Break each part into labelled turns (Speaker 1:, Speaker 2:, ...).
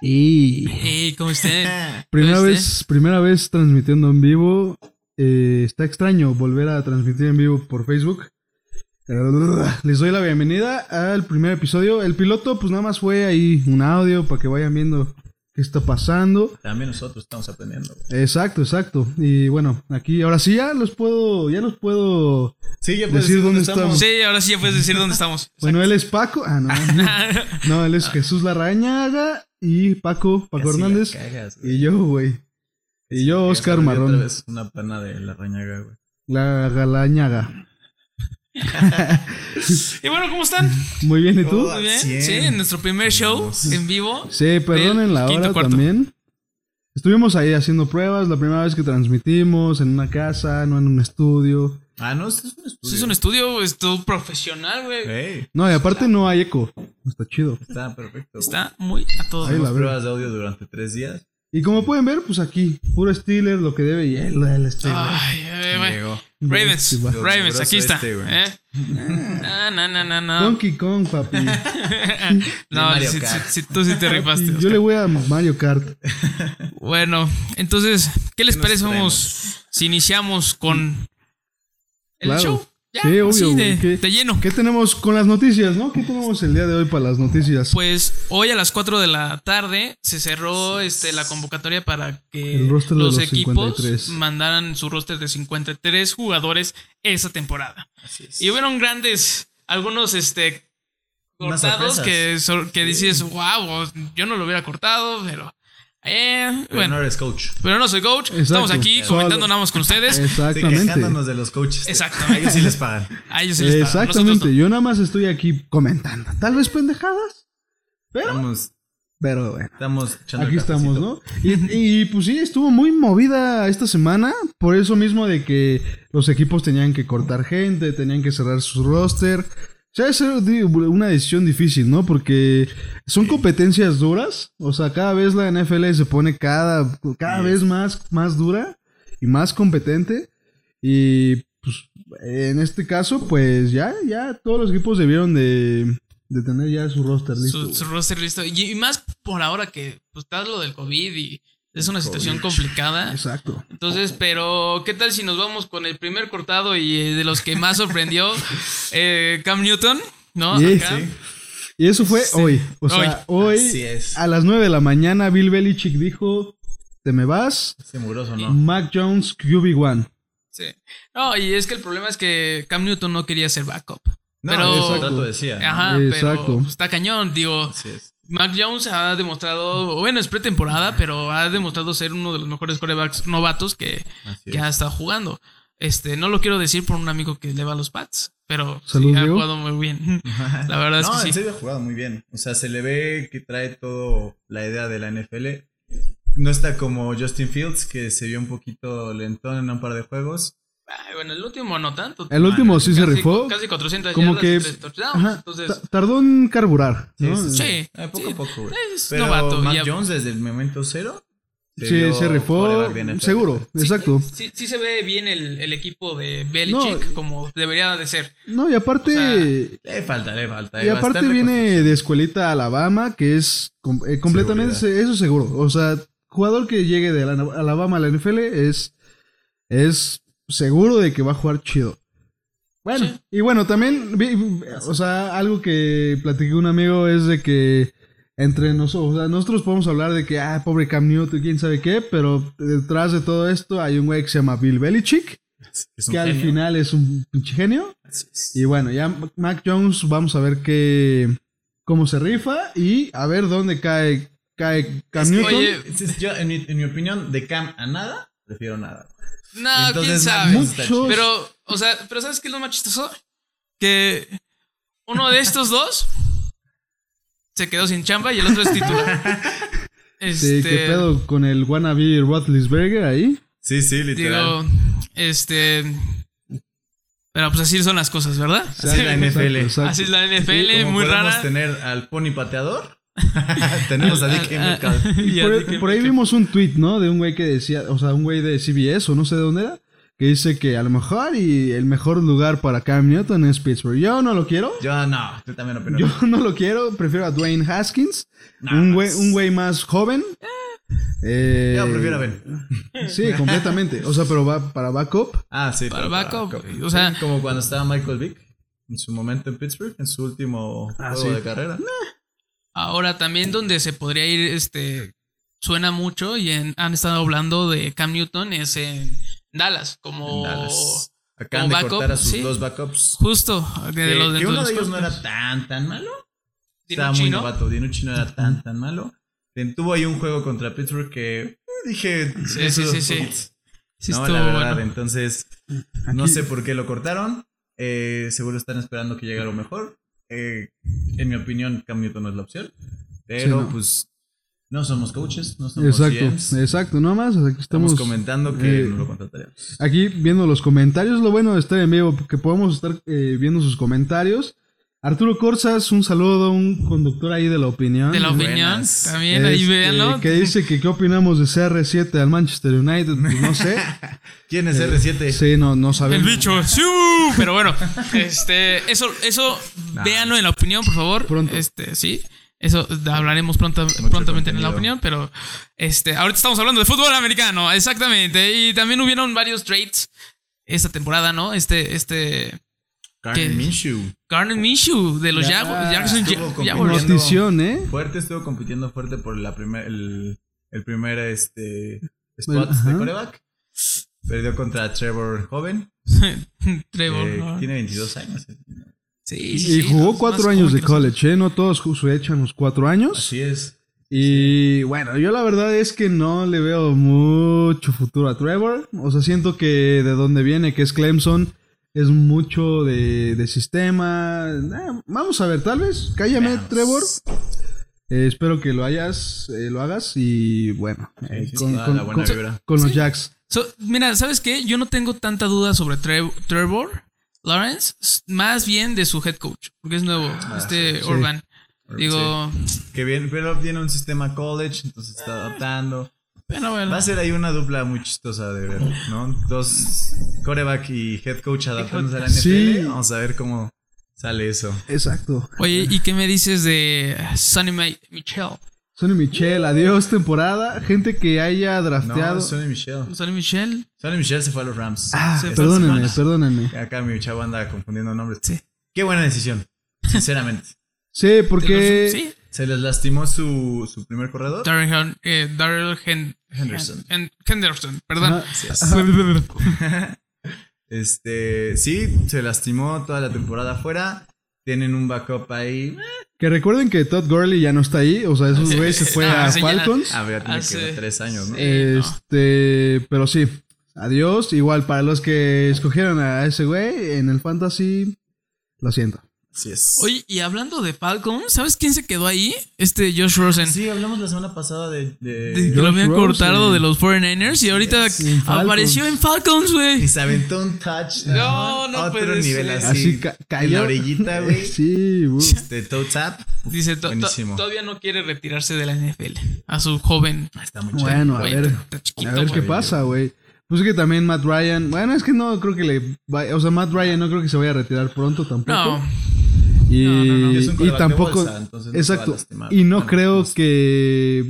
Speaker 1: Y
Speaker 2: Ey, ¿cómo estén?
Speaker 1: primera
Speaker 2: ¿Cómo
Speaker 1: vez, primera vez transmitiendo en vivo. Eh, está extraño volver a transmitir en vivo por Facebook. Les doy la bienvenida al primer episodio. El piloto, pues nada más fue ahí un audio para que vayan viendo qué está pasando.
Speaker 3: También nosotros estamos aprendiendo. güey.
Speaker 1: Exacto, exacto. Y bueno, aquí ahora sí ya los puedo, ya los puedo.
Speaker 3: Sí, ya
Speaker 1: puedes Decir decir dónde dónde pues, estamos.
Speaker 2: están?
Speaker 1: estamos.
Speaker 2: Sí, ahora sí ya puedes decir dónde estamos.
Speaker 1: Bueno, él es Paco. Ah, no. no, él es Jesús Larrañaga y Paco, Paco
Speaker 3: Casi la
Speaker 1: Hernández.
Speaker 3: cagas, güey.
Speaker 1: Y yo, güey. Y yo,
Speaker 3: Ya
Speaker 1: Oscar
Speaker 3: salió
Speaker 1: Marrón.
Speaker 3: otra vez una pana de la rañaga, güey.
Speaker 1: La galañaga.
Speaker 2: Y bueno, ¿cómo están?
Speaker 1: Muy bien, ¿y tú?
Speaker 3: Al
Speaker 2: Muy bien.
Speaker 3: cien.
Speaker 2: Sí, en nuestro primer show en vivo.
Speaker 1: Sí, perdonen la
Speaker 2: Del quinto
Speaker 1: hora
Speaker 2: cuarto.
Speaker 1: también. Estuvimos ahí haciendo pruebas la primera vez que transmitimos en una casa, no en un estudio.
Speaker 3: Ah, no, este es un estudio.
Speaker 2: Eso es un estudio, esto profesional,
Speaker 1: Eh.
Speaker 2: güey.
Speaker 3: Ey,
Speaker 1: No, y aparte no hay eco. Está chido.
Speaker 3: está perfecto. güey.
Speaker 2: Está muy a todo.
Speaker 1: Ahí la
Speaker 3: Hicimos
Speaker 1: veo.
Speaker 3: pruebas de audio durante tres días.
Speaker 1: Y como pueden ver, pues aquí, puro Steelers, lo que debe y el, el Steelers.
Speaker 2: Ay, eh, güey.
Speaker 3: Llegó.
Speaker 1: Sí,
Speaker 2: Ravens,
Speaker 1: va.
Speaker 2: Ravens,
Speaker 3: Abrazo
Speaker 2: aquí está.
Speaker 3: este, güey.
Speaker 2: ¿eh? Ah, no, no, no, no.
Speaker 1: Donkey Kong, papi.
Speaker 2: No,
Speaker 3: Mario
Speaker 2: si,
Speaker 3: Kart.
Speaker 2: si- si tú sí te rifaste.
Speaker 1: Y yo le voy a Mario Kart.
Speaker 2: Bueno, entonces, ¿qué les
Speaker 3: ¿Qué nos
Speaker 2: parece
Speaker 3: traemos?
Speaker 2: si iniciamos con el
Speaker 1: Claro.
Speaker 2: show? Ya,
Speaker 1: Sí, obvio,
Speaker 2: así de,
Speaker 1: güey, ¿qué?
Speaker 2: de lleno.
Speaker 1: ¿Qué tenemos con las noticias, no? ¿Qué tenemos el día de hoy para las noticias?
Speaker 2: Pues hoy a las 4 de la tarde se cerró este, la convocatoria para que
Speaker 1: El
Speaker 2: los,
Speaker 1: roster de los
Speaker 2: equipos
Speaker 1: 53.
Speaker 2: mandaran su roster de 53 jugadores esa temporada.
Speaker 3: Así es.
Speaker 2: Y hubieron grandes, algunos este,
Speaker 3: Unas
Speaker 2: cortados
Speaker 3: sorpresas.
Speaker 2: que, sor- que dices, wow, yo no lo hubiera cortado, pero... eh,
Speaker 3: Pero
Speaker 2: bueno,
Speaker 3: no eres coach.
Speaker 2: pero no soy coach,
Speaker 1: Exacto.
Speaker 2: estamos aquí
Speaker 1: Solo-
Speaker 2: comentando nada más con ustedes.
Speaker 3: Sí,
Speaker 1: Exactamente.
Speaker 3: quejándonos de los coaches.
Speaker 2: Exactamente.
Speaker 3: A ellos sí les pagan.
Speaker 2: A ellos sí les pagan, nosotros
Speaker 1: Exactamente,
Speaker 2: no.
Speaker 1: yo nada más estoy aquí comentando. Tal vez pendejadas, pero,
Speaker 3: Estamos,
Speaker 1: pero bueno.
Speaker 3: estamos echando
Speaker 1: Aquí
Speaker 3: el cafecito.
Speaker 1: estamos, ¿no? Y, y, pues sí, estuvo muy movida esta semana, por eso mismo de que los equipos tenían que cortar gente, tenían que cerrar su roster. O sea, es di- una decisión difícil, ¿no? Porque son competencias duras, o sea, cada vez la NFL se pone cada, cada vez más, más dura y más competente. Y pues en este caso, pues ya, ya todos los equipos debieron de, de tener ya su roster listo.
Speaker 2: su, su roster listo. Y, y más por ahora que pues, está lo del COVID y es una situación complicada.
Speaker 1: Exacto.
Speaker 2: Entonces, pero ¿qué tal si nos vamos con el primer cortado y eh, de los que más sorprendió eh, Cam Newton? ¿No?
Speaker 1: Sí,
Speaker 2: Ah, Acá.
Speaker 1: sí. Y eso fue hoy. O sea, hoy
Speaker 3: Así es.
Speaker 1: a las 9 de la mañana Bill Belichick dijo, "Te me vas,
Speaker 3: Ese mugroso, ¿no?
Speaker 1: Mac Jones QB1."
Speaker 2: Sí. No, y es que el problema es que Cam Newton no quería ser backup.
Speaker 3: No,
Speaker 2: Pero-
Speaker 3: eso tanto decía. ¿no?
Speaker 2: Ajá,
Speaker 1: Ah, Exacto.
Speaker 2: pero pues, está cañón, digo.
Speaker 3: Así es.
Speaker 2: Mac Jones ha demostrado, bueno, es pretemporada, pero ha demostrado ser uno de los mejores corebacks novatos que,
Speaker 3: Así
Speaker 2: que ha
Speaker 3: es.
Speaker 2: estado jugando. Este, no lo quiero decir por un amigo que le va a los Pats, pero sí,
Speaker 1: Salud,
Speaker 2: ha
Speaker 1: Diego.
Speaker 2: jugado muy bien. La verdad es
Speaker 3: no,
Speaker 2: que sí.
Speaker 3: en serio ha jugado muy bien. O sea, se le ve que trae todo la idea de la NFL. No está como Justin Fields, que se vio un poquito lentón en un par de juegos.
Speaker 2: Ay, bueno, el último no tanto.
Speaker 1: El último sí se
Speaker 2: Casi-
Speaker 1: rifó.
Speaker 2: Casi 400
Speaker 1: Como
Speaker 2: yardas
Speaker 1: que-
Speaker 2: y tres touchdowns,
Speaker 1: Ajá,
Speaker 2: entonces,
Speaker 1: ta- tardó en carburar, ¿no?
Speaker 3: Sí,
Speaker 2: sí.
Speaker 3: Eh, poco
Speaker 2: sí.
Speaker 3: a poco, güey.
Speaker 2: Es
Speaker 3: Pero
Speaker 2: novato,
Speaker 3: Mac
Speaker 2: ya-
Speaker 3: Jones desde el momento cero.
Speaker 1: Sí, se rifó
Speaker 3: quarterback de NFL.
Speaker 1: seguro,
Speaker 2: Sí,
Speaker 1: exacto.
Speaker 2: Sí, sí se ve bien el, el equipo de Belichick
Speaker 1: No. eh,
Speaker 2: como debería de ser.
Speaker 1: No, y aparte
Speaker 2: O
Speaker 3: Le falta, le falta.
Speaker 1: y aparte viene de escuelita Alabama, que es com- eh, completamente se- eso seguro. O sea, jugador que llegue de Ala- Alabama a la NFL es, es seguro de que va a jugar chido. Bueno,
Speaker 2: Sí.
Speaker 1: y bueno, también, vi- o sea, algo que platiqué un amigo es de que entre nosotros, o sea, nosotros podemos hablar de que, ah, pobre Cam Newton, quién sabe qué, pero detrás de todo esto hay un güey que se llama Bill Belichick, que al final es un pinche genio. Y bueno, ya Mac Jones, vamos a ver qué cómo se rifa y a ver dónde cae cae Cam Newton.
Speaker 2: oye,
Speaker 3: Yo, en mi, en mi opinión, de Cam a nada, prefiero nada.
Speaker 2: No, Ah, quién
Speaker 3: Entonces, Mac
Speaker 2: sabe.
Speaker 3: Jones está
Speaker 1: Mucho-
Speaker 3: chido.
Speaker 2: Pero, o sea, pero ¿sabes qué es lo más chistoso? Que uno de estos dos se quedó sin chamba y el otro es titular.
Speaker 1: Sí,
Speaker 2: Este,
Speaker 1: qué pedo con el wannabe Roethlisberger ahí.
Speaker 3: Sí, sí, literal.
Speaker 2: Digo, este. Pero pues así son las cosas, ¿verdad?
Speaker 3: Así es la NFL.
Speaker 1: Exacto, exacto.
Speaker 2: Así es la NFL,
Speaker 3: Como
Speaker 2: muy
Speaker 3: podemos
Speaker 2: rara.
Speaker 3: tener al pony pateador. Tenemos a Dick
Speaker 2: Ah, ah,
Speaker 3: Metcalf.
Speaker 1: Y
Speaker 2: ya,
Speaker 1: por,
Speaker 2: Dick
Speaker 1: por ahí
Speaker 2: Metcalf.
Speaker 1: vimos un tweet, ¿no? De un güey que decía, o sea, un güey de CBS o no sé de dónde era, que dice que a lo mejor y el mejor lugar para Cam Newton es Pittsburgh. Yo no lo quiero.
Speaker 3: Yo no, yo también opino.
Speaker 1: Yo no lo quiero. Prefiero a Dwayne Haskins,
Speaker 3: Nah,
Speaker 1: un
Speaker 3: no
Speaker 1: güey,
Speaker 3: es-
Speaker 1: un güey más joven. Eh,
Speaker 3: Yo prefiero a Ben.
Speaker 1: Sí, completamente. O sea, pero va para backup.
Speaker 3: Ah, sí.
Speaker 2: Para
Speaker 3: pero
Speaker 2: backup, güey, o sea-
Speaker 3: Sí, como cuando estaba Michael Vick en su momento en Pittsburgh, en su último
Speaker 1: Ah,
Speaker 3: juego
Speaker 1: sí.
Speaker 3: de carrera.
Speaker 2: Ahora también donde se podría ir, este, suena mucho y en- han estado hablando de Cam Newton es en Dallas, como
Speaker 3: En Dallas. Acaban de
Speaker 2: Oh. como
Speaker 3: cortar
Speaker 2: backup,
Speaker 3: a sus
Speaker 2: sí.
Speaker 3: dos backups.
Speaker 2: justo de,
Speaker 3: Que-
Speaker 2: los
Speaker 3: que
Speaker 2: dentro
Speaker 3: uno
Speaker 2: los
Speaker 3: de ellos no
Speaker 2: cortes.
Speaker 3: era tan, tan malo.
Speaker 2: Tiene
Speaker 3: Estaba
Speaker 2: un
Speaker 3: muy
Speaker 2: chino.
Speaker 3: novato. Dinucci no era tan, tan malo. Ten- Tuvo ahí un juego contra Pittsburgh que eh, dije.
Speaker 2: Sí,
Speaker 3: eso-
Speaker 2: sí, sí, sí. Sí,
Speaker 3: no,
Speaker 2: estuvo
Speaker 3: la verdad.
Speaker 2: bueno.
Speaker 3: Entonces, no
Speaker 1: Aquí-
Speaker 3: sé por qué lo cortaron. Eh, seguro están esperando que llegue a lo mejor. Eh, en mi opinión, Cam Newton no es la opción. Pero,
Speaker 1: Sí, no.
Speaker 3: pues, no somos coaches, no somos
Speaker 1: Exacto,
Speaker 3: GMs.
Speaker 1: exacto, no más. o sea, aquí
Speaker 3: Estamos
Speaker 1: estamos
Speaker 3: comentando que
Speaker 1: eh,
Speaker 3: no lo contrataríamos.
Speaker 1: aquí viendo los comentarios. Lo bueno de estar en vivo, que podemos estar eh, viendo sus comentarios. Arturo Corzas, un saludo, un conductor ahí de la opinión.
Speaker 2: De la
Speaker 3: Buenas.
Speaker 2: opinión, también ahí
Speaker 1: Este,
Speaker 2: véanlo.
Speaker 1: Que dice que qué opinamos de CR7 al Manchester United. Pues no sé.
Speaker 3: ¿Quién es R7?
Speaker 1: Sí, no, no
Speaker 2: El
Speaker 1: sabemos.
Speaker 2: bicho, sí, uh. pero bueno, este, eso, eso, véanlo en la opinión, por favor.
Speaker 1: Pronto.
Speaker 2: Este, sí, eso da- hablaremos pronto, prontamente en la
Speaker 3: contenido.
Speaker 2: opinión, pero este, ahorita estamos hablando de fútbol americano, exactamente. Y también hubieron varios trades esta temporada, ¿no? Este, este,
Speaker 3: Garner
Speaker 2: ¿Qué?
Speaker 3: Minshew.
Speaker 2: Garner Minshew de los
Speaker 1: Ya,
Speaker 2: Jagu- Jackson
Speaker 3: estuvo
Speaker 2: Ja-
Speaker 3: compitiendo.
Speaker 2: Jaguars.
Speaker 1: Notición, ¿eh?
Speaker 3: Fuerte estuvo compitiendo fuerte por la primer, el, el primer este, spot
Speaker 1: Ajá.
Speaker 3: de coreback. Perdió contra Trevor Joven.
Speaker 2: Trevor,
Speaker 3: que
Speaker 2: ¿no?
Speaker 3: Tiene 22 años.
Speaker 2: Sí, sí,
Speaker 1: Y
Speaker 2: sí,
Speaker 1: jugó
Speaker 2: más
Speaker 1: cuatro
Speaker 2: joven
Speaker 1: años
Speaker 2: que
Speaker 1: de
Speaker 2: nosotros.
Speaker 1: college, ¿eh? No todos ju- se echan los cuatro años.
Speaker 3: Así es.
Speaker 1: Y bueno, yo la verdad es que no le veo mucho futuro a Trevor. O sea, siento que de donde viene, que es Clemson, es mucho de, de sistema. Nah, vamos a ver, tal vez. Cállame,
Speaker 3: Veamos.
Speaker 1: Trevor. Eh, espero que lo hayas, eh, lo hagas y bueno, eh,
Speaker 3: sí,
Speaker 1: con,
Speaker 3: da
Speaker 1: con-
Speaker 3: la buena
Speaker 1: con-
Speaker 3: vibra.
Speaker 1: con los
Speaker 2: Sí.
Speaker 1: Jacks.
Speaker 2: So, mira, ¿sabes qué? Yo no tengo tanta duda sobre Trev- Trevor Lawrence, s- más bien de su head coach, porque es nuevo, este
Speaker 1: Ah, sí.
Speaker 2: Urban. Digo,
Speaker 3: Que bien, pero tiene un sistema college, entonces está adaptando.
Speaker 2: bueno,
Speaker 3: Va
Speaker 2: bueno.
Speaker 3: a ser ahí una dupla muy chistosa de ver, ¿no? Dos coreback y head coach adaptándose a la NFL.
Speaker 1: Sí.
Speaker 3: Vamos a ver cómo sale eso.
Speaker 1: Exacto.
Speaker 2: Oye, ¿y qué me dices de Sonny Mi- Michel?
Speaker 1: Sonny Michel, adiós temporada. Gente que haya drafteado.
Speaker 3: No, Sonny Michel.
Speaker 2: Sonny Michel.
Speaker 3: Sonny Michel se fue a los Rams.
Speaker 1: Ah,
Speaker 2: Se-
Speaker 1: perdónenme,
Speaker 2: se-
Speaker 1: perdónenme.
Speaker 3: Acá mi chavo anda confundiendo nombres.
Speaker 2: Sí.
Speaker 3: Qué buena decisión, sinceramente.
Speaker 1: Sí,
Speaker 2: de
Speaker 1: porque
Speaker 2: los- Sí.
Speaker 3: se les lastimó su, su primer corredor.
Speaker 2: Darrell Hen- eh, Darrell Hen-
Speaker 3: Henderson.
Speaker 2: Hen- Henderson, perdón.
Speaker 1: Ajá.
Speaker 3: Así es. Este, sí, se lastimó toda la temporada afuera. Tienen un backup ahí.
Speaker 1: que recuerden que Todd Gurley ya no está ahí, o sea, esos
Speaker 2: Sí,
Speaker 1: güeyes se fue
Speaker 2: no,
Speaker 1: a
Speaker 2: ese ya-
Speaker 1: Falcons.
Speaker 3: A ver, tiene
Speaker 2: Ah, sí.
Speaker 3: que ver tres años, ¿no?
Speaker 2: Sí. no.
Speaker 1: Este, pero sí. Adiós. Igual para los que escogieron a ese güey en el fantasy, lo siento.
Speaker 3: Así es.
Speaker 2: Oye, y hablando de Falcons, ¿sabes quién se quedó ahí? Este Josh Rosen.
Speaker 3: Sí, hablamos la semana pasada de. de-
Speaker 2: De- que lo
Speaker 1: Josh
Speaker 2: habían
Speaker 1: Rosen.
Speaker 2: cortado de los 49ers y ahorita
Speaker 1: Y en Falcons.
Speaker 2: apareció en Falcons, güey.
Speaker 3: Y se aventó un touch.
Speaker 2: No, no
Speaker 3: Otro
Speaker 2: puede
Speaker 3: nivel
Speaker 2: ser.
Speaker 3: así.
Speaker 1: Así ca-
Speaker 3: En la
Speaker 1: cayó.
Speaker 3: orillita, güey.
Speaker 1: Sí, uh.
Speaker 3: De toe tap.
Speaker 2: Dice, "To- to-
Speaker 3: Buenísimo.
Speaker 2: todavía no quiere retirarse de la NFL. A su joven.
Speaker 3: Ah, Está muy chido.
Speaker 1: Bueno, a
Speaker 2: güey,
Speaker 1: ver.
Speaker 2: está- está chiquito,
Speaker 1: A ver qué
Speaker 2: güey.
Speaker 1: pasa, güey. Pues que también Matt Ryan. Bueno, es que no creo que le. vaya- O sea, Matt Ryan no creo que se vaya a retirar pronto tampoco.
Speaker 2: No,
Speaker 1: Y,
Speaker 2: No, no, no.
Speaker 3: Y es un
Speaker 1: y
Speaker 3: quarterback de
Speaker 1: tampoco.
Speaker 3: bolsa, entonces no se va a
Speaker 1: exacto.
Speaker 3: lastimar.
Speaker 1: Y no
Speaker 3: Ah,
Speaker 1: creo
Speaker 3: pues,
Speaker 1: que.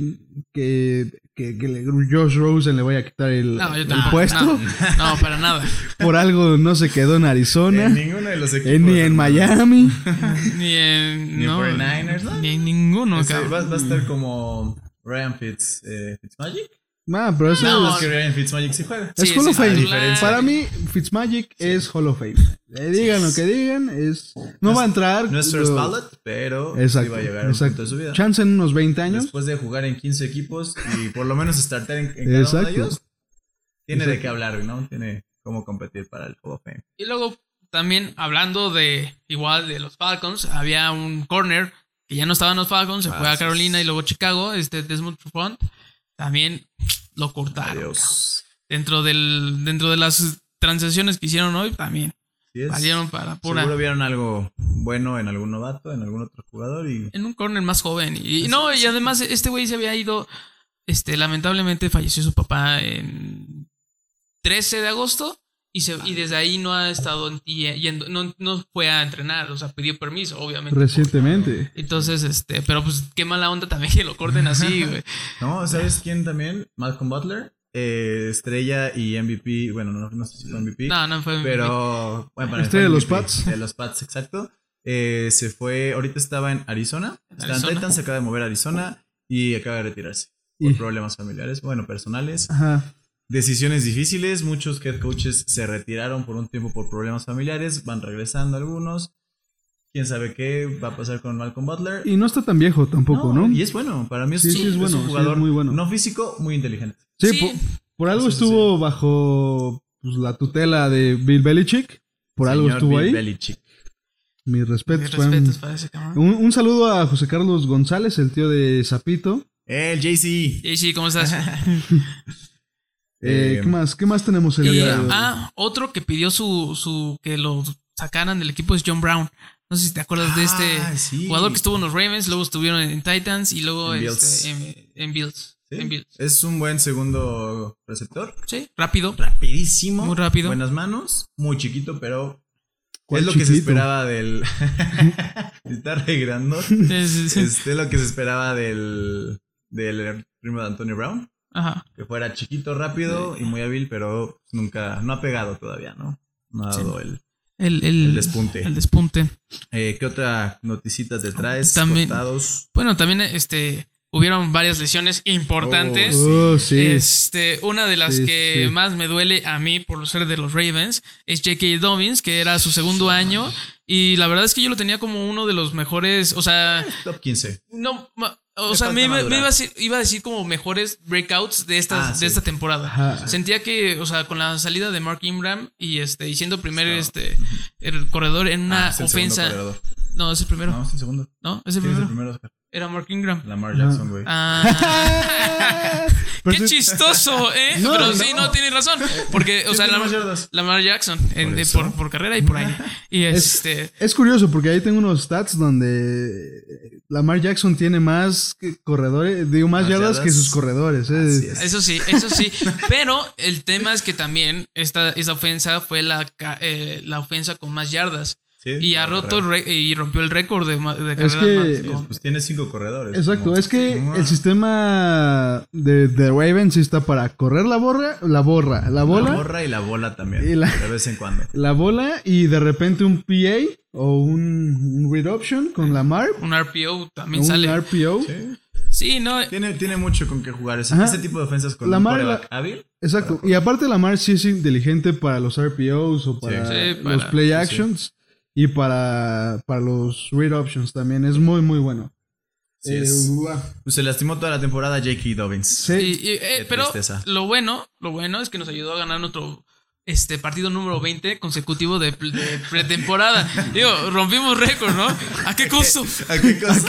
Speaker 1: Que. Que, que le- Josh Rosen le vaya a quitar el,
Speaker 2: No, yo
Speaker 1: el
Speaker 2: tampoco.
Speaker 1: puesto.
Speaker 2: No, no, para nada.
Speaker 1: Por algo no se quedó en
Speaker 3: En
Speaker 1: Arizona.
Speaker 3: ninguno de los equipos.
Speaker 1: eh, Ni en Miami.
Speaker 2: Ni en.
Speaker 3: Ni en
Speaker 2: no,
Speaker 3: 49ers, ¿no?
Speaker 2: Ni en ninguno,
Speaker 3: Ese
Speaker 2: cabrón.
Speaker 3: va, va a
Speaker 1: Mm.
Speaker 3: estar como Ryan Fitz, eh, Fitzmagic.
Speaker 1: Ah, pero eso
Speaker 2: No,
Speaker 1: es,
Speaker 3: Es que Ryan Fitzmagic sí juega.
Speaker 1: es
Speaker 2: sí,
Speaker 1: Hall
Speaker 2: sí,
Speaker 1: of Fame.
Speaker 2: sí, claro.
Speaker 1: Para mí, Fitzmagic es Hall of Fame. Eh, digan lo que digan, es no va a entrar.
Speaker 3: No es
Speaker 1: lo-
Speaker 3: first ballot, pero sí
Speaker 1: Exacto.
Speaker 3: va a llegar a un punto
Speaker 1: exacto.
Speaker 3: de su vida.
Speaker 1: Chance en unos 20 años.
Speaker 3: Después de jugar en 15 equipos y por lo menos startar en, en cada uno
Speaker 1: Exacto.
Speaker 3: de ellos, tiene de
Speaker 1: Exacto.
Speaker 3: qué hablar, ¿no? Tiene cómo competir para el Hall of Fame.
Speaker 2: Y luego, también hablando de. Igual de los Falcons, había un corner que ya no estaba en los Falcons, se fue a
Speaker 3: Así
Speaker 2: Carolina
Speaker 3: es.
Speaker 2: y luego Chicago. Este Desmond Trufant también lo cortaron. cabrón.
Speaker 3: Adiós.
Speaker 2: Dentro, del, dentro de las transacciones que hicieron hoy, también.
Speaker 3: Así es.
Speaker 2: Valieron para pura.
Speaker 3: Seguro vieron algo bueno en algún novato, en algún otro jugador y
Speaker 2: En un corner más joven. Y, y no, y además este güey se había ido. Este, lamentablemente falleció su papá en 13 de agosto. Y, se, y desde ahí no ha estado en- y- yendo, no, no fue a entrenar, o sea, pidió permiso, obviamente.
Speaker 1: Recientemente.
Speaker 2: Entonces, este, pero pues qué mala onda también que lo corten así, güey.
Speaker 3: No, ¿sabes quién también? Malcolm Butler, eh, estrella y MVP. Bueno, no, no sé si fue MVP,
Speaker 2: No, no fue.
Speaker 3: pero. Bueno, para mí
Speaker 1: Este
Speaker 3: fue
Speaker 1: de los
Speaker 3: MVP,
Speaker 1: Pats.
Speaker 3: De los Pats, exacto. Eh, se fue, ahorita estaba en Arizona. Está en
Speaker 2: Arizona.
Speaker 3: Titans, se acaba de mover a Arizona y acaba de retirarse.
Speaker 1: Y-
Speaker 3: Por problemas familiares, bueno, personales.
Speaker 1: Ajá.
Speaker 3: Decisiones difíciles. Muchos head coaches se retiraron por un tiempo por problemas familiares. Van regresando algunos. Quién sabe qué va a pasar con Malcolm Butler.
Speaker 1: Y no está tan viejo tampoco, ¿no?
Speaker 3: Y es bueno, para mí es,
Speaker 1: Sí, sí, es
Speaker 3: un
Speaker 1: bueno, sí, es
Speaker 3: jugador
Speaker 1: muy bueno.
Speaker 3: no físico, muy inteligente.
Speaker 1: Sí,
Speaker 2: Sí.
Speaker 1: po- Por, algo
Speaker 3: Eso sí.
Speaker 1: estuvo bajo pues, la tutela de Bill Belichick. Por algo
Speaker 3: Señor
Speaker 1: estuvo
Speaker 3: Bill
Speaker 1: ahí.
Speaker 3: Belichick.
Speaker 1: Mis respetos.
Speaker 2: Mis
Speaker 1: fueron-
Speaker 2: respetos para ese cabrón.
Speaker 1: pues, Un, un saludo a José Carlos González, el tío de Zapito.
Speaker 3: El E. JC.
Speaker 2: Y sí, ¿cómo estás?
Speaker 1: Eh,
Speaker 3: Eh,
Speaker 1: ¿qué, más, ¿Qué más tenemos el
Speaker 2: Y,
Speaker 1: día de hoy?
Speaker 2: ah, otro que pidió su, su que lo sacaran del equipo es John Brown. No sé si te acuerdas de
Speaker 3: Ah,
Speaker 2: este
Speaker 3: sí.
Speaker 2: jugador que estuvo en los Ravens, luego estuvieron en Titans y luego
Speaker 3: En
Speaker 2: este,
Speaker 3: Bills.
Speaker 2: en, en Bills.
Speaker 3: Sí,
Speaker 2: En Bills.
Speaker 3: Es un buen segundo receptor.
Speaker 2: Sí, rápido.
Speaker 3: Rapidísimo.
Speaker 2: Muy rápido.
Speaker 3: Buenas manos. Muy chiquito, pero
Speaker 1: ¿Cuál
Speaker 3: es lo que se
Speaker 1: chiquito?
Speaker 3: esperaba del. Está regrando.
Speaker 2: Es- es- es-
Speaker 3: Este es lo que se esperaba del. Del primo de Antonio Brown.
Speaker 2: ajá.
Speaker 3: Que fuera chiquito, rápido y muy hábil, pero nunca. No ha pegado todavía, ¿no? No ha
Speaker 2: Sí.
Speaker 3: dado el.
Speaker 2: El, el-
Speaker 3: El despunte.
Speaker 2: El despunte.
Speaker 3: Eh, ¿Qué otra noticita te traes?
Speaker 2: También-
Speaker 3: Cortados.
Speaker 2: Bueno, también este hubieron varias lesiones importantes.
Speaker 1: Oh, sí.
Speaker 2: Este, una de las
Speaker 1: Sí,
Speaker 2: que
Speaker 1: sí.
Speaker 2: más me duele a mí por ser de los Ravens es J.K. Dobbins, que era su segundo año. Y la verdad es que yo lo tenía como uno de los mejores. O sea,
Speaker 3: Top 15.
Speaker 2: no. ma- O
Speaker 3: Le
Speaker 2: sea, me,
Speaker 3: falta
Speaker 2: iba- me
Speaker 3: madurar.
Speaker 2: iba, a decir, iba a decir como mejores breakouts de, estas,
Speaker 3: Ah,
Speaker 2: de
Speaker 3: sí.
Speaker 2: esta temporada.
Speaker 1: Ajá.
Speaker 2: Sentía que, o sea, con la salida de Mark Ingram y este, y siendo primer
Speaker 3: Estaba-
Speaker 2: este el corredor en una
Speaker 3: Ah, es el
Speaker 2: ofensa.
Speaker 3: segundo corredor.
Speaker 2: No, es el primero.
Speaker 3: No, es el segundo.
Speaker 2: ¿No? Es el
Speaker 3: ¿Quién es
Speaker 2: primero.
Speaker 3: el primero? Oscar?
Speaker 2: Era Mark Ingram.
Speaker 3: Lamar Jackson, güey.
Speaker 2: Ah.
Speaker 3: Pues
Speaker 1: Pero
Speaker 2: Qué
Speaker 1: sí-
Speaker 2: chistoso, ¿eh?
Speaker 1: No,
Speaker 2: Pero
Speaker 1: no.
Speaker 2: sí, no, tienes razón. Porque, o
Speaker 3: ¿Quién
Speaker 2: sea,
Speaker 3: tiene más
Speaker 2: Lamar,
Speaker 3: yardas?
Speaker 2: Lamar Jackson, en- de-
Speaker 3: eso.
Speaker 2: por, por carrera y por aire. Y este.
Speaker 1: Es curioso porque ahí tengo unos stats donde Lamar Jackson tiene más que corredores, digo, más
Speaker 3: Más
Speaker 1: yardas
Speaker 3: yardas.
Speaker 1: que sus corredores. eh.
Speaker 3: Así es.
Speaker 2: Eso sí, eso sí. Pero el tema es que también esta, esa ofensa fue la, ca- eh, la ofensa con más yardas.
Speaker 3: Sí,
Speaker 2: Y ha
Speaker 3: corredor.
Speaker 2: roto el re- y rompió el récord de, ma- de
Speaker 1: Es
Speaker 2: carreras
Speaker 1: que-
Speaker 2: más-
Speaker 3: Pues tiene cinco corredores.
Speaker 1: Exacto,
Speaker 3: como-
Speaker 1: es que
Speaker 3: Como-
Speaker 1: el sistema de, de Ravens sí está para correr la borra, la borra, la bola,
Speaker 3: La borra y la bola también.
Speaker 1: Y la-
Speaker 3: De vez en cuando.
Speaker 1: la bola y de repente un PA o un, un read option con la MARP,
Speaker 2: Un RPO también
Speaker 1: un
Speaker 2: sale.
Speaker 1: RPO.
Speaker 3: Sí.
Speaker 2: Sí, no.
Speaker 3: Tiene, tiene mucho con qué jugar. Ese,
Speaker 1: Ajá.
Speaker 3: ese tipo de ofensas con
Speaker 1: Lamar
Speaker 3: un
Speaker 1: y la-
Speaker 3: quarterback hábil.
Speaker 1: Exacto, y aparte la MARP sí es inteligente para los RPOs o para,
Speaker 2: Sí, sí,
Speaker 1: los
Speaker 2: para-
Speaker 1: play
Speaker 3: sí.
Speaker 1: actions y para, para los read options también. Es muy, muy bueno.
Speaker 3: Sí,
Speaker 1: Eh,
Speaker 3: es.
Speaker 1: guau.
Speaker 3: Pues se lastimó toda la temporada J.K. Dobbins.
Speaker 1: Sí.
Speaker 2: Y- y, eh,
Speaker 3: Qué
Speaker 2: pero
Speaker 3: tristeza.
Speaker 2: lo bueno, lo bueno es que nos ayudó a ganar nuestro este partido número 20 consecutivo de, pl- de pretemporada. Digo, rompimos récord, ¿no? ¿A qué costo?
Speaker 3: ¿A qué cosa?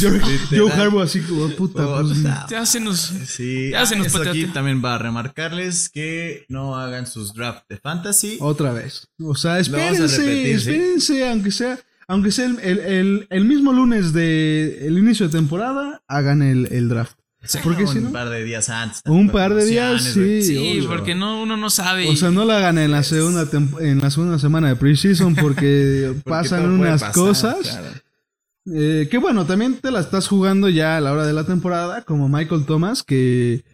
Speaker 1: Joe,
Speaker 3: Literal.
Speaker 1: Joe Harbaugh así como puta. pues,
Speaker 3: Puta.
Speaker 2: Ya se nos
Speaker 3: Sí,
Speaker 2: Ya se nos
Speaker 3: eso aquí
Speaker 2: pateaste.
Speaker 3: también va a remarcarles que no hagan sus draft de fantasy.
Speaker 1: Otra vez. O sea,
Speaker 3: Lo vamos a
Speaker 1: espérense,
Speaker 3: repetir, ¿sí?
Speaker 1: espérense, aunque sea, aunque sea el, el- el- el mismo lunes de el inicio de temporada, hagan el, el draft. Porque
Speaker 3: un
Speaker 1: si no,
Speaker 3: par de días antes.
Speaker 1: un par de días,
Speaker 3: Opciones, güey.
Speaker 1: sí.
Speaker 2: Sí,
Speaker 1: obvio.
Speaker 2: porque no uno no sabe. y-
Speaker 1: O sea, no la hagan en la segunda tempo- en la segunda semana de preseason porque
Speaker 3: Porque
Speaker 1: pasan
Speaker 3: todo puede
Speaker 1: unas
Speaker 3: pasar,
Speaker 1: cosas.
Speaker 3: claro.
Speaker 1: Eh, que bueno, también te la estás jugando ya a la hora de la temporada, como Michael Thomas, que,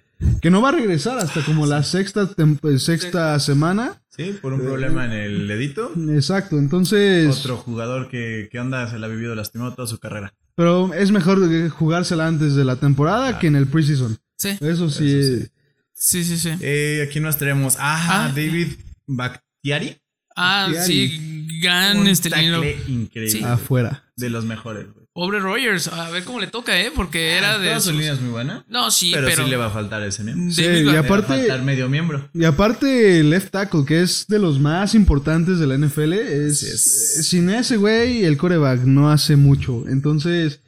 Speaker 1: que no va a regresar hasta como la sexta, tem- eh, sexta semana.
Speaker 3: Sí, por un problema en el dedito.
Speaker 1: Exacto, entonces...
Speaker 3: Otro jugador que, que onda se la ha vivido lastimado toda su carrera.
Speaker 1: Pero es mejor de- jugársela antes de la temporada que en el preseason.
Speaker 2: sí,
Speaker 1: Eso sí.
Speaker 3: Eso
Speaker 1: eh,
Speaker 2: sí, sí, sí.
Speaker 3: Eh, aquí nos tenemos a
Speaker 2: Ah.
Speaker 3: David Bactiari.
Speaker 2: Ah,
Speaker 1: Chiari.
Speaker 2: sí, gran
Speaker 3: Un
Speaker 2: este
Speaker 3: tackle
Speaker 2: liniero.
Speaker 3: increíble.
Speaker 2: Sí.
Speaker 1: Afuera.
Speaker 3: De los mejores. güey.
Speaker 2: Pobre Rogers, a ver cómo le toca, eh, porque era de
Speaker 3: Toda su
Speaker 2: sus-
Speaker 3: línea es muy buena.
Speaker 2: No, sí,
Speaker 3: Ah, pero,
Speaker 2: pero,
Speaker 3: sí le va a faltar ese miembro.
Speaker 1: Sí,
Speaker 2: David
Speaker 1: y
Speaker 2: Van-
Speaker 3: Le va a
Speaker 1: Mm, aparte-
Speaker 3: faltar medio miembro.
Speaker 1: Y aparte, el left tackle, que es de los más importantes de la NFL, es,
Speaker 3: Así es.
Speaker 1: eh, sin ese güey, el coreback no hace mucho. Entonces,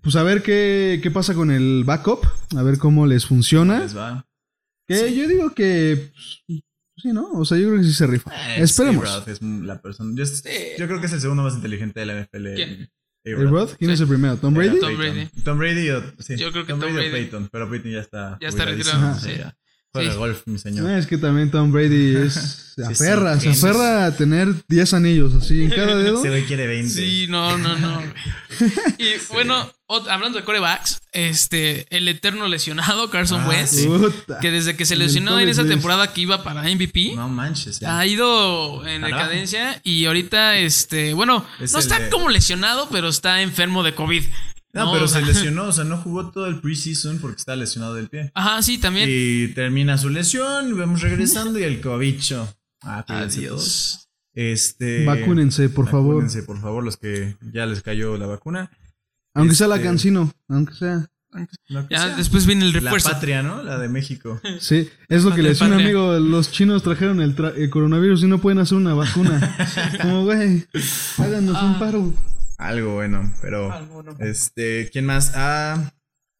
Speaker 1: pues a ver qué, qué pasa con ¿Ah? el backup, a ver cómo les funciona.
Speaker 3: Les va.
Speaker 1: Que yo digo que pues, Sí, ¿no? O sea, yo creo que sí se rifa.
Speaker 3: Eh,
Speaker 1: Esperemos.
Speaker 3: Steve Roth es la persona. Yo,
Speaker 2: Sí.
Speaker 3: yo creo que es el segundo más inteligente de la NFL.
Speaker 2: ¿Quién?
Speaker 1: ¿El Rod? ¿Quién
Speaker 2: Sí.
Speaker 1: es el primero? ¿Tom Brady?
Speaker 2: Tom Brady.
Speaker 3: Eh, Tom Brady o. Sí,
Speaker 2: Yo creo que
Speaker 3: Tom
Speaker 2: Tom
Speaker 3: Brady,
Speaker 2: Brady.
Speaker 3: o Peyton, pero Peyton ya está.
Speaker 2: Ya está
Speaker 3: jubiladísimo,
Speaker 2: retirado,
Speaker 3: sí,
Speaker 2: sí.
Speaker 3: ya. Juega
Speaker 2: Sí.
Speaker 3: golf, mi
Speaker 1: No,
Speaker 3: señor.
Speaker 1: Ah, es que también Tom Brady es, se
Speaker 3: Sí, sí,
Speaker 1: aferra, se
Speaker 3: genio.
Speaker 1: aferra a tener 10 anillos así en cada dedo.
Speaker 3: Ese güey quiere 20.
Speaker 2: Sí, no, no, no. güey. Y bueno, ot- hablando de corebacks, este, el eterno lesionado Carson
Speaker 3: Ah,
Speaker 2: Wentz,
Speaker 3: sí.
Speaker 1: Puta.
Speaker 2: que desde que se
Speaker 1: El
Speaker 2: lesionó en
Speaker 1: Tom
Speaker 2: esa
Speaker 1: Brady.
Speaker 2: temporada que iba para MVP,
Speaker 3: No manches. sí.
Speaker 2: ha ido en
Speaker 3: Carajo.
Speaker 2: decadencia y ahorita, este, bueno,
Speaker 3: Es
Speaker 2: no está
Speaker 3: el de-
Speaker 2: como lesionado, pero está enfermo de COVID.
Speaker 3: No,
Speaker 2: No,
Speaker 3: pero
Speaker 2: o
Speaker 3: se
Speaker 2: sea,
Speaker 3: lesionó, o sea, no jugó todo el preseason porque estaba lesionado del pie.
Speaker 2: Ajá, sí, también.
Speaker 3: Y termina su lesión, vemos regresando y el cobicho. Ah, cuídense todos.
Speaker 2: Adiós.
Speaker 3: Este.
Speaker 1: Vacúnense, por favor.
Speaker 3: Vacúnense, por favor, los que ya les cayó la vacuna.
Speaker 1: Aunque sea la
Speaker 3: Este-
Speaker 1: cancino, aunque sea.
Speaker 3: Lo que
Speaker 2: Ya
Speaker 3: sea.
Speaker 2: después viene el
Speaker 3: pues La
Speaker 2: refuerzo.
Speaker 3: patria, ¿no? La de México.
Speaker 1: Sí, es lo que
Speaker 2: Patria,
Speaker 1: le decía un
Speaker 2: patria.
Speaker 1: amigo. Los chinos trajeron el, tra- el coronavirus y no pueden hacer una vacuna. Como, güey, háganos un paro.
Speaker 3: Algo bueno, pero. Este, ¿quién más? Ah,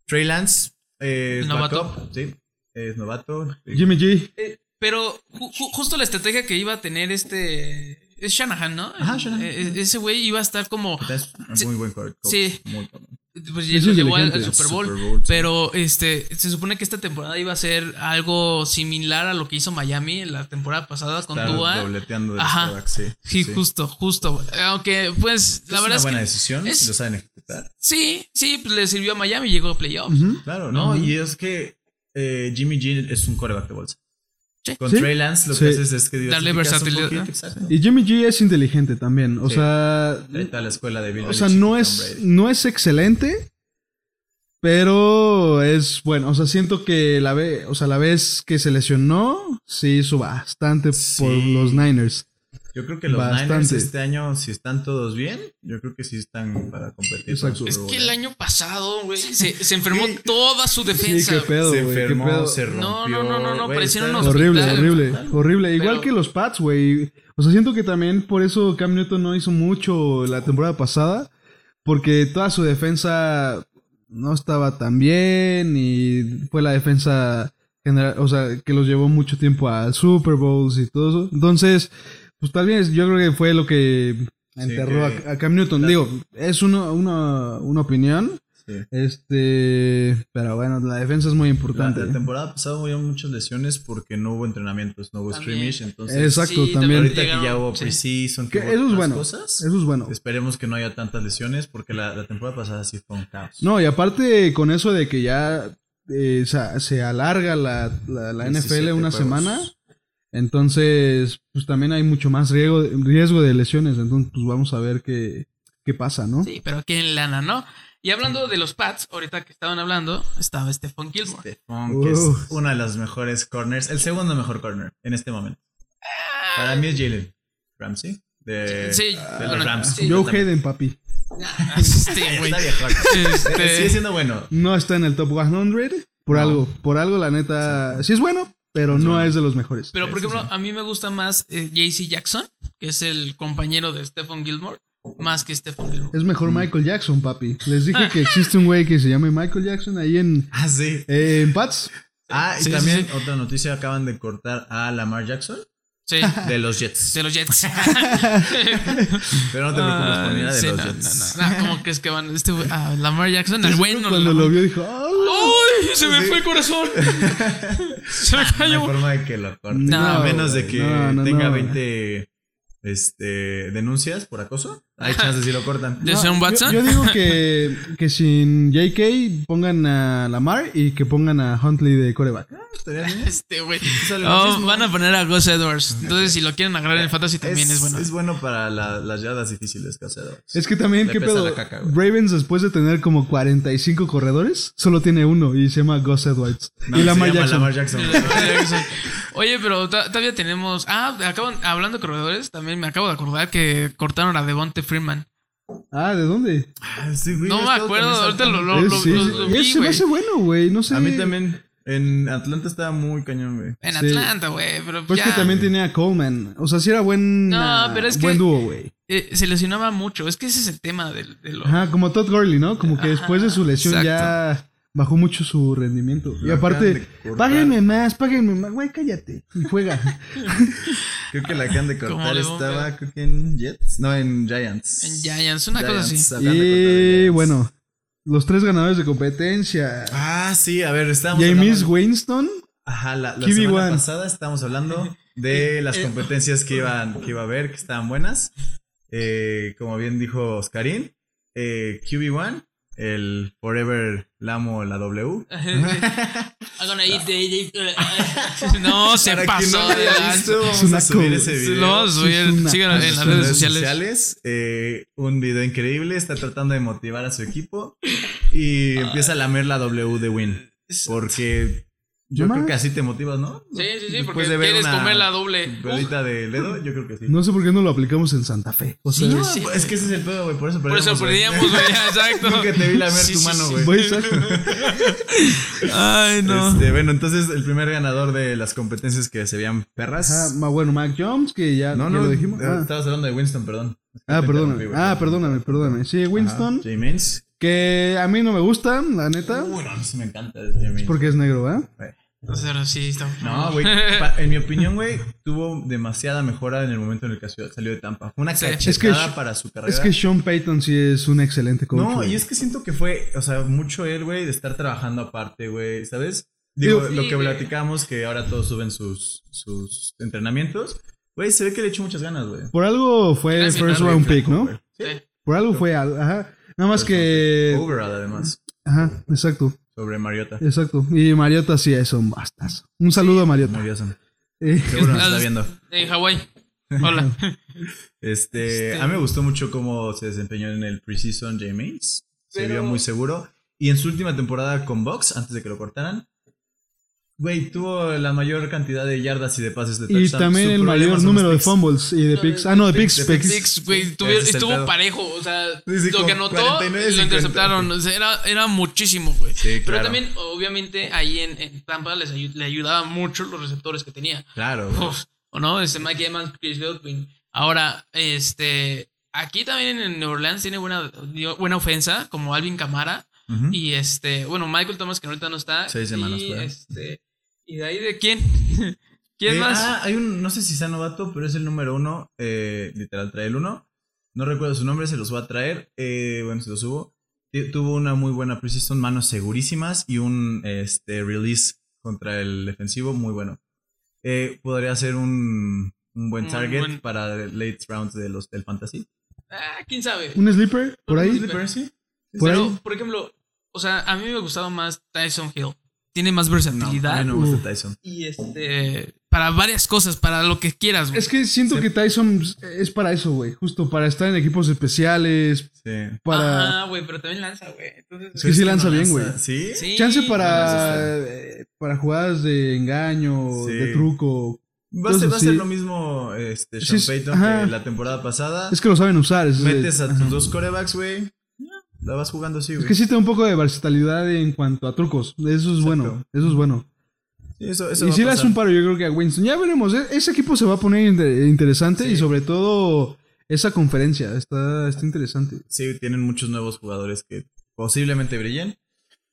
Speaker 3: Trey Lance. eh, es
Speaker 2: Novato.
Speaker 3: backup, sí, es novato.
Speaker 1: Jimmy G.
Speaker 2: Eh, pero ju- ju- justo la estrategia que iba a tener este. Es Shanahan, ¿no?
Speaker 3: Ajá, Shanahan.
Speaker 2: Eh, eh, ese güey iba a estar como.
Speaker 3: Es
Speaker 2: Sí.
Speaker 3: muy buen coach.
Speaker 2: Sí.
Speaker 3: Muy cabrón.
Speaker 2: Pues
Speaker 1: Eso
Speaker 2: lo
Speaker 1: es
Speaker 2: llevó al,
Speaker 1: elegante.
Speaker 2: al Super Bowl.
Speaker 3: Super Bowl, sí.
Speaker 2: Pero este se supone que esta temporada iba a ser algo similar a lo que hizo Miami en la temporada pasada con
Speaker 3: Está
Speaker 2: Tua.
Speaker 3: dobleteando de
Speaker 2: Ajá.
Speaker 3: quarterback, sí.
Speaker 2: Sí,
Speaker 3: sí.
Speaker 2: justo, justo. Aunque, pues, la
Speaker 3: es
Speaker 2: verdad
Speaker 3: una
Speaker 2: es
Speaker 3: buena
Speaker 2: que.
Speaker 3: decisión,
Speaker 2: es-
Speaker 3: si lo saben ejecutar.
Speaker 2: Sí, sí, pues le sirvió a Miami y llegó a playoffs.
Speaker 1: Ujú.
Speaker 3: Claro, ¿no?
Speaker 1: Ujú.
Speaker 3: Y es que eh, Jimmy G es un coreback de bolsa.
Speaker 2: Sí.
Speaker 3: Con
Speaker 1: Sí.
Speaker 3: Trey Lance lo
Speaker 1: Sí.
Speaker 3: que haces es que
Speaker 2: Darle
Speaker 3: diversificas un
Speaker 2: versatilidad,
Speaker 3: poquito, exacto.
Speaker 1: Y Jimmy G es inteligente también. O
Speaker 3: Sí.
Speaker 1: sea,
Speaker 3: Ahí está la escuela de Bill
Speaker 1: o sea,
Speaker 3: Belichick y
Speaker 1: no
Speaker 3: Tom
Speaker 1: es,
Speaker 3: Brady.
Speaker 1: no es excelente, pero es bueno. O sea, siento que la, ve, o sea, la vez que se lesionó, se hizo bastante por
Speaker 3: Sí.
Speaker 1: los Niners.
Speaker 3: Yo creo que los
Speaker 1: Bastante.
Speaker 3: Niners este año, si están todos bien, yo creo que sí están para competir. por
Speaker 1: Exacto.
Speaker 3: el
Speaker 2: Es
Speaker 3: Super
Speaker 2: que
Speaker 3: Bowl.
Speaker 2: el año pasado, güey, se, se enfermó toda su
Speaker 1: Sí,
Speaker 2: defensa.
Speaker 1: qué
Speaker 2: güey.
Speaker 1: pedo,
Speaker 3: se
Speaker 1: güey. qué
Speaker 3: enfermó,
Speaker 1: pedo.
Speaker 3: se rompió.
Speaker 2: No, no, no, no, no,
Speaker 3: güey,
Speaker 2: parecieron
Speaker 3: está-
Speaker 2: unos-
Speaker 1: Horrible,
Speaker 2: hospital,
Speaker 1: horrible,
Speaker 3: hospital.
Speaker 1: horrible. Igual
Speaker 2: Pero-
Speaker 1: que los Pats, güey. O sea, siento que también por eso Cam Newton no hizo mucho la temporada pasada. Porque toda su defensa no estaba tan bien. Y fue la defensa general, o sea, que los llevó mucho tiempo al Super Bowls y todo eso. Entonces, pues tal vez yo creo que fue lo que enterró
Speaker 3: que-
Speaker 1: a, a Cam Newton.
Speaker 3: la-
Speaker 1: Digo, es una, una, una opinión.
Speaker 3: Sí.
Speaker 1: Este, pero bueno, la defensa es muy
Speaker 3: La,
Speaker 1: importante.
Speaker 3: la temporada pasada hubo muchas lesiones porque no hubo entrenamientos, no hubo
Speaker 2: También.
Speaker 3: scrimmage, entonces
Speaker 1: Exacto,
Speaker 2: Sí,
Speaker 1: también.
Speaker 3: ahorita
Speaker 2: Llegaron,
Speaker 3: que ya hubo
Speaker 2: sí.
Speaker 3: preseason,
Speaker 1: Que
Speaker 3: que hubo
Speaker 1: eso es
Speaker 3: otras
Speaker 1: bueno,
Speaker 3: cosas,
Speaker 1: Eso es bueno.
Speaker 3: esperemos que no haya tantas lesiones porque la, la temporada pasada sí fue un caos.
Speaker 1: No, y aparte con eso de que ya eh, sa- se alarga la, la- la
Speaker 3: 17
Speaker 1: NFL una
Speaker 3: juegos.
Speaker 1: semana, entonces pues también hay mucho más riesgo, riesgo de lesiones, entonces pues vamos a ver qué, qué pasa, ¿no?
Speaker 2: Sí, pero aquí en lana, ¿no? Y hablando de los Pats, ahorita que estaban hablando, estaba Stephon Gilmore.
Speaker 3: Stephon, que es
Speaker 1: Uf.
Speaker 3: uno de los mejores corners, el segundo mejor corner en este momento. Para mí es Jalen Ramsey. De,
Speaker 2: Sí,
Speaker 3: de
Speaker 2: bueno,
Speaker 3: los Este, ah, Rams.
Speaker 2: sí.
Speaker 1: Joe Hayden, papi,
Speaker 2: Ah, Este, güey.
Speaker 3: Está viajando.
Speaker 2: Este-
Speaker 3: Sigue siendo bueno.
Speaker 1: no está en el top 100 por
Speaker 3: No.
Speaker 1: algo, por algo la neta, sí es bueno, pero
Speaker 3: Es
Speaker 1: no
Speaker 3: bueno.
Speaker 1: es de los mejores.
Speaker 2: Pero, por
Speaker 3: Sí, sí,
Speaker 2: ejemplo, a mí me gusta más eh, JC Jackson, que es el compañero de Stephon Gilmore, más que Stephon Gilmore.
Speaker 1: es
Speaker 3: Mm.
Speaker 1: mejor Michael Jackson, papi. Les dije que existe un güey que se llama Michael Jackson ahí en,
Speaker 3: Ah, sí.
Speaker 1: eh, en Pats.
Speaker 3: Ah, y
Speaker 2: Sí, sí,
Speaker 3: también
Speaker 2: sí.
Speaker 3: otra noticia: acaban de cortar a Lamar Jackson
Speaker 2: Sí,
Speaker 3: de los Jets.
Speaker 2: de los Jets.
Speaker 3: Pero no te preocupes,
Speaker 2: Ah,
Speaker 3: ponía de
Speaker 2: sí,
Speaker 3: los
Speaker 2: no,
Speaker 3: Jets.
Speaker 2: no, no. Ah, ¿Cómo crees que van? Este, güey, ah, Lamar Jackson, el bueno.
Speaker 1: Cuando
Speaker 2: Lamar.
Speaker 1: lo vio dijo, "Hola".
Speaker 2: ¡Ay! Se me fue el corazón. Se me
Speaker 3: Ah, No hay
Speaker 2: cayó.
Speaker 3: forma de que lo corten.
Speaker 1: No,
Speaker 3: a menos de
Speaker 1: güey,
Speaker 3: que
Speaker 1: no, no,
Speaker 3: tenga
Speaker 1: no.
Speaker 3: 20 este, denuncias por acoso. Hay chances si lo cortan.
Speaker 2: ¿De Sean
Speaker 1: yo-
Speaker 2: Watson?
Speaker 1: Yo, digo que, que sin JK pongan a Lamar y que pongan a Huntley de coreback.
Speaker 3: Estaría bien.
Speaker 2: Este, güey.
Speaker 3: Sale lo
Speaker 2: Oh,
Speaker 3: mismo.
Speaker 2: van a poner a Gus Edwards. Entonces, si lo quieren agarrar
Speaker 3: Eh,
Speaker 2: en el fantasy también es, bueno.
Speaker 3: para la- las yardas difíciles que hace Edwards.
Speaker 1: Es que también,
Speaker 3: Le
Speaker 1: ¿qué
Speaker 3: pesa
Speaker 1: pedo?
Speaker 3: la caca, güey.
Speaker 1: Ravens, después de tener como 45 corredores, solo tiene uno y se llama Gus Edwards.
Speaker 3: No,
Speaker 1: y
Speaker 3: se
Speaker 1: Lamar
Speaker 3: llama
Speaker 1: Jackson.
Speaker 3: Lamar Jackson.
Speaker 2: Oye, pero to- todavía tenemos. Ah, acaban, hablando de corredores, también me acabo de acordar que cortaron a Devonte Freeman.
Speaker 1: Ah, ¿de dónde?
Speaker 3: Ah, sí, güey,
Speaker 2: No me
Speaker 3: he estado
Speaker 2: acuerdo,
Speaker 3: también
Speaker 2: ahorita
Speaker 3: saltando.
Speaker 2: Lo-
Speaker 1: Ese-
Speaker 2: lo-
Speaker 1: sí,
Speaker 2: lo-
Speaker 1: sí.
Speaker 2: lo
Speaker 1: Ese
Speaker 2: vi,
Speaker 1: se me
Speaker 2: güey.
Speaker 1: hace bueno, güey. No sé.
Speaker 3: A mí también. En Atlanta estaba muy cañón, güey.
Speaker 2: En
Speaker 1: Sí.
Speaker 2: Atlanta, güey. Pero
Speaker 1: Pues
Speaker 2: ya.
Speaker 1: que también tenía a Coleman. O sea, sí era buen,
Speaker 2: No, pero es que-
Speaker 1: buen dúo, güey.
Speaker 2: eh, se lesionaba mucho. Es que ese es el tema del. De lo-
Speaker 1: Ajá, como Todd Gurley, ¿no? Como que
Speaker 2: Ajá,
Speaker 1: después de su lesión ya bajó mucho su rendimiento. y
Speaker 3: Lo acaban
Speaker 1: aparte,
Speaker 3: de cortar.
Speaker 1: páguenme más, páguenme más. Güey, cállate y juega.
Speaker 3: Creo que la acaban de
Speaker 2: Como
Speaker 3: cortar
Speaker 2: le bomba.
Speaker 3: estaba, creo que en Jets. No, en Giants.
Speaker 2: En Giants, una cosa
Speaker 3: Giants,
Speaker 2: así.
Speaker 3: acaban de cortar en
Speaker 1: y
Speaker 3: Giants.
Speaker 1: bueno, los tres ganadores de competencia.
Speaker 3: Ah, sí, a ver, estábamos
Speaker 1: James
Speaker 3: hablando-
Speaker 1: Winston.
Speaker 3: Ajá, la, la
Speaker 1: QB1.
Speaker 3: semana pasada estábamos hablando de las
Speaker 1: Eh.
Speaker 3: competencias que iban, que iba a haber, que estaban buenas. Eh, como bien dijo Oscarín, eh, QB1, el Forever Lamo, la W.
Speaker 2: I'm gonna eat the- the- No, se
Speaker 3: Para quien
Speaker 2: pasó
Speaker 3: no lo
Speaker 2: de
Speaker 3: haya
Speaker 2: lanza.
Speaker 3: visto, vamos
Speaker 1: Es una
Speaker 3: a subir
Speaker 1: co-
Speaker 3: ese video.
Speaker 2: Lo vamos a subir,
Speaker 1: Es una-
Speaker 2: síganos en las redes sociales.
Speaker 3: eh, un video increíble, está tratando de motivar a su equipo y empieza a lamer la W de Win. Porque yo
Speaker 1: No
Speaker 3: creo
Speaker 1: más.
Speaker 3: que así te motivas, ¿no?
Speaker 2: Sí, sí, sí,
Speaker 3: Después
Speaker 2: porque
Speaker 3: de ver
Speaker 2: quieres
Speaker 3: una
Speaker 2: comer la doble. Uf,
Speaker 3: Pelita de Ledo, yo creo que sí.
Speaker 1: No sé por qué no lo aplicamos en Santa Fe. O sea,
Speaker 2: Sí,
Speaker 3: No, pues, es que ese es el pedo, güey. Por eso
Speaker 2: Por
Speaker 3: perdíamos.
Speaker 2: eso
Speaker 3: güey.
Speaker 2: perdíamos, güey, ya, exacto.
Speaker 3: Nunca te vi lamer
Speaker 2: Sí,
Speaker 3: tu
Speaker 2: sí,
Speaker 3: mano,
Speaker 2: sí.
Speaker 3: güey.
Speaker 1: voy, exacto.
Speaker 2: Ay, no.
Speaker 3: Este, bueno, entonces el primer ganador de las competencias que se veían perras.
Speaker 1: Ah, ma- bueno, Mac Jones, que ya,
Speaker 3: no,
Speaker 1: ya
Speaker 3: no,
Speaker 1: lo dijimos.
Speaker 3: eh,
Speaker 1: Ah,
Speaker 3: estabas hablando de Winston, perdón.
Speaker 1: Ah,
Speaker 3: Te
Speaker 1: perdóname.
Speaker 3: interrumpí, güey.
Speaker 1: Ah, perdóname, perdóname. Sí, Winston,
Speaker 3: Ajá, J-Mains.
Speaker 1: que a mí no me gusta, la neta,
Speaker 3: Uy, no, a mí sí me encanta el J-Mains.
Speaker 1: porque es negro, ¿verdad?
Speaker 3: Güey.
Speaker 2: O sea, sí, está.
Speaker 3: No, güey. pa- En mi opinión, güey, tuvo demasiada mejora en el momento en el que salió de Tampa. Fue una
Speaker 2: Sí.
Speaker 3: cachetada
Speaker 1: Es que-
Speaker 3: para su carrera.
Speaker 1: Es que Sean Payton sí es un excelente coach.
Speaker 3: No,
Speaker 1: güey.
Speaker 3: y es que siento que fue, o sea, mucho él, güey, de estar trabajando aparte, güey, ¿sabes?
Speaker 1: Digo,
Speaker 3: Digo, lo
Speaker 2: sí,
Speaker 3: que
Speaker 2: güey.
Speaker 3: platicamos, que ahora todos suben sus, sus entrenamientos. Güey, se ve que le echó muchas ganas, güey.
Speaker 1: Por algo fue
Speaker 2: Era mi
Speaker 1: first
Speaker 2: madre,
Speaker 1: round
Speaker 2: flaco,
Speaker 1: pick, ¿no?
Speaker 3: Güey.
Speaker 2: Sí.
Speaker 1: Por algo fue, al- ajá. Nada más que...
Speaker 3: Overall, además,
Speaker 1: Ajá, exacto,
Speaker 3: sobre Mariota.
Speaker 1: exacto. Y Mariota sí es un bastazo. Un eh, saludo a Mariota.
Speaker 3: Maravilloso.
Speaker 1: Eh,
Speaker 3: Seguro nos
Speaker 2: Ah,
Speaker 3: está
Speaker 2: es-
Speaker 3: viendo.
Speaker 2: En Hawái. Hola.
Speaker 3: Este,
Speaker 2: Este-
Speaker 3: a mí me gustó mucho cómo se desempeñó en el preseason J-Mains. Se
Speaker 2: Pero-
Speaker 3: vio muy seguro. Y en su última temporada con Box, antes de que lo cortaran, güey, tuvo la mayor cantidad de yardas y de pases de
Speaker 1: y
Speaker 3: touchdown.
Speaker 1: también
Speaker 3: Su
Speaker 1: el
Speaker 3: problema
Speaker 1: mayor
Speaker 3: son
Speaker 1: número
Speaker 3: los
Speaker 1: de
Speaker 3: picks.
Speaker 1: fumbles y de
Speaker 2: No,
Speaker 1: picks.
Speaker 2: de
Speaker 1: Ah, no, de
Speaker 3: picks,
Speaker 1: picks,
Speaker 3: de
Speaker 1: picks.
Speaker 2: Six, güey, tuvi-
Speaker 3: Ese es el
Speaker 2: estuvo
Speaker 3: pedo.
Speaker 2: parejo. O sea,
Speaker 3: Sí, sí,
Speaker 2: lo
Speaker 3: como
Speaker 2: que anotó
Speaker 3: 49,
Speaker 2: lo
Speaker 3: 50.
Speaker 2: interceptaron. o sea, era, era muchísimo, güey.
Speaker 3: Sí,
Speaker 2: Pero
Speaker 3: claro.
Speaker 2: también, obviamente, ahí en, en Tampa les ayu- le ayudaba mucho los receptores que tenía.
Speaker 3: Claro, güey.
Speaker 2: Uf, ¿O no? Este Mike Evans, Chris Godwin. Ahora, este. Aquí también en New Orleans tiene buena, dio buena ofensa, como Alvin Camara.
Speaker 3: Ujú.
Speaker 2: Y este. Bueno, Michael Thomas, que ahorita no está.
Speaker 3: Seis semanas
Speaker 2: y,
Speaker 3: fuera.
Speaker 2: este, ¿Y de ahí de quién? ¿Quién
Speaker 3: Eh,
Speaker 2: más?
Speaker 3: Ah, hay un, no sé si sea novato, pero es el número uno, eh, literal, trae el uno. No recuerdo su nombre, se los voy a traer. eh, bueno, se los subo. T- Tuvo una muy buena precision, manos segurísimas y un este, release contra el defensivo muy bueno. Eh, podría ser un, un buen
Speaker 2: Un
Speaker 3: target
Speaker 2: buen-
Speaker 3: para late rounds de los, del fantasy.
Speaker 2: Ah, ¿Quién sabe?
Speaker 1: Un sleeper por ahí. Por
Speaker 2: Pero,
Speaker 1: ahí.
Speaker 2: por ejemplo, o sea, a mí me gustaba más Tyson Hill. Tiene más
Speaker 3: No,
Speaker 2: versatilidad.
Speaker 3: a mí no me gusta Tyson.
Speaker 2: Y este. Para varias cosas, para lo que quieras, güey.
Speaker 1: Es que siento que Tyson es para eso, güey. Justo para estar en equipos especiales,
Speaker 3: Sí.
Speaker 1: para...
Speaker 2: Ah, güey, pero también lanza, güey. Entonces.
Speaker 1: que sí lanza bien, güey.
Speaker 3: ¿Sí?
Speaker 2: Sí.
Speaker 1: Chance para,
Speaker 3: Bueno,
Speaker 1: eh, para jugadas de engaño,
Speaker 3: Sí.
Speaker 1: de truco.
Speaker 3: Va a ser, va a
Speaker 1: Entonces,
Speaker 3: ser
Speaker 1: sí.
Speaker 3: lo mismo este,
Speaker 1: Sí,
Speaker 3: Sean
Speaker 1: sí,
Speaker 3: Payton
Speaker 1: ajá.
Speaker 3: que la temporada pasada.
Speaker 1: Es que lo saben usar. Es,
Speaker 3: metes a
Speaker 1: ajá.
Speaker 3: tus dos corebacks, güey. La vas jugando así,
Speaker 1: Es
Speaker 3: güey.
Speaker 1: que sí tiene un poco de versatilidad en cuanto a trucos. Eso es bueno. Eso es bueno.
Speaker 3: Sí, eso, eso
Speaker 1: y
Speaker 3: va
Speaker 1: si
Speaker 3: a
Speaker 1: le hace
Speaker 3: pasar.
Speaker 1: un paro, yo creo que a Winston. Ya veremos. e- Ese equipo se va a poner inter- interesante
Speaker 3: Sí.
Speaker 1: y sobre todo esa conferencia. Está, está interesante.
Speaker 3: Sí, tienen muchos nuevos jugadores que posiblemente brillen.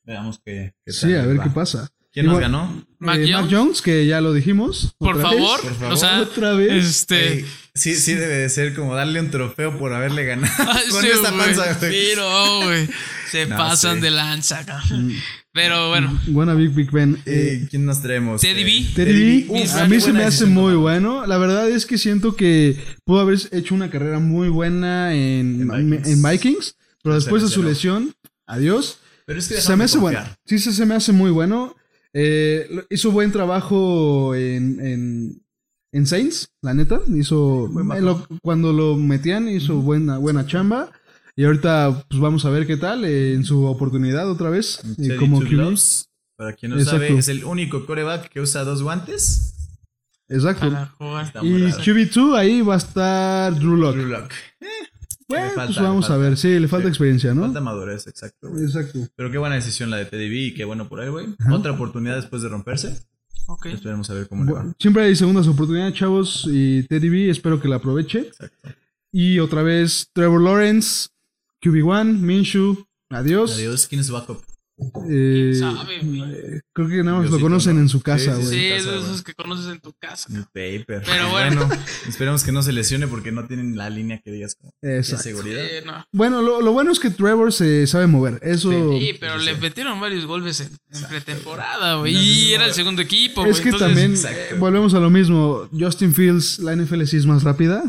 Speaker 3: Veamos qué, qué
Speaker 1: Sí,
Speaker 3: tal
Speaker 1: a
Speaker 3: les
Speaker 1: ver
Speaker 3: va.
Speaker 1: qué pasa.
Speaker 3: ¿Quién
Speaker 1: Igual-
Speaker 3: más ganó?
Speaker 2: Mac
Speaker 1: Eh,
Speaker 2: Jones.
Speaker 1: que ya lo dijimos.
Speaker 2: Por
Speaker 1: otra
Speaker 2: favor,
Speaker 1: vez.
Speaker 3: por
Speaker 2: o
Speaker 3: favor,
Speaker 2: sea,
Speaker 1: otra vez.
Speaker 2: este,
Speaker 3: Ey, sí, sí debe de ser como darle un trofeo por haberle ganado con
Speaker 2: sí,
Speaker 3: esta
Speaker 2: güey,
Speaker 3: panza, güey.
Speaker 2: sí, no, güey, se
Speaker 3: No,
Speaker 2: pasan
Speaker 3: sí. Mm.
Speaker 2: de lanza, cabrón. pero bueno,
Speaker 1: Wanna Big Big Ben. eh,
Speaker 3: Eh, ¿Quién nos traemos?
Speaker 2: Teddy
Speaker 3: Eh,
Speaker 2: B.
Speaker 1: Teddy
Speaker 3: B.
Speaker 1: B, uh,
Speaker 3: Uf,
Speaker 1: a mí
Speaker 3: qué
Speaker 1: se
Speaker 3: buena
Speaker 1: me hace
Speaker 3: decisión
Speaker 1: muy
Speaker 3: tomada.
Speaker 1: bueno. La verdad es que siento que pudo haber hecho una carrera muy buena en,
Speaker 3: En Vikings.
Speaker 1: en Vikings, pero
Speaker 3: Se
Speaker 1: después de su
Speaker 3: lesionó.
Speaker 1: lesión, adiós.
Speaker 3: Pero es que
Speaker 1: Se
Speaker 3: déjame
Speaker 1: me hace bueno.
Speaker 3: confiar.
Speaker 1: Sí, se, se me hace muy bueno. Eh, lo- hizo buen trabajo en, en, en Saints, la neta. Hizo
Speaker 3: Buen
Speaker 1: eh,
Speaker 3: backup.
Speaker 1: lo- cuando lo metían, hizo buena, buena chamba. Y ahorita pues vamos a ver qué tal eh, en su oportunidad otra vez. eh,
Speaker 3: Teddy
Speaker 1: como
Speaker 3: Two
Speaker 1: QB.
Speaker 3: Gloves, Para quien no
Speaker 1: Exacto.
Speaker 3: sabe, es el único coreback que usa dos guantes.
Speaker 1: Exacto.
Speaker 2: para
Speaker 3: Ah,
Speaker 2: jugar.
Speaker 3: Está muy
Speaker 1: Y
Speaker 3: raro.
Speaker 1: QB2 ahí va a estar Drew Lock.
Speaker 3: Drew Lock.
Speaker 1: Bueno,
Speaker 3: Le falta,
Speaker 1: pues
Speaker 3: le
Speaker 1: vamos
Speaker 3: falta.
Speaker 1: a ver. Sí, le falta
Speaker 3: Sí.
Speaker 1: experiencia, ¿no?
Speaker 3: Falta madurez, exacto. güey.
Speaker 1: Exacto.
Speaker 3: Pero qué buena decisión la de Teddy B y qué bueno por él, güey.
Speaker 1: Ajá.
Speaker 3: Otra oportunidad después de romperse.
Speaker 2: Ok.
Speaker 3: Esperemos a ver cómo le va.
Speaker 1: Bu- siempre hay segundas oportunidades, chavos. Y Teddy B, espero que la aproveche.
Speaker 3: Exacto.
Speaker 1: Y otra vez, Trevor Lawrence, QB1, Minshew. Adiós.
Speaker 3: Adiós. ¿Quién es su backup?
Speaker 1: eh,
Speaker 2: ¿Quién sabe, güey?
Speaker 1: eh, creo que nada más lo
Speaker 3: Diosito,
Speaker 1: conocen
Speaker 3: ¿no?
Speaker 1: en su casa, güey.
Speaker 3: Sí, sí,
Speaker 2: Sí, es
Speaker 3: en casa,
Speaker 2: de
Speaker 3: güey.
Speaker 2: esos que conoces en tu casa.
Speaker 3: Ni paper.
Speaker 2: Pero bueno.
Speaker 3: esperemos que no se lesione porque no tienen la línea que digas como de
Speaker 1: Exacto.
Speaker 3: seguridad.
Speaker 2: Sí, Eh, no.
Speaker 1: Bueno, lo, lo bueno es que Trevor se sabe mover. Eso
Speaker 2: Sí, pero le metieron varios golpes en, en pretemporada, güey. Y era el segundo equipo, güey.
Speaker 1: es que
Speaker 2: Entonces,
Speaker 1: también
Speaker 3: exacto.
Speaker 1: eh, volvemos a lo mismo. Justin Fields, la NFL sí es más rápida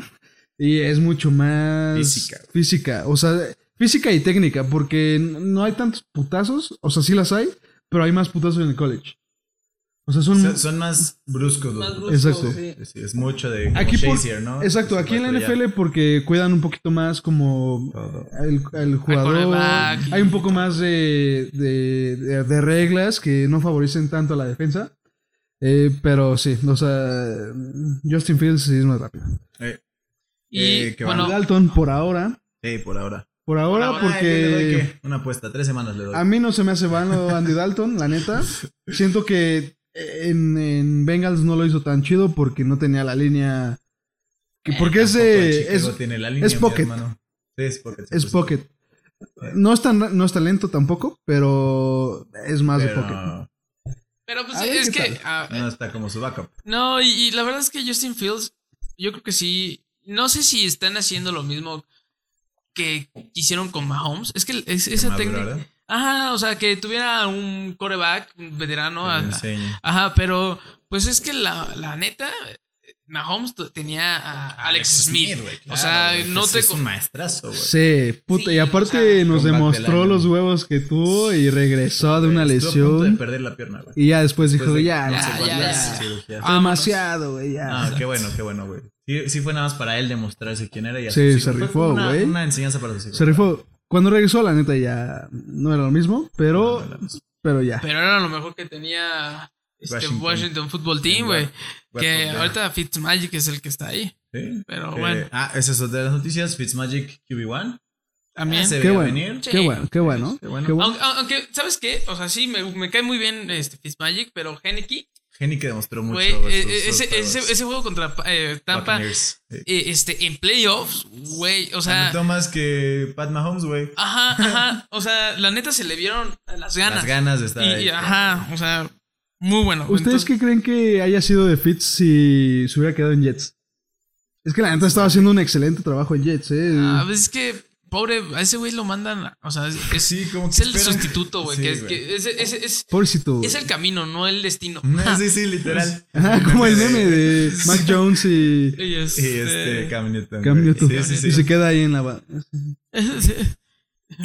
Speaker 1: y es mucho más
Speaker 3: Física.
Speaker 1: física. O sea, física y técnica, porque n- no hay tantos putazos. O sea, sí las hay, pero hay más putazos en el college. O sea, son.
Speaker 3: Son, son más bruscos. los
Speaker 2: más brusco,
Speaker 1: Exacto.
Speaker 2: sí.
Speaker 3: Sí, es mucho de como
Speaker 1: Aquí por-
Speaker 3: Shazier, ¿no?
Speaker 1: Exacto,
Speaker 3: Es
Speaker 1: aquí en la
Speaker 3: patrullar.
Speaker 1: NFL porque cuidan un poquito más como
Speaker 3: Todo.
Speaker 1: al, al jugador.
Speaker 2: quarterback y-
Speaker 1: Hay un poco más de, de- de- de reglas que no favorecen tanto a la defensa. Eh, pero sí, o sea, Justin Fields sí es más rápido.
Speaker 3: Eh,
Speaker 2: Y
Speaker 3: Eh, qué
Speaker 2: bueno,
Speaker 1: Dalton por ahora.
Speaker 3: eh, por ahora.
Speaker 1: Por ahora,
Speaker 2: ahora,
Speaker 3: Ay, le doy,
Speaker 1: porque
Speaker 3: ¿qué? Una apuesta, tres semanas le doy.
Speaker 1: a mí no se me hace vano Andy Dalton, la neta. Siento que en, en Bengals no lo hizo tan chido porque no tenía la línea. que- porque es,
Speaker 3: Tampoco el
Speaker 1: eh,
Speaker 3: Chicago
Speaker 1: es,
Speaker 3: tiene la línea,
Speaker 1: es
Speaker 3: mi
Speaker 1: pocket.
Speaker 3: hermano. Sí, es pocket.
Speaker 1: es
Speaker 3: 100%.
Speaker 1: pocket. No es, tan, no es tan lento tampoco, pero es más de
Speaker 3: Pero
Speaker 1: pocket.
Speaker 2: pero pues
Speaker 1: a ver
Speaker 2: es
Speaker 1: qué
Speaker 2: que.
Speaker 1: tal.
Speaker 2: ah,
Speaker 3: No está como su backup.
Speaker 2: No, y, y la verdad es que Justin Fields, yo creo que sí. No sé si están haciendo lo mismo que hicieron con Mahomes. Es que es- esa
Speaker 3: Maduro,
Speaker 2: técnica.
Speaker 3: ¿verdad?
Speaker 2: Ajá, o sea, que tuviera un coreback, un veterano.
Speaker 3: Que le
Speaker 2: ajá.
Speaker 3: enseñe.
Speaker 2: Ajá, pero pues es que la, la neta, Mahomes t- tenía a Alex Smith.
Speaker 3: Ah, pues güey,
Speaker 2: o
Speaker 3: claro,
Speaker 2: sea,
Speaker 3: güey,
Speaker 2: no
Speaker 3: pues
Speaker 2: te...
Speaker 3: Es un maestrazo, güey.
Speaker 1: Sí, puta,
Speaker 2: Sí,
Speaker 1: y aparte
Speaker 2: o sea,
Speaker 1: nos
Speaker 3: comeback del
Speaker 1: demostró
Speaker 3: año.
Speaker 1: los huevos que tuvo y regresó de una
Speaker 3: Estuvo a punto de
Speaker 1: lesión.
Speaker 3: perder la pierna, güey.
Speaker 1: Y ya después dijo,
Speaker 3: Después de
Speaker 1: ya,
Speaker 3: no
Speaker 1: no
Speaker 3: sé
Speaker 2: ya,
Speaker 3: cuántas
Speaker 2: ya, ya.
Speaker 3: cirugías.
Speaker 2: Ah,
Speaker 1: demasiado, güey, ya.
Speaker 3: Ah, qué bueno, qué bueno, güey. Sí, sí fue nada más para él demostrarse quién era y a
Speaker 1: Sí,
Speaker 3: sus
Speaker 1: se
Speaker 3: hijos. Fue
Speaker 1: rifó,
Speaker 3: una-
Speaker 1: güey.
Speaker 3: Una enseñanza para sus hijos.
Speaker 1: Se rifó. Cuando regresó, la neta, ya no era lo mismo, pero,
Speaker 3: pues,
Speaker 1: pero ya.
Speaker 2: Pero era lo mejor que tenía este Washington,
Speaker 3: Washington.
Speaker 2: Football Team, güey. Que ahorita Fitzmagic es el que está ahí.
Speaker 3: pues Sí.
Speaker 2: Pero
Speaker 3: Eh,
Speaker 2: bueno,
Speaker 3: ah, esa es otra de las noticias. Fitzmagic QB1.
Speaker 2: también...
Speaker 3: Ah, se
Speaker 1: Qué
Speaker 3: veía
Speaker 1: bueno.
Speaker 3: venir.
Speaker 1: Qué bueno, qué bueno.
Speaker 3: Qué bueno.
Speaker 1: Qué bueno.
Speaker 2: Aunque, aunque, ¿sabes qué? O sea, sí, me, me cae muy bien este Fitzmagic, pero Henneke,
Speaker 3: Geni que demostró mucho.
Speaker 2: güey,
Speaker 3: güey,
Speaker 2: eh, eh,
Speaker 3: sus- sus
Speaker 2: ese,
Speaker 3: juegos.
Speaker 2: ese, ese juego contra eh, Tampa, eh,
Speaker 3: Buccaneers. Sí.
Speaker 2: este, en playoffs, güey, o sea...
Speaker 3: Anotó más que Pat Mahomes, güey.
Speaker 2: Ajá, ajá, o sea, la neta se le vieron las Ah, ganas.
Speaker 3: Las ganas de estar
Speaker 2: Y-
Speaker 3: ahí.
Speaker 2: y, ajá, o sea, muy bueno.
Speaker 1: ¿Ustedes
Speaker 2: Entonces,
Speaker 1: qué creen que haya sido de Fitz si se hubiera quedado en Jets? Es que la neta estaba haciendo un excelente trabajo en Jets, eh.
Speaker 2: A veces ah, pues que, pobre, a ese güey lo mandan. a- O sea, es, es-
Speaker 3: Sí, como que
Speaker 2: es el
Speaker 3: esperan-
Speaker 2: sustituto, güey.
Speaker 3: Sí,
Speaker 2: que es, que es, es- es-
Speaker 1: Pobrecito. güey.
Speaker 2: es el camino, no el destino.
Speaker 3: Sí, sí, literal.
Speaker 1: Ajá, como el meme de Mac Jones y,
Speaker 2: Y este-
Speaker 3: Y este, Cam Newton.
Speaker 1: Cam
Speaker 3: güey.
Speaker 1: Newton.
Speaker 3: Sí, sí, sí.
Speaker 1: Y se queda ahí en la... ba-
Speaker 3: Eh,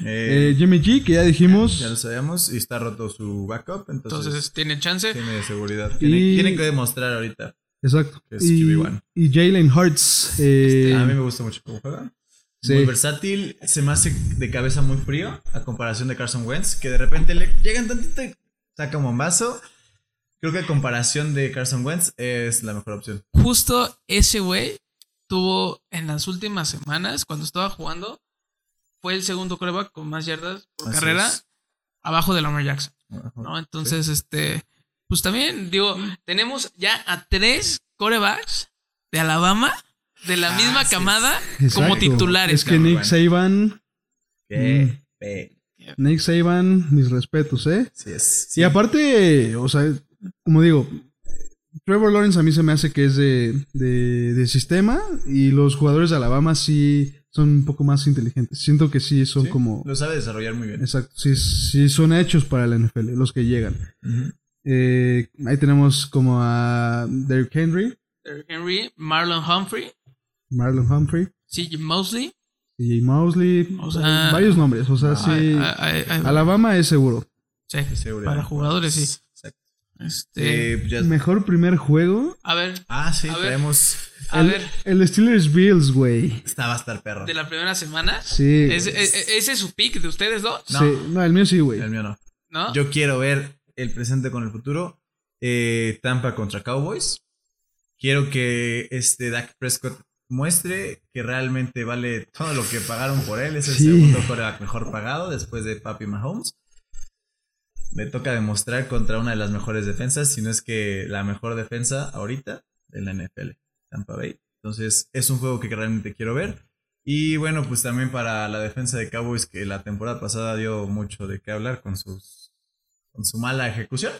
Speaker 1: Eh, Jimmy G, que ya dijimos...
Speaker 3: ya lo sabíamos. Y está roto su backup. Entonces,
Speaker 2: Entonces, este, tiene chance.
Speaker 3: tiene de seguridad.
Speaker 1: Y-
Speaker 3: Tiene, tiene que demostrar ahorita.
Speaker 1: Exacto.
Speaker 3: Es
Speaker 1: Y,
Speaker 3: QB1.
Speaker 1: y Jalen Hurts. eh,
Speaker 3: A mí me gusta mucho cómo juega.
Speaker 1: Sí.
Speaker 3: Muy versátil, se me hace de cabeza muy frío a comparación de Carson Wentz, que de repente le llegan tantito y saca un bombazo. Creo que a comparación de Carson Wentz es la mejor opción.
Speaker 2: Justo ese güey tuvo en las últimas semanas, cuando estaba jugando, fue el segundo coreback con más yardas por
Speaker 3: Así
Speaker 2: carrera,
Speaker 3: es.
Speaker 2: abajo de Lamar Jackson.
Speaker 3: Ajá.
Speaker 2: ¿no? Entonces, este, pues también, digo, tenemos ya a tres corebacks de Alabama, de la
Speaker 3: Ah,
Speaker 2: misma
Speaker 3: sí,
Speaker 2: camada,
Speaker 1: Exacto.
Speaker 2: como titulares.
Speaker 1: Es que
Speaker 3: cabrón.
Speaker 1: Nick Saban,
Speaker 3: Qué
Speaker 1: mm.
Speaker 3: fe-
Speaker 1: Nick Saban, mis respetos, ¿eh?
Speaker 3: Sí, es.
Speaker 1: Y aparte, o sea, como digo, Trevor Lawrence a mí se me hace que es de, de, de sistema y los jugadores de Alabama sí son un poco más inteligentes. Siento que sí son
Speaker 3: Sí,
Speaker 1: como...
Speaker 3: Lo sabe desarrollar muy bien.
Speaker 1: Exacto, sí, sí son hechos para la NFL, los que llegan.
Speaker 3: Ujú.
Speaker 1: Eh, ahí tenemos como a Derrick Henry,
Speaker 2: Derrick Henry, Marlon Humphrey,
Speaker 1: Marlon Humphrey,
Speaker 2: CJ Mosley.
Speaker 1: CJ Mosley,
Speaker 2: O sea-
Speaker 1: varios nombres, o sea,
Speaker 3: Ah,
Speaker 1: sí...
Speaker 2: Ah, ah, ah, ah,
Speaker 1: Alabama es seguro.
Speaker 2: sí,
Speaker 3: Qué seguridad.
Speaker 2: para jugadores, sí.
Speaker 3: Exacto.
Speaker 2: Este,
Speaker 3: Eh, ya-
Speaker 1: Mejor primer juego.
Speaker 2: a ver,
Speaker 3: Ah, sí,
Speaker 2: A ver.
Speaker 3: traemos.
Speaker 2: a
Speaker 1: el,
Speaker 2: ver,
Speaker 1: el Steelers Bills, güey.
Speaker 3: Esta va a estar perro.
Speaker 2: de la primera semana.
Speaker 1: Sí.
Speaker 2: ¿Ese, e- e- ese es su pick de ustedes dos?
Speaker 1: sí. No. el mío sí, güey.
Speaker 3: El mío no.
Speaker 2: ¿No?
Speaker 3: Yo quiero ver el presente con el futuro. Eh, Tampa contra Cowboys. Quiero que este Dak Prescott muestre que realmente vale todo lo que pagaron por él. Es el
Speaker 1: Sí.
Speaker 3: segundo coreback mejor pagado después de Papi Mahomes. Le toca demostrar contra una de las mejores defensas, si no es que la mejor defensa ahorita de la NFL, Tampa Bay. Entonces es un juego que realmente quiero ver. Y bueno, pues también para la defensa de Cowboys, que la temporada pasada dio mucho de qué hablar con sus con su mala ejecución.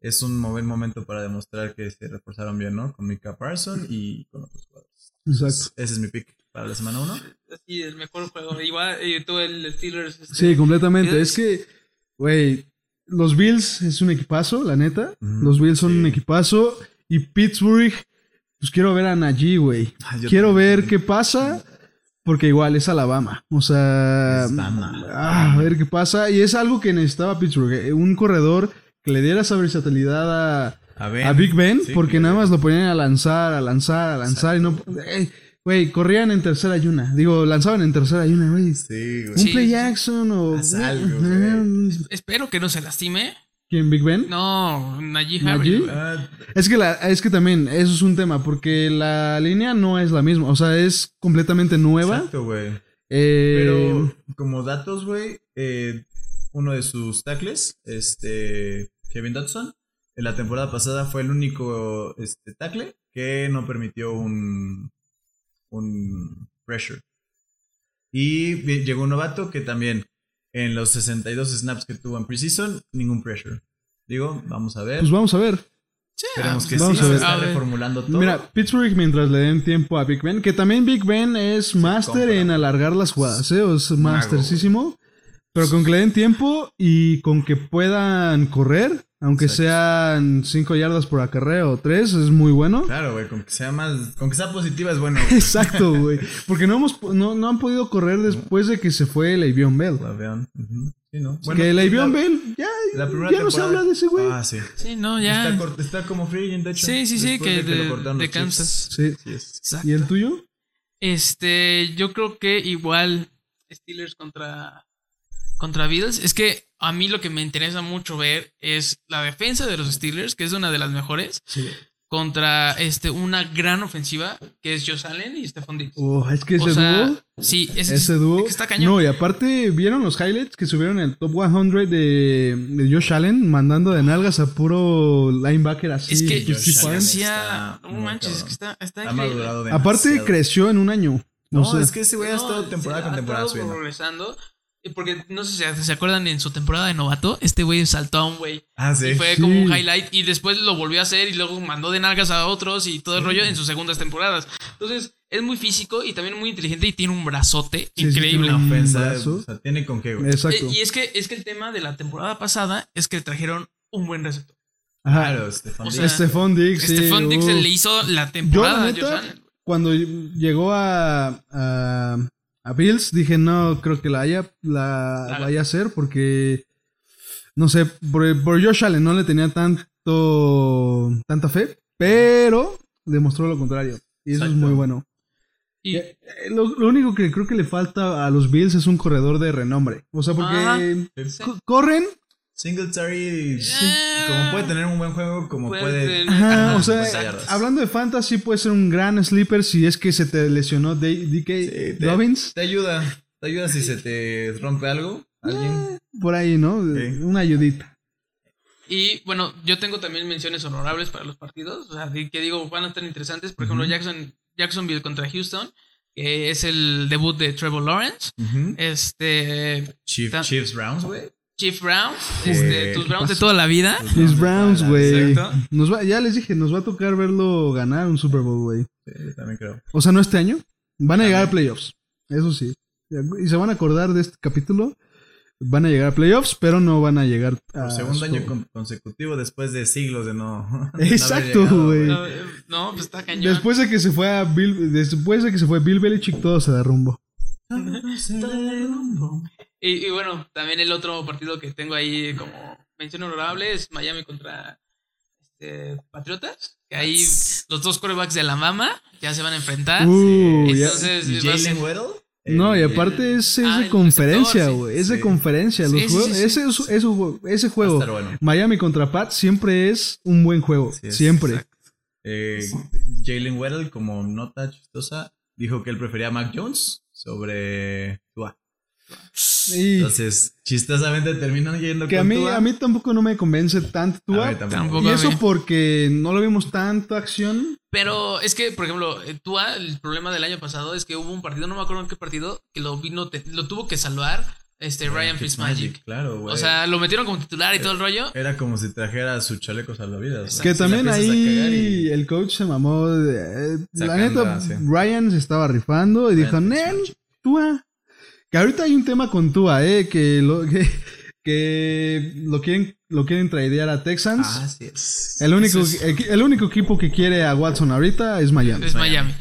Speaker 3: Es un mo- buen momento para demostrar que se reforzaron bien, ¿no? Con Mika Parson y con otros jugadores.
Speaker 1: Exacto.
Speaker 3: Ese es mi pick para la semana 1.
Speaker 2: Sí, el mejor juego. Igual eh, todo el Steelers. este,
Speaker 1: Sí, completamente.
Speaker 2: Bills.
Speaker 1: Es que, güey, los Bills es un equipazo, la neta.
Speaker 3: Ujú,
Speaker 1: Los Bills son
Speaker 3: sí.
Speaker 1: un equipazo. Y Pittsburgh, pues quiero ver a Najee, güey.
Speaker 3: Ah,
Speaker 1: Quiero ver qué pasa. Porque igual es Alabama. O sea.
Speaker 3: Es Bama.
Speaker 1: Um, ah, a ver qué pasa. Y es algo que necesitaba Pittsburgh. eh, Un corredor que le diera esa versatilidad a,
Speaker 3: A ver.
Speaker 1: a Big Ben.
Speaker 3: Sí,
Speaker 1: porque
Speaker 3: claro.
Speaker 1: nada más lo ponían a lanzar, a lanzar, a lanzar. Y no. eh, Güey, corrían en tercera y una. Digo, lanzaban en tercera y una, güey.
Speaker 3: Sí, güey.
Speaker 1: Un
Speaker 2: Sí. Ah,
Speaker 1: Play Jackson o.
Speaker 3: Haz algo, güey.
Speaker 2: Espero que no se lastime.
Speaker 1: ¿Quién, Big Ben?
Speaker 2: No, Najee
Speaker 1: ¿Najee?
Speaker 2: Harry.
Speaker 3: Ah,
Speaker 1: Es que, la, es que también, eso es un tema, porque la línea no es la misma, o sea, es completamente nueva.
Speaker 3: exacto, güey.
Speaker 1: Eh,
Speaker 3: Pero como datos, güey, eh, uno de sus tackles, este, Kevin Dodson, en la temporada pasada fue el único este, tackle que no permitió un, un pressure. Y vi- llegó un novato que también en los 62 snaps que tuvo en preseason, ningún pressure. Digo, vamos a ver.
Speaker 1: pues vamos a ver.
Speaker 3: Esperemos que
Speaker 1: vamos
Speaker 3: sí.
Speaker 1: a
Speaker 3: se
Speaker 1: ver.
Speaker 3: está
Speaker 2: A ver.
Speaker 3: reformulando todo.
Speaker 1: Mira, Pittsburgh mientras le den tiempo a Big Ben, que también Big Ben es máster
Speaker 3: compra.
Speaker 1: en alargar las jugadas, ¿eh? O es mastercísimo. Pero con que le den tiempo y con que puedan correr, aunque
Speaker 3: Exacto.
Speaker 1: sean 5 yardas por acarreo o 3, es muy bueno.
Speaker 3: Claro, güey, con que sea más, con que sea positiva es bueno. güey.
Speaker 1: Exacto, güey. Porque no, hemos, no, no han podido correr después de que se fue Le'Veon Bell.
Speaker 3: La vean. Ujú. Sí, ¿no?
Speaker 1: que Le'Veon
Speaker 3: la-
Speaker 1: Bell, ya,
Speaker 3: La primera
Speaker 1: ya no se
Speaker 3: temporada-
Speaker 1: habla de ese güey.
Speaker 3: Ah, sí.
Speaker 2: Sí, no,
Speaker 3: Está,
Speaker 2: ya.
Speaker 3: cort- está como free agent, de hecho.
Speaker 2: Sí, sí, sí,
Speaker 3: después
Speaker 2: que
Speaker 3: lo
Speaker 2: de-
Speaker 3: cortaron
Speaker 2: de
Speaker 3: los Chiefs.
Speaker 2: Kansas.
Speaker 1: sí.
Speaker 3: Así es.
Speaker 2: Exacto.
Speaker 1: ¿Y el tuyo?
Speaker 2: Este, yo creo que igual Steelers contra contra Bills es que a mí lo que me interesa mucho ver es la defensa de los Steelers, que es una de las mejores,
Speaker 1: Sí.
Speaker 2: contra este una gran ofensiva que es Josh Allen y Stephon Diggs.
Speaker 1: Oh, es que ese
Speaker 2: o sea,
Speaker 1: dúo.
Speaker 2: sí, es-
Speaker 1: Ese dúo.
Speaker 2: es que está cañón.
Speaker 1: No, y aparte, ¿vieron los highlights que subieron en el top 100 de, de Josh Allen mandando de nalgas a puro linebacker así?
Speaker 2: es que
Speaker 1: pues, sí,
Speaker 3: Josh Allen
Speaker 1: fan.
Speaker 2: hacía-
Speaker 3: está
Speaker 2: no
Speaker 3: muy
Speaker 2: manches, es
Speaker 3: cabrón.
Speaker 2: que está está
Speaker 3: Ha
Speaker 2: increíble.
Speaker 3: madurado demasiado.
Speaker 1: Aparte, creció en un año.
Speaker 3: No,
Speaker 1: O sea,
Speaker 3: es que ese güey ha
Speaker 2: No,
Speaker 3: estado
Speaker 2: sí,
Speaker 3: temporada
Speaker 2: ha
Speaker 3: con temporada
Speaker 2: estado
Speaker 3: subiendo.
Speaker 2: progresando. eh, Porque no sé si se- se acuerdan en su temporada de novato, este güey saltó a un güey.
Speaker 3: Ah, sí.
Speaker 2: Y fue
Speaker 1: Sí.
Speaker 2: como un highlight y después lo volvió a hacer y luego mandó de nalgas a otros y todo el rollo en sus segundas temporadas. Entonces, es muy físico y también muy inteligente y tiene un brazote
Speaker 1: Sí, sí,
Speaker 2: increíble.
Speaker 1: tiene un
Speaker 3: Ofensa,
Speaker 1: brazo.
Speaker 3: o sea, tiene con qué, güey.
Speaker 1: Exacto.
Speaker 2: Eh, y es que, es que el tema de la temporada pasada es que trajeron un buen receptor.
Speaker 1: Ajá.
Speaker 3: Claro, este, Stefan
Speaker 2: O
Speaker 3: Diggs.
Speaker 2: sea,
Speaker 1: Stephon Diggs. sí,
Speaker 2: Stephon Dix
Speaker 1: oh.
Speaker 2: le hizo la temporada a
Speaker 1: neta,
Speaker 2: Josh Allen.
Speaker 1: Cuando llegó a, a, a Bills, dije, no creo que la haya, la
Speaker 2: Claro.
Speaker 1: vaya a hacer porque, no sé, por, por Josh Allen no le tenía tanto, tanta fe, pero demostró lo contrario. Y eso es
Speaker 3: Exacto.
Speaker 1: muy bueno.
Speaker 2: Y-
Speaker 1: Eh, Lo, lo único que creo que le falta a los Bills es un corredor de renombre. O sea, porque
Speaker 2: Ajá.
Speaker 3: Sí.
Speaker 1: co- corren,
Speaker 3: Singletary,
Speaker 2: Eh,
Speaker 3: como puede tener un buen juego, como
Speaker 2: puede
Speaker 3: puede.
Speaker 2: tener- pues,
Speaker 1: Ajá,
Speaker 3: Ajá,
Speaker 1: o sea,
Speaker 3: cincuenta yardas.
Speaker 1: hablando de fantasy, puede ser un gran sleeper si es que se te lesionó D- DK
Speaker 3: te-
Speaker 1: Dobbins.
Speaker 3: Te ayuda. Te ayuda si se te rompe algo. Alguien.
Speaker 1: Por ahí, ¿no?
Speaker 3: Sí.
Speaker 1: Una ayudita.
Speaker 2: Y bueno, yo tengo también menciones honorables para los partidos, o sea, di- que digo, van a estar interesantes. Por ejemplo,
Speaker 3: Ujú.
Speaker 2: Jackson, Jacksonville contra Houston, que es el debut de Trevor Lawrence.
Speaker 3: Ujú.
Speaker 2: Este,
Speaker 3: Chief-
Speaker 2: Ta-
Speaker 3: Chiefs Browns, güey.
Speaker 2: Chief Browns,
Speaker 3: Uy,
Speaker 2: este,
Speaker 3: ¿qué
Speaker 1: Pues,
Speaker 2: tus Browns de
Speaker 1: pasa?
Speaker 2: toda la vida.
Speaker 1: Los Browns, güey.
Speaker 2: Exacto.
Speaker 1: Nos va- Ya les dije, nos va a tocar verlo ganar un Super Bowl, güey.
Speaker 3: Sí, yo también creo.
Speaker 1: O sea, no este año. Van a llegar a
Speaker 3: Amén.
Speaker 1: playoffs. Eso sí. Y se van a acordar de este capítulo. Van a llegar a playoffs, pero no van a llegar a.
Speaker 3: Por segundo
Speaker 1: Super
Speaker 3: año
Speaker 1: Bowl.
Speaker 3: con- consecutivo después de siglos de no. no haber
Speaker 1: Exacto,
Speaker 3: llegado,
Speaker 1: güey.
Speaker 2: No, eh, no, pues está cañón.
Speaker 1: Después de que se fue a Bill, después de que se fue Bill Belichick, todo se derrumbó.
Speaker 2: Y, y bueno, también el otro partido que tengo ahí como mención honorable es Miami contra este, Patriotas, que ahí los dos corebacks de la mama ya se van a enfrentar.
Speaker 1: Uh, ya-
Speaker 2: Entonces,
Speaker 3: ¿Y
Speaker 2: va a
Speaker 3: Jalen
Speaker 2: ser-
Speaker 3: Weddle? eh,
Speaker 1: No, y
Speaker 3: El-
Speaker 1: aparte es, es
Speaker 2: Ah,
Speaker 1: de
Speaker 2: el
Speaker 1: conferencia,
Speaker 2: receptor, sí.
Speaker 1: güey. Es de
Speaker 3: Sí.
Speaker 1: conferencia. los
Speaker 2: Sí, sí,
Speaker 1: juegos-
Speaker 2: sí, sí.
Speaker 1: ese, es- es un juego- ese
Speaker 3: va a
Speaker 1: juego,
Speaker 3: estar bueno.
Speaker 1: Miami contra Pat, siempre es un buen juego.
Speaker 3: Así es,
Speaker 1: siempre.
Speaker 3: exacto. Eh, Jalen Weddle, como nota chistosa, dijo que él prefería a Mac Jones sobre Tua.
Speaker 1: Y
Speaker 3: Entonces, chistosamente terminan yendo
Speaker 1: que a
Speaker 3: con
Speaker 1: mí,
Speaker 3: Tua.
Speaker 1: a mí tampoco no me convence tanto Tua.
Speaker 3: A mí tampoco.
Speaker 2: Tampoco
Speaker 1: y
Speaker 2: a
Speaker 1: eso
Speaker 2: mí.
Speaker 1: porque no lo vimos tanto acción.
Speaker 2: Pero es que, por ejemplo, eh, Tua, el problema del año pasado es que hubo un partido, no me acuerdo en qué partido, que lo vino, te- lo tuvo que salvar este, Ryan Fitzmagic.
Speaker 3: Claro, güey. Eh,
Speaker 2: O sea, lo metieron como titular y todo el rollo.
Speaker 3: Era como si trajera sus chalecos a la vida.
Speaker 2: Exacto.
Speaker 1: Que
Speaker 3: Si la
Speaker 1: también
Speaker 3: empiezas a cagar
Speaker 1: ahí
Speaker 3: y-
Speaker 1: el coach se mamó. de- eh, la
Speaker 3: Sacando,
Speaker 1: neta,
Speaker 3: sí.
Speaker 1: Ryan se estaba rifando y dijo,
Speaker 3: Ryan
Speaker 1: Nel, Tua. Que ahorita hay un tema con Tua, eh, que lo, que, que lo quieren, lo quieren traidear a Texans.
Speaker 3: Ah, sí es.
Speaker 1: el, único,
Speaker 2: eso es-
Speaker 1: el, el único equipo que quiere a Watson ahorita es Miami.
Speaker 2: Es Miami.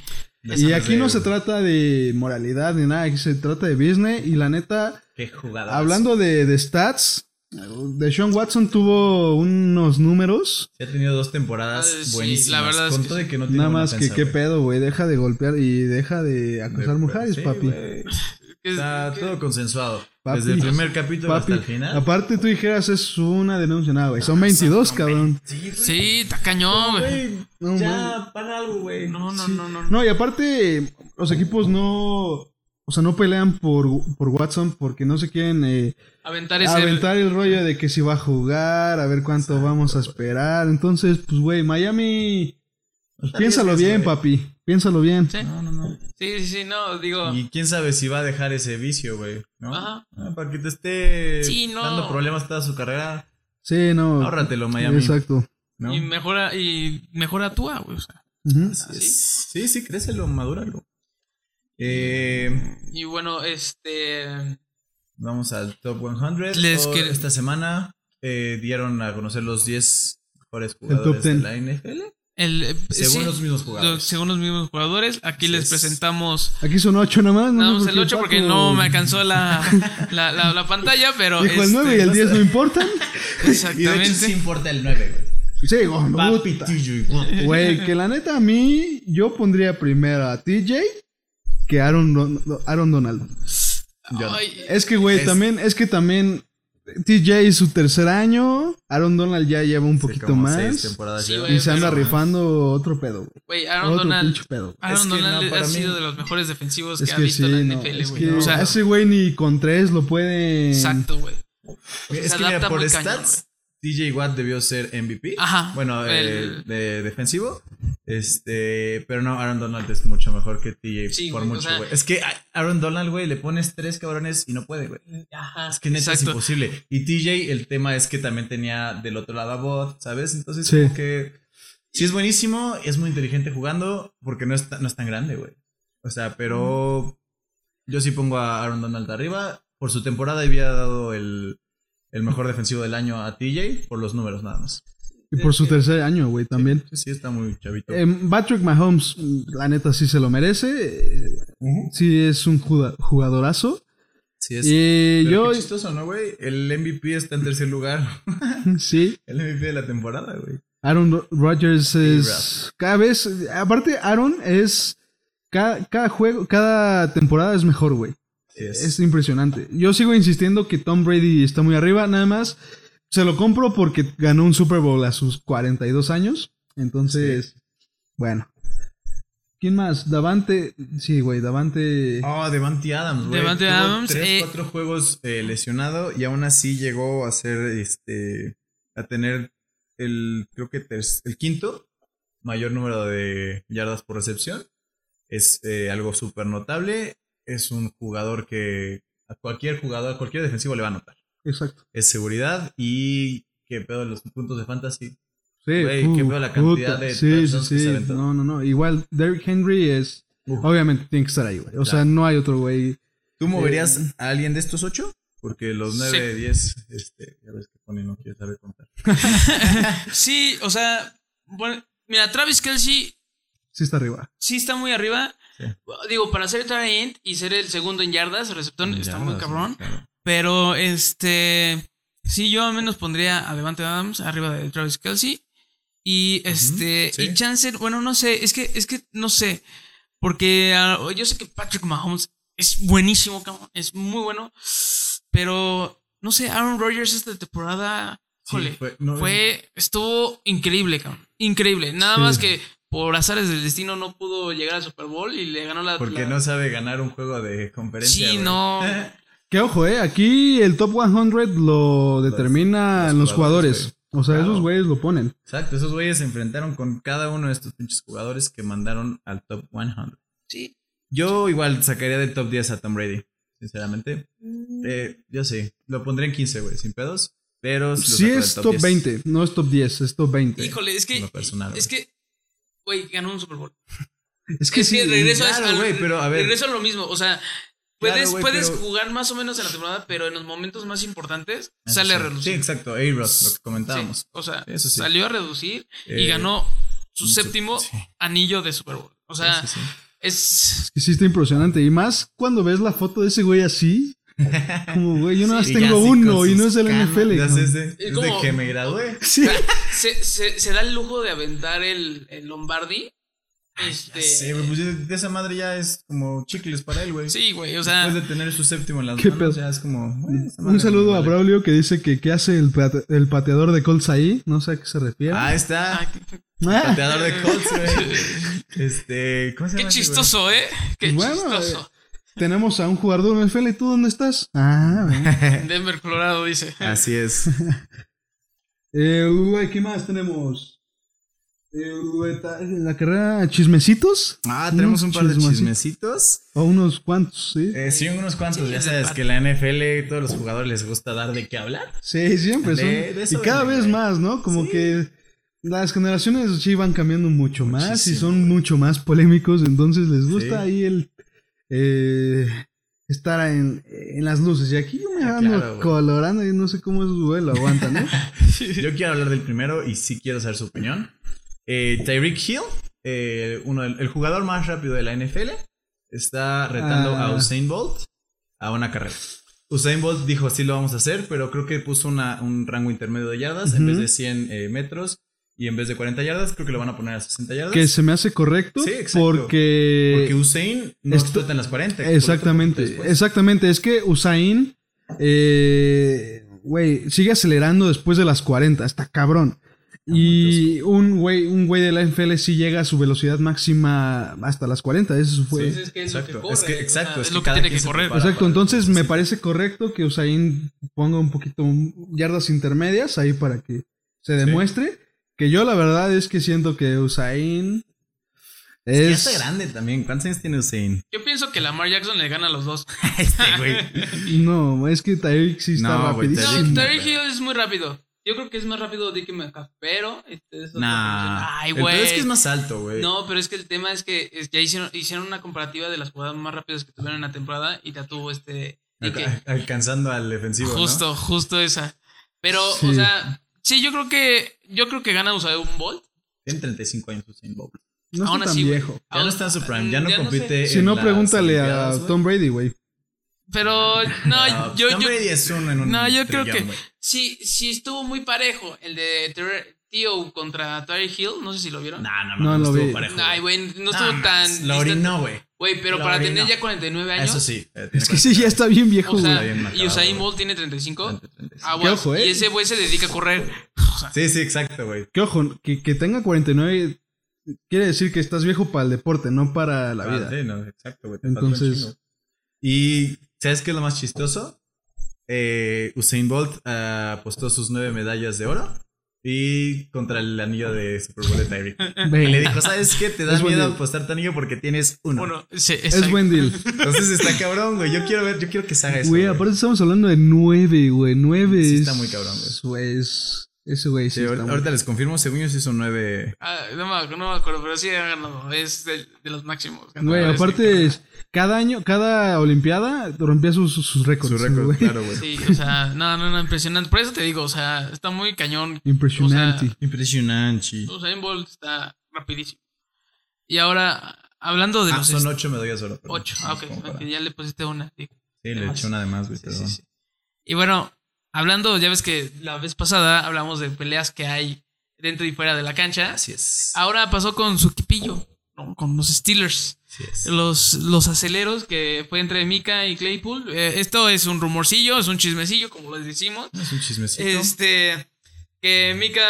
Speaker 1: Y aquí no se trata de moralidad ni nada, aquí se trata de business y la neta...
Speaker 3: Qué jugada.
Speaker 1: Hablando de, de stats, Deshaun Watson tuvo unos números.
Speaker 3: Sí, ha tenido dos temporadas
Speaker 2: Ah, sí,
Speaker 3: buenísimas.
Speaker 2: la verdad es
Speaker 3: con
Speaker 2: que
Speaker 3: todo y que no tiene
Speaker 1: Nada
Speaker 3: buena
Speaker 1: más que
Speaker 3: defensa,
Speaker 1: qué
Speaker 3: güey.
Speaker 1: pedo, güey. Deja de golpear y deja de acosar
Speaker 3: De-
Speaker 1: mujeres,
Speaker 3: sí,
Speaker 1: papi.
Speaker 3: güey.
Speaker 2: Es-
Speaker 3: Está todo consensuado.
Speaker 1: Papi.
Speaker 3: Desde el primer capítulo
Speaker 1: Papi,
Speaker 3: hasta el final.
Speaker 1: aparte tú dijeras es una denuncia, nada, güey. Son 22, cabrón.
Speaker 3: Sí, güey.
Speaker 2: Sí, está cañón, güey.
Speaker 3: Güey,
Speaker 1: No,
Speaker 3: ya, paga algo, güey.
Speaker 2: No, no,
Speaker 1: Sí.
Speaker 2: no, no.
Speaker 1: No, y aparte los equipos no... O sea, no pelean por, por Watson porque no se quieren eh,
Speaker 2: Aventar ese.
Speaker 1: aventar el rollo de que si va a jugar, a ver cuánto vamos a esperar. Entonces, pues, güey, Miami...
Speaker 3: Está
Speaker 1: Piénsalo
Speaker 3: riesgoso,
Speaker 1: bien,
Speaker 3: güey.
Speaker 1: papi. Piénsalo bien.
Speaker 2: Sí,
Speaker 3: No, no, no.
Speaker 2: sí, sí, sí, no, digo.
Speaker 3: Y quién sabe si va a dejar ese vicio, güey. ¿no?
Speaker 2: Ah. Ajá.
Speaker 3: Ah, Para que te esté
Speaker 2: Sí, no.
Speaker 3: dando problemas toda su carrera,
Speaker 1: Sí, no.
Speaker 3: ahórratelo, Miami.
Speaker 1: Exacto.
Speaker 3: ¿no?
Speaker 2: Y mejora, y mejora tú, güey. o sea.
Speaker 1: Ujú.
Speaker 3: Así es. Sí, sí, crécelo, madúralo. Eh,
Speaker 2: Y bueno, este.
Speaker 3: vamos al top 100.
Speaker 2: Les
Speaker 3: O-
Speaker 2: quer-
Speaker 3: Esta semana eh, dieron a conocer los 10 mejores
Speaker 1: top
Speaker 3: jugadores de
Speaker 1: 10.
Speaker 3: la NFL.
Speaker 2: El, eh,
Speaker 3: Según
Speaker 2: sí,
Speaker 3: los mismos
Speaker 2: lo-
Speaker 3: jugadores.
Speaker 2: según los mismos jugadores, aquí
Speaker 3: Así
Speaker 2: les
Speaker 3: es.
Speaker 2: presentamos.
Speaker 1: Aquí son ocho nomás. ¿no?
Speaker 2: Damos el 8 porque
Speaker 1: Paco
Speaker 2: no me alcanzó la, la, la- la pantalla, pero.
Speaker 1: Dijo el 9 y
Speaker 2: este,
Speaker 1: el 10 no importan.
Speaker 3: Y de hecho sí
Speaker 2: Exactamente.
Speaker 3: importa el 9, güey.
Speaker 1: Sí, güey, me
Speaker 3: Va
Speaker 1: gusta.
Speaker 3: Pitillo igual.
Speaker 1: Güey, que la neta a mí, yo pondría primero a TJ que Aaron, Don- Aaron Donald.
Speaker 2: Ay,
Speaker 1: Es que, güey,
Speaker 3: Es-
Speaker 1: también, es que también TJ es su tercer año. Aaron Donald ya lleva un poquito
Speaker 3: como seis
Speaker 1: más.
Speaker 3: temporadas
Speaker 2: Sí,
Speaker 3: ya.
Speaker 2: güey,
Speaker 1: Y se anda
Speaker 2: pero-
Speaker 1: rifando otro pedo, güey.
Speaker 2: güey,
Speaker 1: Otro
Speaker 2: Aaron Donald.
Speaker 1: pinche pedo.
Speaker 2: Aaron
Speaker 3: Es que
Speaker 2: Donald
Speaker 3: no, para
Speaker 2: ha
Speaker 3: mí-
Speaker 2: sido de los mejores defensivos
Speaker 1: Es
Speaker 2: que ha
Speaker 1: que
Speaker 2: visto
Speaker 1: sí,
Speaker 2: la
Speaker 1: no,
Speaker 2: NFL,
Speaker 1: es
Speaker 2: güey.
Speaker 1: que
Speaker 2: o sea,
Speaker 1: a ese güey ni con tres lo puede.
Speaker 2: exacto, güey. Se
Speaker 3: Es que mira,
Speaker 2: adapta
Speaker 3: por
Speaker 2: muy
Speaker 3: stats,
Speaker 2: cañón,
Speaker 3: DJ Watt debió ser MVP.
Speaker 2: Ajá.
Speaker 3: Bueno,
Speaker 2: El-
Speaker 3: eh, de defensivo. Este, pero no, Aaron Donald es mucho mejor que TJ
Speaker 2: Sí,
Speaker 3: por
Speaker 2: güey, o
Speaker 3: mucho,
Speaker 2: sea-
Speaker 3: güey. es que a- Aaron Donald, güey, le pones tres cabrones y no puede, güey.
Speaker 2: Ajá,
Speaker 3: Es que neta es
Speaker 2: exacto.
Speaker 3: imposible. Y TJ, el tema es que también tenía del otro lado a Bot, ¿sabes? Entonces,
Speaker 1: Sí.
Speaker 3: como que sí es buenísimo, es muy inteligente jugando, porque no es, ta- no es tan grande, güey. O sea, pero yo sí pongo a Aaron Donald arriba. Por su temporada había dado el, el mejor defensivo del año a TJ, por los números nada más.
Speaker 1: Y por su tercer año, güey, también.
Speaker 3: Sí, sí, está muy chavito.
Speaker 1: Em, Patrick Mahomes, mm, la neta, sí se lo merece. eh, Sí es un juda- jugadorazo.
Speaker 3: sí, es.
Speaker 1: Y
Speaker 3: pero
Speaker 1: yo,
Speaker 3: qué chistoso, ¿no, güey? El MVP está en tercer lugar.
Speaker 1: sí,
Speaker 3: el MVP de la temporada, güey.
Speaker 1: Aaron Ro- Rodgers es
Speaker 3: Russ.
Speaker 1: cada vez, aparte Aaron es cada, cada juego, cada temporada es mejor, güey.
Speaker 3: Sí, es.
Speaker 1: Es impresionante. Yo sigo insistiendo que Tom Brady está muy arriba, nada más se lo compro porque ganó un Super Bowl a sus 42 años. Entonces, bueno. ¿Quién más? Davante, sí, güey, Davante.
Speaker 3: Oh, Devante Adams, güey.
Speaker 2: Davante
Speaker 3: Tuvo
Speaker 2: Adams,
Speaker 3: Tres,
Speaker 2: eh.
Speaker 3: cuatro juegos eh, lesionado y aún así llegó a ser, este, a tener el, creo que ter- el quinto mayor número de yardas por recepción. Es eh, algo súper notable. Es un jugador que a cualquier jugador, a cualquier defensivo le va a notar.
Speaker 1: Exacto.
Speaker 3: Es seguridad y qué pedo los puntos de fantasy.
Speaker 1: Sí,
Speaker 3: Güey, qué
Speaker 1: uh,
Speaker 3: feo la cantidad de
Speaker 1: Sí, sí,
Speaker 3: touchdowns que se
Speaker 1: sí.
Speaker 3: aventó.
Speaker 1: No, no, no. Igual, Derrick Henry es.
Speaker 3: Uf.
Speaker 1: Obviamente tiene que estar ahí, güey. O sea, no hay otro güey.
Speaker 3: ¿Tú moverías a alguien de estos ocho? Porque los
Speaker 2: Sí.
Speaker 3: nueve, diez, este, ya ves que ponen, no quiero saber contar.
Speaker 2: Sí, o sea, bueno, mira, Travis Kelsey
Speaker 1: Sí está arriba.
Speaker 2: sí está muy arriba.
Speaker 3: Sí.
Speaker 2: Digo, para ser tight end y ser el segundo en yardas, receptor, está muy
Speaker 3: Yardas,
Speaker 2: cabrón.
Speaker 3: claro.
Speaker 2: Pero este, sí, yo al menos pondría a Devante Adams arriba de Travis Kelsey. Y este,
Speaker 3: sí.
Speaker 2: y Chancellor, bueno, no sé, es que, es que no sé. Porque ah, yo sé que Patrick Mahomes es buenísimo, cabrón, es muy bueno. Pero no sé, Aaron Rodgers esta temporada,
Speaker 3: Sí,
Speaker 2: jole,
Speaker 3: fue, no,
Speaker 2: fue, estuvo increíble, cabrón. Increíble. Nada
Speaker 1: Sí.
Speaker 2: más que por azares del destino no pudo llegar al Super Bowl y le ganó la.
Speaker 3: Porque
Speaker 2: la-
Speaker 3: no sabe ganar un juego de conferencia.
Speaker 2: Sí,
Speaker 3: güey.
Speaker 2: no.
Speaker 1: Que ojo, eh. Aquí el top 100 lo determinan los,
Speaker 3: los
Speaker 1: jugadores.
Speaker 3: jugadores,
Speaker 1: O sea,
Speaker 3: Claro.
Speaker 1: esos güeyes lo ponen.
Speaker 3: Exacto, esos güeyes se enfrentaron con cada uno de estos pinches jugadores que mandaron al top 100.
Speaker 2: Sí.
Speaker 3: Yo igual sacaría del top 10 a Tom Brady. sinceramente. Eh, yo sí, lo pondré en 15, güey, sin pedos. Pero lo
Speaker 1: Sí
Speaker 3: saco del
Speaker 1: es top
Speaker 3: 10.
Speaker 1: 20, no es top 10, es top 20.
Speaker 2: Híjole, es que.
Speaker 3: lo personal,
Speaker 2: es que. Güey, ganó un Super Bowl.
Speaker 1: es
Speaker 2: Es que regreso
Speaker 3: claro,
Speaker 2: a, al-
Speaker 3: güey, pero a ver.
Speaker 2: Regreso a lo mismo. O sea, puedes,
Speaker 3: Claro, güey,
Speaker 2: puedes
Speaker 3: pero-
Speaker 2: jugar más o menos en la temporada, pero en los momentos más importantes
Speaker 3: Eso
Speaker 2: sale a
Speaker 3: sí.
Speaker 2: reducir.
Speaker 3: Sí, exacto, A-Rod, lo que comentábamos.
Speaker 2: Sí, o sea,
Speaker 3: Eso sí.
Speaker 2: salió a reducir y
Speaker 3: Eh,
Speaker 2: ganó su
Speaker 3: un su-
Speaker 2: séptimo
Speaker 3: sí.
Speaker 2: anillo de Super Bowl. O sea,
Speaker 3: Sí, sí, sí.
Speaker 2: es.
Speaker 1: que sí está impresionante. Y más cuando ves la foto de ese güey así. Como, güey, yo nada más
Speaker 3: Y ya
Speaker 1: tengo
Speaker 3: así
Speaker 1: uno
Speaker 3: con
Speaker 1: y no
Speaker 3: sus
Speaker 1: es el
Speaker 3: canas.
Speaker 1: NFL.
Speaker 3: Ya
Speaker 1: ¿no?
Speaker 3: sé, es de, es de
Speaker 2: como-
Speaker 3: que me gradué.
Speaker 1: Sí.
Speaker 2: Se, se- se da el lujo de aventar el, el Lombardi. Este,
Speaker 3: Ya sé, güey, pues ya- de esa madre ya es como chicles para él, güey.
Speaker 2: sí, güey. O sea,
Speaker 3: Después de tener su séptimo en las
Speaker 1: Qué
Speaker 3: manos,
Speaker 1: pedo.
Speaker 3: ya es como... güey, esa
Speaker 1: Un
Speaker 3: madre
Speaker 1: saludo
Speaker 3: me
Speaker 1: a
Speaker 3: vale.
Speaker 1: Braulio que dice que qué hace el, pate- el pateador de Colts ahí. No sé a qué se refiere.
Speaker 3: Ah, está.
Speaker 2: ah,
Speaker 1: Ah,
Speaker 3: Pateador de Colts, güey. Este, ¿cómo se
Speaker 2: qué
Speaker 3: llama? ese, güey?
Speaker 2: chistoso, ¿eh? Qué
Speaker 1: Bueno,
Speaker 2: chistoso.
Speaker 1: tenemos a un jugador de NFL. ¿Y tú dónde estás? Ah, bueno.
Speaker 2: Denver, Colorado, dice.
Speaker 3: Así es.
Speaker 1: Eh, güey, ¿qué más tenemos? Eh, güey, ta- la carrera chismecitos.
Speaker 3: Ah, tenemos un
Speaker 1: Unos
Speaker 3: par de
Speaker 1: chismecitos.
Speaker 3: chismecitos.
Speaker 1: O unos cuantos, ¿sí?
Speaker 3: Eh, sí, unos cuantos.
Speaker 2: Sí,
Speaker 3: ya
Speaker 2: es de
Speaker 3: sabes
Speaker 2: parte.
Speaker 3: que la NFL, todos los jugadores les gusta dar de qué hablar.
Speaker 1: Sí, siempre son.
Speaker 3: De- de eso
Speaker 1: y cada
Speaker 3: viene,
Speaker 1: vez
Speaker 3: güey.
Speaker 1: más, ¿no? Como
Speaker 3: Sí.
Speaker 1: que las generaciones sí van cambiando mucho más y
Speaker 3: Muchísimo,
Speaker 1: son mucho más polémicos, entonces les gusta
Speaker 3: Sí.
Speaker 1: ahí el eh, estar en, en las luces. Y aquí yo me
Speaker 3: Ah,
Speaker 1: ando
Speaker 3: claro, güey.
Speaker 1: colorando y no sé cómo es güey, lo aguantan, ¿eh?
Speaker 3: Yo quiero hablar del primero y sí quiero saber su opinión. Eh, Tyreek Hill, eh, uno del- el jugador más rápido de la NFL, está retando
Speaker 1: Ah.
Speaker 3: a Usain Bolt a una carrera. Usain Bolt dijo, sí lo vamos a hacer, pero creo que puso una- un rango intermedio de yardas en
Speaker 1: Ujú.
Speaker 3: vez de 100 eh, metros y en vez de 40 yardas, creo que lo van a poner a 60 yardas.
Speaker 1: que se me hace correcto
Speaker 3: Sí, exacto.
Speaker 1: porque...
Speaker 3: porque Usain no
Speaker 1: esto-
Speaker 3: explota en las 40. explota
Speaker 1: Exactamente,
Speaker 3: después.
Speaker 1: exactamente. Es que Usain, eh, güey, sigue acelerando después de las 40, está cabrón. Y un güey, un güey de la NFL sí llega a su velocidad máxima hasta las 40, eso fue.
Speaker 2: Pues es que es lo que
Speaker 3: Exacto,
Speaker 2: corre,
Speaker 3: es que-
Speaker 2: o sea,
Speaker 3: exacto,
Speaker 2: es
Speaker 3: es que
Speaker 2: lo que
Speaker 3: cada
Speaker 2: tiene
Speaker 3: quien
Speaker 2: que
Speaker 3: se
Speaker 2: correr.
Speaker 3: prepara.
Speaker 1: Exacto,
Speaker 3: para-
Speaker 1: entonces me
Speaker 3: sí.
Speaker 1: parece correcto que Usain ponga un poquito yardas intermedias ahí para que se demuestre. Que yo la verdad es que siento que Usain
Speaker 3: Es que ya
Speaker 1: es...
Speaker 3: está grande también. ¿Cuántos años tiene Usain?
Speaker 2: Yo pienso que Lamar Jackson le gana a los dos.
Speaker 3: Este güey.
Speaker 1: no, es que Tyreek sí está
Speaker 3: No, güey,
Speaker 1: rapidísimo.
Speaker 2: No,
Speaker 3: Tyreek-
Speaker 2: Tyreek Hill es muy rápido. Yo creo que es más rápido Dickie Metcalf, pero... este, es otra
Speaker 3: Nah.
Speaker 2: cosa. Ay,
Speaker 3: El pedo
Speaker 2: güey.
Speaker 3: Es que es más alto, güey.
Speaker 2: No, pero es que el tema es que es que ya hicieron, hicieron una comparativa de las jugadas más rápidas que tuvieron en la temporada y ya tuvo este...
Speaker 3: Alca-
Speaker 2: Dickie.
Speaker 3: Alcanzando al defensivo. ¿no?
Speaker 2: Justo, justo esa. Pero, o
Speaker 1: Sí.
Speaker 2: sea, sí, yo creo que yo creo que gana usar un Bolt.
Speaker 3: Tiene 35 años Usain Bolt.
Speaker 1: No
Speaker 2: Aún
Speaker 1: está tan
Speaker 2: así, güey.
Speaker 1: viejo.
Speaker 3: Ya no está en su prime, ya no
Speaker 2: Ah, Ya no sé.
Speaker 3: compite.
Speaker 1: Si
Speaker 3: en
Speaker 1: no,
Speaker 3: Eh, las
Speaker 1: pregúntale
Speaker 3: Olimpiadas,
Speaker 1: a
Speaker 3: güey.
Speaker 1: Tom Brady, güey.
Speaker 2: Pero,
Speaker 3: Ah,
Speaker 2: no, yo,
Speaker 3: Tom
Speaker 2: yo,
Speaker 3: Brady es uno en un
Speaker 2: No, yo creo
Speaker 3: trillón,
Speaker 2: que
Speaker 3: güey.
Speaker 2: sí, sí estuvo muy parejo el de Ter- Tio contra Tyre Hill, no sé si lo vieron.
Speaker 3: Nah, no, no,
Speaker 1: No,
Speaker 3: no,
Speaker 1: lo
Speaker 3: estuvo
Speaker 1: vi.
Speaker 3: parejo,
Speaker 2: Ay, güey, no estuvo
Speaker 3: Nah,
Speaker 2: tan
Speaker 3: Lo
Speaker 2: distante.
Speaker 3: orinó, güey.
Speaker 2: Güey, pero
Speaker 3: Lo
Speaker 2: para
Speaker 3: orinó.
Speaker 2: tener ya 49 años.
Speaker 3: Eso sí. eh, tiene
Speaker 1: Es que sí, ya está bien viejo,
Speaker 2: O sea,
Speaker 1: güey.
Speaker 3: bien marcado,
Speaker 2: y Usain
Speaker 3: güey.
Speaker 2: Bolt tiene 35.
Speaker 3: 35.
Speaker 2: Aguas,
Speaker 1: ojo, eh.
Speaker 2: Y ese güey se dedica a correr. O sea,
Speaker 3: Sí, sí, exacto, güey.
Speaker 1: Que ojo, que, que tenga 49 quiere decir que estás viejo para el deporte, no para la
Speaker 3: Ah,
Speaker 1: vida.
Speaker 3: sí, no, exacto, güey. te faltó un
Speaker 1: Entonces-
Speaker 3: chingo. Y, ¿sabes qué es lo más chistoso? Eh, Usain Bolt ah, apostó sus nueve medallas de oro y contra el anillo de Super Bowl de Tyreek. Y
Speaker 2: Eh,
Speaker 1: Ve,
Speaker 3: le dijo, ¿sabes qué? Te da
Speaker 1: Es buen
Speaker 3: miedo
Speaker 1: deal.
Speaker 3: apostar tu anillo porque tienes uno.
Speaker 2: bueno, sí,
Speaker 1: es
Speaker 2: exacto.
Speaker 1: buen deal.
Speaker 3: Entonces está cabrón, güey. Yo quiero ver, yo quiero que se haga eso.
Speaker 1: Güey,
Speaker 3: güey.
Speaker 1: aparte estamos hablando de 9, güey. 9
Speaker 3: Sí está muy cabrón, güey.
Speaker 1: güey. es- Ese güey sí,
Speaker 3: Sí,
Speaker 1: está
Speaker 3: ahor-
Speaker 1: muy-
Speaker 3: ahorita les confirmo, según yo sí son nueve.
Speaker 2: Ah, no, me, ac- no me acuerdo, pero sí ha ganado. Es de, de los máximos.
Speaker 1: Güey,
Speaker 2: ganadores de
Speaker 1: aparte,
Speaker 2: carrera.
Speaker 1: es- cada año, cada olimpiada rompía sus, sus- sus récords.
Speaker 3: Su récord,
Speaker 1: güey.
Speaker 3: claro, güey.
Speaker 2: Sí, o sea, no, no, no, impresionante. Por eso te digo, o sea, está muy cañón
Speaker 1: Impresionante.
Speaker 2: O sea,
Speaker 3: Impresionante.
Speaker 2: Usain Bolt está rapidísimo. Y ahora, hablando de
Speaker 3: Ah,
Speaker 2: los
Speaker 3: son ocho medallas de oro. perdón.
Speaker 2: 8. Ah, ok,
Speaker 3: Como para- Ah,
Speaker 2: ok, ya le pusiste una. sí.
Speaker 3: Sí, le eché una de más, güey,
Speaker 2: Sí, sí,
Speaker 3: perdón.
Speaker 2: sí. Y bueno, hablando, ya ves que la vez pasada hablamos de peleas que hay dentro y fuera de la cancha.
Speaker 3: Así es.
Speaker 2: Ahora pasó con su equipillo, ¿no? con los Steelers,
Speaker 3: Así es.
Speaker 2: los, los aceleros que fue entre Mika y Claypool. Eh, esto es un rumorcillo, es un chismecillo, como les decimos.
Speaker 3: Es un chismecito.
Speaker 2: Este, que Mika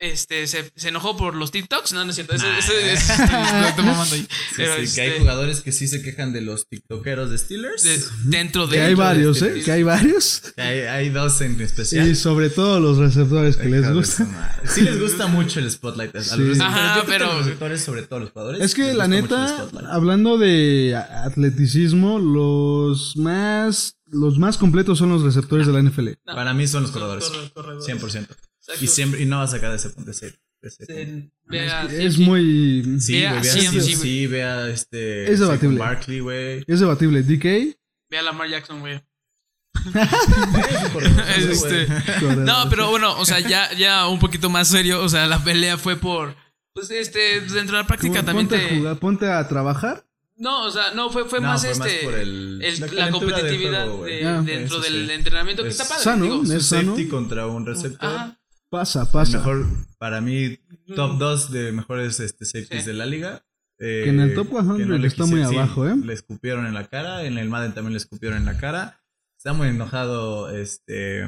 Speaker 2: este, se, se enojó por los TikToks. No, no es cierto. Eso,
Speaker 3: Nah.
Speaker 2: eso- eso- eso- lo estoy mamando ahí. Pero,
Speaker 3: Sí, que hay
Speaker 2: este,
Speaker 3: jugadores que sí se quejan de los tiktokeros de Steelers.
Speaker 2: de- dentro de.
Speaker 1: Que hay
Speaker 2: dentro de
Speaker 1: varios,
Speaker 2: este-
Speaker 1: ¿eh? Que hay varios.
Speaker 3: Hay, hay dos en especial.
Speaker 1: Y sobre todo los receptores que les
Speaker 3: Hija de su
Speaker 1: gusta.
Speaker 3: madre. Sí les gusta mucho el spotlight. A
Speaker 1: Sí.
Speaker 3: los receptores,
Speaker 2: Ajá,
Speaker 3: yo creo que
Speaker 2: pero-
Speaker 3: a los receptores, sobre todo a los jugadores.
Speaker 1: Es que
Speaker 3: les
Speaker 1: la
Speaker 3: gusta mucho el
Speaker 1: neta,
Speaker 3: spotlight.
Speaker 1: hablando de a- atleticismo, los más los más completos son los receptores de la NFL.
Speaker 2: No,
Speaker 3: Para mí son los
Speaker 2: son
Speaker 3: corredores.
Speaker 2: corre- corredores.
Speaker 3: 100%.
Speaker 2: Exacto.
Speaker 3: Y siempre y no va a sacar de ese punto. de ese- de ese punto.
Speaker 2: Este, vea,
Speaker 1: Es muy
Speaker 3: Sí,
Speaker 2: Vea,
Speaker 3: güey, vea,
Speaker 2: sí,
Speaker 3: sí,
Speaker 2: sí,
Speaker 3: sí, vea este.
Speaker 1: Es
Speaker 3: Saquon
Speaker 1: debatible.
Speaker 3: Barkley, güey.
Speaker 1: es debatible. DK.
Speaker 2: vea a Lamar Jackson, güey.
Speaker 3: Este,
Speaker 2: Este, No, pero bueno, o sea, ya, ya un poquito más serio. O sea, la pelea fue por. Pues este, dentro de la práctica también
Speaker 1: ponte, a
Speaker 2: te-
Speaker 1: jugar, ponte a trabajar.
Speaker 2: No, o sea, no, fue, fue más este.
Speaker 3: por el-
Speaker 2: el- la,
Speaker 3: calentura del
Speaker 2: competitividad
Speaker 3: juego, güey.
Speaker 2: de-
Speaker 1: Ah,
Speaker 2: dentro
Speaker 3: eso
Speaker 2: del
Speaker 3: sí.
Speaker 2: entrenamiento que
Speaker 3: Es
Speaker 2: está padre.
Speaker 1: sano,
Speaker 2: digo,
Speaker 1: es-
Speaker 3: Un
Speaker 1: sano.
Speaker 3: safety contra un receptor.
Speaker 2: Ajá.
Speaker 1: Pasa,
Speaker 3: El
Speaker 1: pasa.
Speaker 3: mejor, para mí, top 2 de mejores este, safeties
Speaker 2: Sí.
Speaker 3: de la liga. Eh,
Speaker 1: Que en el top 100
Speaker 3: que
Speaker 1: está
Speaker 3: le quisieron-
Speaker 1: muy
Speaker 3: sí,
Speaker 1: abajo, ¿eh?
Speaker 3: Le escupieron en la cara, en el Madden también le escupieron en la cara. Está muy enojado este,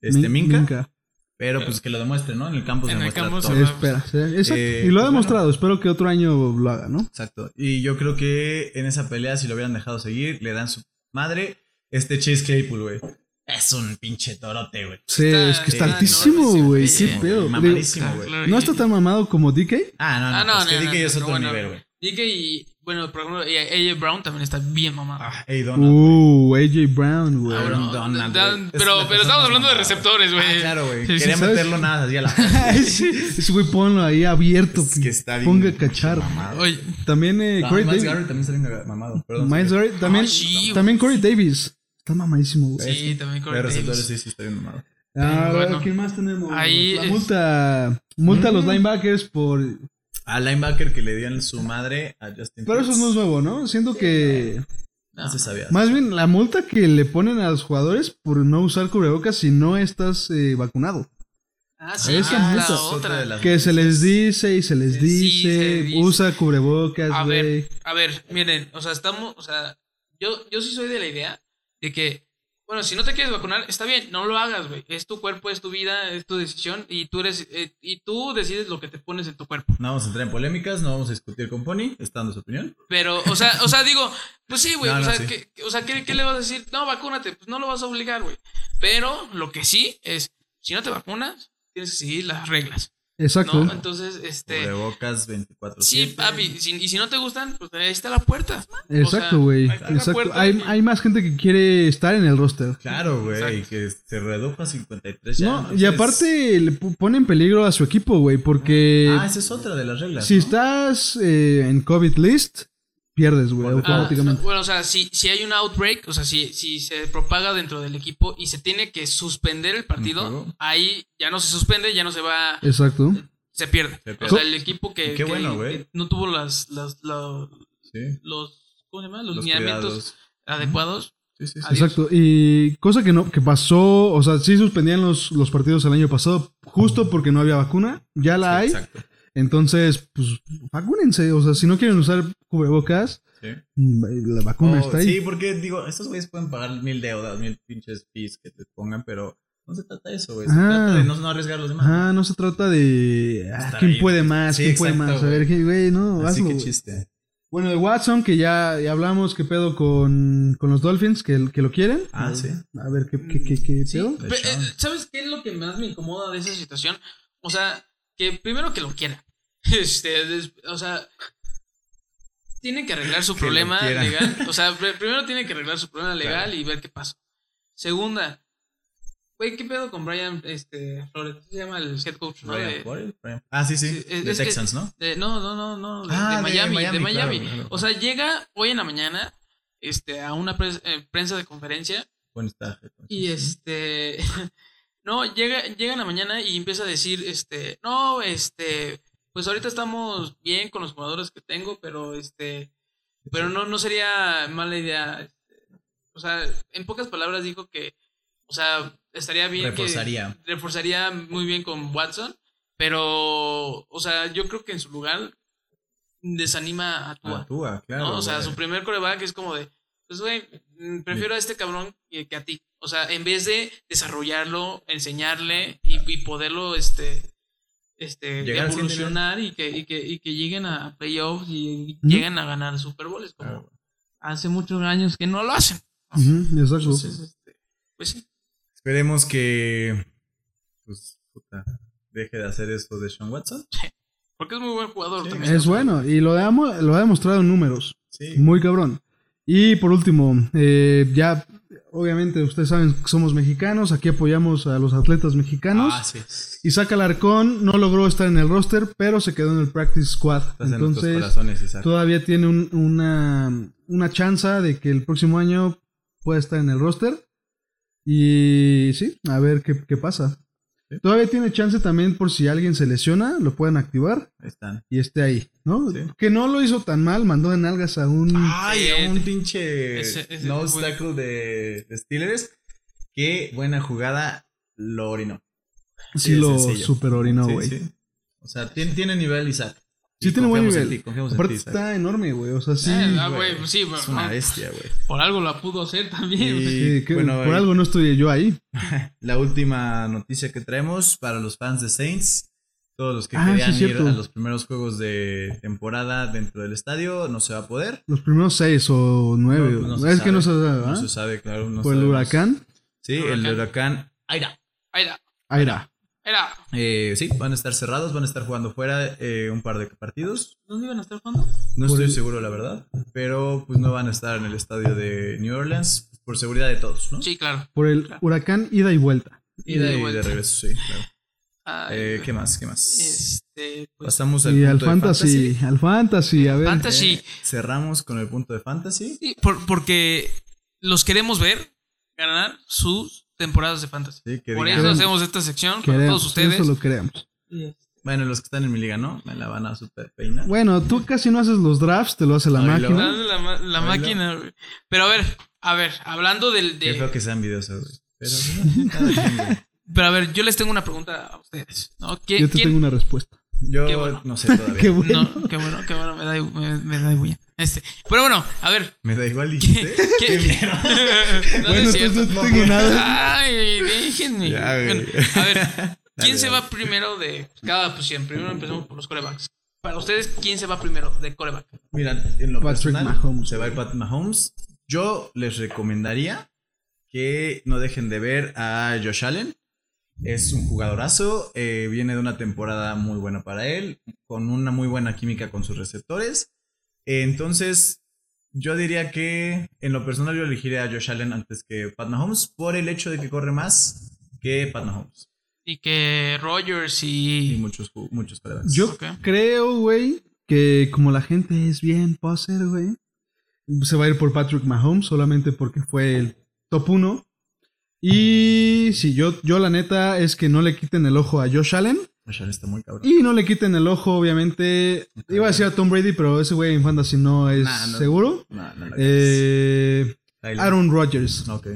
Speaker 3: este
Speaker 1: Min-
Speaker 3: Minka,
Speaker 1: Minka.
Speaker 3: pero pues que lo demuestre, ¿no? En el campo se
Speaker 2: En el
Speaker 3: demuestra
Speaker 2: campo se
Speaker 3: todo.
Speaker 2: ve.
Speaker 1: Espera, sí, exacto.
Speaker 3: Eh,
Speaker 1: y lo ha
Speaker 3: pues,
Speaker 1: demostrado. Espero que otro año lo haga, ¿no?
Speaker 3: Exacto. Y yo creo que en esa pelea, si lo hubieran dejado seguir, le dan su madre. Este Chase Claypool, güey. Es un pinche torote, güey.
Speaker 1: Sí,
Speaker 2: Está-
Speaker 1: es que está
Speaker 3: está
Speaker 1: altísimo,
Speaker 2: enorme,
Speaker 1: güey.
Speaker 2: sí,
Speaker 1: Qué
Speaker 2: sí,
Speaker 1: pedo.
Speaker 3: Mamadísimo,
Speaker 2: Ah,
Speaker 3: güey.
Speaker 2: claro,
Speaker 1: No
Speaker 2: y-
Speaker 1: está tan mamado como DK.
Speaker 3: Ah, no, no.
Speaker 2: Ah, no,
Speaker 3: pues
Speaker 2: no.
Speaker 3: que
Speaker 2: no,
Speaker 3: dije yo es
Speaker 2: pero
Speaker 3: otro
Speaker 2: bueno,
Speaker 3: nivel, güey.
Speaker 2: Dije y, bueno, por ejemplo, eh, AJ Brown también está bien mamado.
Speaker 3: Ah, hey, Donald.
Speaker 1: Uh, AJ Brown, güey.
Speaker 2: Ah,
Speaker 3: Aaron
Speaker 2: bueno,
Speaker 3: Donald,
Speaker 2: da-
Speaker 3: güey. Es
Speaker 2: pero,
Speaker 3: la
Speaker 2: pero
Speaker 3: persona
Speaker 2: estamos hablando de
Speaker 3: más
Speaker 2: receptores, güey.
Speaker 3: Ah, claro, güey.
Speaker 2: Sí, sí,
Speaker 3: Quería
Speaker 1: ¿sabes?
Speaker 3: meterlo nada, así a la.
Speaker 1: Ese ese güey ponlo ahí abierto.
Speaker 3: Es que está bien
Speaker 1: Ponga a cachar.
Speaker 3: mamado.
Speaker 2: Oye,
Speaker 1: También eh,
Speaker 3: No,
Speaker 1: Corey
Speaker 3: Miles
Speaker 1: Davis.
Speaker 3: Garrett también está bien mamado. Perdón.
Speaker 1: Miles Garrett, También,
Speaker 2: sí, güey.
Speaker 1: también Corey Davis. Está mamadísimo, güey.
Speaker 2: sí, también con
Speaker 3: De receptores sí, sí está bien mamado.
Speaker 1: Ah,
Speaker 2: bueno.
Speaker 1: ¿Quién más tenemos?
Speaker 2: Ahí
Speaker 1: La
Speaker 2: es-
Speaker 1: multa. Multa a los
Speaker 3: Mm.
Speaker 1: linebackers por.
Speaker 3: Al linebacker que le dieron su madre a Justin
Speaker 1: Pero eso
Speaker 3: Fields.
Speaker 1: no es nuevo, ¿no? Siento que.
Speaker 3: No se sabía.
Speaker 1: Más bien, la multa que le ponen a los jugadores por no usar cubrebocas si no estás eh, vacunado.
Speaker 2: Ah, sí,
Speaker 1: Esa
Speaker 2: ah,
Speaker 1: multa.
Speaker 2: la otra.
Speaker 3: de las-
Speaker 1: Que se les dice y se les
Speaker 2: Sí,
Speaker 1: dice,
Speaker 2: se dice.
Speaker 1: usa cubrebocas,
Speaker 2: A
Speaker 1: güey.
Speaker 2: ver, a ver, miren, o sea, estamos, o sea, yo, yo sí soy de la idea de que, bueno, si no te quieres vacunar, está bien, no lo hagas, güey. Es tu cuerpo, es tu vida, es tu decisión y tú eres, eh, y tú decides lo que te pones en tu cuerpo.
Speaker 3: No vamos a entrar en polémicas, no vamos a discutir con Pony, está dando su opinión.
Speaker 2: Pero, o sea, o sea, digo, pues sí, güey,
Speaker 3: No,
Speaker 2: o
Speaker 3: no,
Speaker 2: sea,
Speaker 3: sí.
Speaker 2: que- o sea ¿qué, qué le vas a decir? No, vacúnate, pues no lo vas a obligar, güey. Pero lo que sí es, si no te vacunas, tienes que seguir las reglas,
Speaker 1: Exacto.
Speaker 2: ¿no? Entonces, este...
Speaker 3: Cubrebocas 24
Speaker 2: Sí, papi, si- y si no te gustan, pues ahí está la puerta.
Speaker 1: exacto, güey.
Speaker 2: ahí está la
Speaker 1: exacto.
Speaker 2: puerta
Speaker 1: Hay,
Speaker 2: y-
Speaker 1: hay más gente que quiere estar en el roster.
Speaker 3: Claro, güey,
Speaker 2: Exacto.
Speaker 3: que se redujo a 53 ya.
Speaker 1: No, y
Speaker 3: entonces-
Speaker 1: aparte le pu- pone en peligro a su equipo, güey, porque
Speaker 3: Ah, esa es otra de las reglas.
Speaker 1: si
Speaker 3: ¿no?
Speaker 1: estás eh, en COVID list, pierdes, güey,
Speaker 3: Por-
Speaker 2: Ah,
Speaker 1: automáticamente.
Speaker 2: bueno, o sea, si, si hay un outbreak, o sea, si, si se propaga dentro del equipo y se tiene que suspender el
Speaker 3: Un
Speaker 2: partido,
Speaker 3: juego.
Speaker 2: ahí ya no se suspende, ya no se va,
Speaker 1: Exacto.
Speaker 2: se pierde.
Speaker 3: Se pierde.
Speaker 2: O sea, el equipo que,
Speaker 3: Y qué
Speaker 2: que-
Speaker 3: bueno, güey.
Speaker 2: que no tuvo las, las- la-
Speaker 3: Sí,
Speaker 2: los, ¿cómo se llama? Los,
Speaker 3: los
Speaker 2: lineamientos
Speaker 3: cuidados.
Speaker 2: adecuados.
Speaker 3: Sí, sí, sí.
Speaker 2: Adiós.
Speaker 1: Exacto. Y cosa que no, que pasó, o sea, sí suspendían los, los partidos el año pasado, justo porque no había vacuna, ya la hay.
Speaker 3: Exacto.
Speaker 1: Entonces, pues, vacúnense. O sea, si no quieren usar cubrebocas,
Speaker 3: Sí.
Speaker 1: mm, la vacuna
Speaker 3: Oh,
Speaker 1: está ahí.
Speaker 3: Sí, porque digo, estos güeyes pueden pagar mil deudas, mil pinches fees que te pongan, pero no se trata de eso, güey. Se
Speaker 1: Ah.
Speaker 3: trata de no, no arriesgar a los demás.
Speaker 1: Ajá, no se trata de ah,
Speaker 3: Estar
Speaker 1: quién
Speaker 3: ahí.
Speaker 1: puede más,
Speaker 3: Sí,
Speaker 1: quién puede
Speaker 3: exacto,
Speaker 1: más. A ver, que, güey, no,
Speaker 3: Así
Speaker 1: hazlo,
Speaker 3: que
Speaker 1: güey.
Speaker 3: chiste.
Speaker 1: Bueno, de Watson, que ya, ya hablamos, qué pedo con, con los Dolphins, que, que lo quieren.
Speaker 3: Ah,
Speaker 1: Eh,
Speaker 3: sí.
Speaker 1: A ver, qué, qué, qué, qué
Speaker 2: Sí,
Speaker 1: pedo.
Speaker 2: pe- eh, ¿Sabes qué es lo que más me incomoda de esa situación? O sea, que primero que lo quiera. Este, des- o sea, tienen que arreglar su
Speaker 3: lo
Speaker 2: problema
Speaker 3: quiera.
Speaker 2: legal. O sea, pr- primero tienen que arreglar su problema legal
Speaker 3: Claro.
Speaker 2: y ver qué pasa. Segunda, güey, ¿qué pedo con Brian este, Flores? ¿Cómo se llama el head coach? ¿no?
Speaker 3: Brian
Speaker 2: De-
Speaker 3: Flores, Brian- Ah, sí, sí.
Speaker 2: Sí, es-
Speaker 3: de
Speaker 2: es que-
Speaker 3: Texans, ¿no?
Speaker 2: de- no, no, no, no, de,
Speaker 3: Ah,
Speaker 2: de
Speaker 3: de
Speaker 2: Miami, de
Speaker 3: Miami,
Speaker 2: Miami.
Speaker 3: claro, claro.
Speaker 2: O sea, llega hoy en la mañana este, a una pres- eh, prensa de conferencia
Speaker 3: Buen pues. staff.
Speaker 2: y este. No, llega, llega en la mañana y empieza a decir, este, no, este, pues ahorita estamos bien con los jugadores que tengo, pero este, pero no, no sería mala idea. este, O sea, en pocas palabras dijo que, o sea, estaría bien
Speaker 3: Reforzaría.
Speaker 2: que reforzaría muy bien con Watson, pero, o sea, yo creo que en su lugar desanima a Tua.
Speaker 3: Ah, tú, ah, claro.
Speaker 2: ¿no? O sea,
Speaker 3: güey.
Speaker 2: su primer coreback es como de, pues, güey, mm, prefiero a este cabrón que, que a ti. O sea, en vez de desarrollarlo, enseñarle y, y poderlo, este, este,
Speaker 3: Llegar al siguiente
Speaker 2: evolucionar y que, y, que, y que lleguen a playoffs y lleguen a ganar Super Bowls, como
Speaker 3: Ah,
Speaker 2: hace muchos años que no lo hacen.
Speaker 1: Ujú, exacto.
Speaker 2: Entonces, este, pues sí.
Speaker 3: Esperemos que. Pues, puta. Deje de hacer esto de Sean Watson.
Speaker 2: Porque es muy buen jugador
Speaker 3: Sí,
Speaker 2: también.
Speaker 1: Es bueno, y lo, ha mo- lo ha demostrado en números.
Speaker 3: Sí.
Speaker 1: Muy cabrón. Y por último, eh, ya, obviamente ustedes saben que somos mexicanos, aquí apoyamos a los atletas mexicanos.
Speaker 3: Ah, sí.
Speaker 1: Isaac Alarcón no logró estar en el roster, pero se quedó en el practice squad.
Speaker 3: Estás en nuestros
Speaker 1: Entonces,
Speaker 3: corazones, Isaac.
Speaker 1: todavía tiene un- una, una chance de que el próximo año pueda estar en el roster. Y sí, a ver qué, qué pasa.
Speaker 3: Sí.
Speaker 1: Todavía tiene chance también por si alguien se lesiona, lo puedan activar
Speaker 3: Ahí están.
Speaker 1: y esté ahí, ¿no?
Speaker 3: Sí. Ah,
Speaker 1: Que no lo hizo tan mal, mandó en algas a un...
Speaker 3: Ay, a un
Speaker 2: Ese-
Speaker 3: pinche
Speaker 2: ese- ese
Speaker 3: no
Speaker 2: fue-
Speaker 3: obstáculo de, de Steelers. Qué buena jugada lo orinó.
Speaker 1: sí,
Speaker 3: Sí, es
Speaker 1: lo
Speaker 3: sencillo.
Speaker 1: super orinó,
Speaker 3: Sí,
Speaker 1: güey.
Speaker 3: sí. O sea, tiene, tiene nivel Isaac.
Speaker 1: Sí, tiene buen
Speaker 3: confiamos en
Speaker 1: nivel.
Speaker 3: ti, confiamos en
Speaker 1: Aparte
Speaker 3: ti, Isaac.
Speaker 1: está enorme, güey. O sea, sí.
Speaker 2: Ah,
Speaker 3: Sí,
Speaker 2: güey,
Speaker 3: güey.
Speaker 2: sí, bueno,
Speaker 3: Es una
Speaker 2: no,
Speaker 3: bestia, güey.
Speaker 2: Por algo la pudo hacer también.
Speaker 3: Y-
Speaker 1: Sí, que
Speaker 3: bueno,
Speaker 1: por
Speaker 3: eh,
Speaker 1: algo no estoy yo ahí.
Speaker 3: La última noticia que traemos para los fans de Saints, todos los que
Speaker 1: Ah,
Speaker 3: querían
Speaker 1: sí,
Speaker 3: ir
Speaker 1: cierto.
Speaker 3: a los primeros juegos de temporada dentro del estadio, no se va a poder.
Speaker 1: Los primeros seis o nueve.
Speaker 3: No, no
Speaker 1: o-
Speaker 3: se
Speaker 1: es que
Speaker 3: sabe.
Speaker 1: no se sabe,
Speaker 3: No
Speaker 1: ¿ah?
Speaker 3: se sabe, claro. No
Speaker 1: Por el
Speaker 3: sabemos.
Speaker 1: huracán.
Speaker 3: Sí, el
Speaker 2: Huracán.
Speaker 3: huracán Aira.
Speaker 2: Ahí era,
Speaker 1: Ahí era.
Speaker 2: era.
Speaker 3: Eh, sí, van a estar cerrados, van a estar jugando fuera eh, un par de partidos.
Speaker 2: ¿Dónde iban a estar jugando?
Speaker 3: No
Speaker 1: Por
Speaker 3: estoy
Speaker 1: el-
Speaker 3: seguro, la verdad, pero pues no van a estar en el estadio de New Orleans por seguridad de todos, ¿no?
Speaker 2: Sí, claro.
Speaker 1: Por el huracán ida y vuelta.
Speaker 3: Y de, regreso, sí, claro.
Speaker 2: Ah,
Speaker 3: Eh, ¿Qué más? ¿Qué más?
Speaker 2: Este, pues,
Speaker 3: Pasamos al
Speaker 1: y
Speaker 3: punto
Speaker 1: al
Speaker 3: de
Speaker 1: fantasy, Al fantasy, a ver.
Speaker 3: Eh,
Speaker 2: Fantasy.
Speaker 3: cerramos con el punto de fantasy.
Speaker 2: Sí, por- porque los queremos ver ganar sus temporadas de fantasy.
Speaker 3: Sí, que
Speaker 2: Por
Speaker 3: digan-
Speaker 2: eso hacemos esta sección para
Speaker 1: Queremos,
Speaker 2: todos ustedes.
Speaker 1: Eso lo creamos.
Speaker 2: Y,
Speaker 3: Bueno, los que están en mi liga, ¿no? Me la van a super peinar.
Speaker 1: Bueno, tú casi no haces los drafts, te lo hace la
Speaker 3: Ay, la
Speaker 1: máquina.
Speaker 2: Dale la, ma- la
Speaker 3: Ahí
Speaker 2: máquina. güey. Pero a ver, a ver, hablando del...
Speaker 3: Qué
Speaker 2: De,
Speaker 3: feo que sean videosos, güey. Pero, bueno, cada quien, güey.
Speaker 2: Pero a ver, yo les tengo una pregunta a ustedes. ¿no? ¿Qué-
Speaker 1: Yo te
Speaker 2: quién-
Speaker 1: tengo una respuesta.
Speaker 3: Yo
Speaker 2: Qué bueno.
Speaker 3: no sé todavía.
Speaker 1: Qué bueno.
Speaker 2: No, qué bueno, qué bueno, me da, i- me, me da igual. Este, pero bueno, a ver.
Speaker 3: Me da igual, dijiste.
Speaker 2: ¿qué-
Speaker 3: Qué mierda.
Speaker 2: no, no es
Speaker 1: bueno, entonces
Speaker 2: cierto.
Speaker 1: no tengo nada.
Speaker 2: Ay, déjenme.
Speaker 3: Ya, güey.
Speaker 2: Bueno, a ver,
Speaker 3: Dale,
Speaker 2: ¿quién se
Speaker 3: dale.
Speaker 2: va primero de cada posición? Primero empezamos por los corebacks. Para ustedes, ¿quién se va primero de coreback?
Speaker 3: Mira, en lo
Speaker 1: Patrick
Speaker 3: personal,
Speaker 1: Mahomes.
Speaker 3: se va a ir Pat Mahomes. Yo les recomendaría que no dejen de ver a Josh Allen. Es un jugadorazo, eh, viene de una temporada muy buena para él, con una muy buena química con sus receptores. Eh, entonces, yo diría que en lo personal yo elegiría a Josh Allen antes que Pat Mahomes por el hecho de que corre más que Pat Mahomes
Speaker 2: Y que Rogers
Speaker 3: y
Speaker 2: y.
Speaker 3: muchos, ju- muchos quarterbacks.
Speaker 1: Yo
Speaker 2: Ok.
Speaker 1: creo, güey, que como la gente es bien poser, güey, se va a ir por Patrick Mahomes solamente porque fue el top 1. Y si yo, yo la neta es que no le quiten el ojo a Josh Allen
Speaker 3: Josh Allen está muy cabrón.
Speaker 1: y no le quiten el ojo, obviamente. Iba a decir a Tom Brady, pero ese güey en fantasy no es
Speaker 3: Nah, no.
Speaker 1: seguro.
Speaker 3: No, no, no.
Speaker 1: Eh,
Speaker 3: Tyler.
Speaker 1: Aaron Rodgers.
Speaker 3: Ok.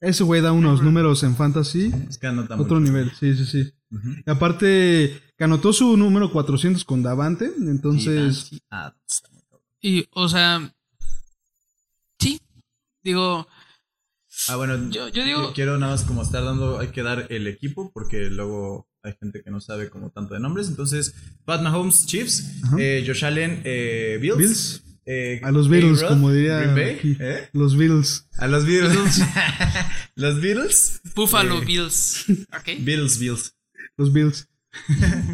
Speaker 1: Ese güey da unos
Speaker 2: Aaron.
Speaker 1: números en fantasy.
Speaker 3: Es que anota
Speaker 1: Otro
Speaker 3: mucho.
Speaker 1: nivel, sí, sí, sí.
Speaker 3: Ujú.
Speaker 1: Y aparte, que anotó su número 400 con Davante, entonces...
Speaker 3: Y Nancy Adams.
Speaker 2: Y, o sea. Sí. Digo,
Speaker 3: Ah, bueno,
Speaker 2: Yo- yo digo-
Speaker 3: Quiero nada más como estar dando. Hay que dar el equipo porque luego hay gente que no sabe como tanto de nombres. Entonces, Pat Mahomes, Chiefs.
Speaker 1: Ajá.
Speaker 3: eh, Josh Allen, eh, Bills.
Speaker 1: Bills.
Speaker 3: eh,
Speaker 1: A los Beatles,
Speaker 3: A-Rod,
Speaker 1: como diría
Speaker 3: Green Bay,
Speaker 1: aquí.
Speaker 3: ¿eh?
Speaker 1: Los Bills.
Speaker 3: A los Beatles. los Beatles.
Speaker 2: Buffalo
Speaker 3: Eh.
Speaker 2: Bills. Ok.
Speaker 3: Beatles, Bills.
Speaker 1: Los Bills.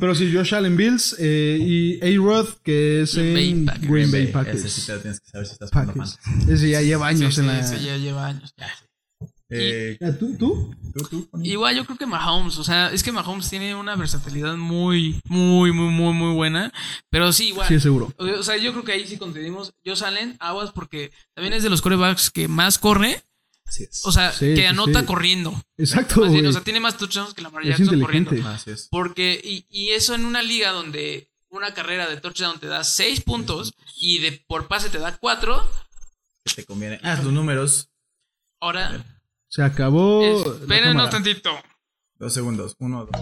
Speaker 1: Pero sí, Josh Allen Bills eh, y A-Rod, que es
Speaker 2: Green Bay
Speaker 1: en
Speaker 2: Packers.
Speaker 1: Green Bay
Speaker 3: Ese sí
Speaker 1: Packers.
Speaker 3: te lo tienes que saber si estás jugando
Speaker 1: Packers.
Speaker 3: fantasy.
Speaker 1: Ese ya lleva años
Speaker 2: Sí,
Speaker 1: en
Speaker 2: sí,
Speaker 1: la...
Speaker 2: sí, ya lleva años.
Speaker 3: Eh,
Speaker 1: Ah, ¿Tú? ¿Tú?
Speaker 3: ¿Tú, tú, Connie?
Speaker 2: Igual yo creo que Mahomes, o sea, es que Mahomes tiene una versatilidad muy, muy, muy, muy, muy buena. Pero sí, igual.
Speaker 1: Sí, es seguro.
Speaker 2: O o sea, yo creo que ahí sí concedimos. Yo salen aguas porque también es de los corebacks que más corre.
Speaker 3: Así es.
Speaker 2: O sea,
Speaker 1: Sí, sí,
Speaker 2: que anota
Speaker 1: sí.
Speaker 2: corriendo.
Speaker 1: Exacto,
Speaker 2: Más bien,
Speaker 1: güey.
Speaker 2: o sea, tiene más touchdowns que la Lamar
Speaker 1: Es
Speaker 2: Jackson
Speaker 1: inteligente.
Speaker 2: corriendo.
Speaker 3: Así Ah, es.
Speaker 2: Porque, y, y eso en una liga donde una carrera de touchdown te da 6 puntos y de por pase te da 4.
Speaker 3: Que te conviene. Haz los números.
Speaker 2: Ahora,
Speaker 1: Se acabó... la
Speaker 2: espérenos
Speaker 1: cámara.
Speaker 2: tantito.
Speaker 3: Dos segundos. Uno, dos.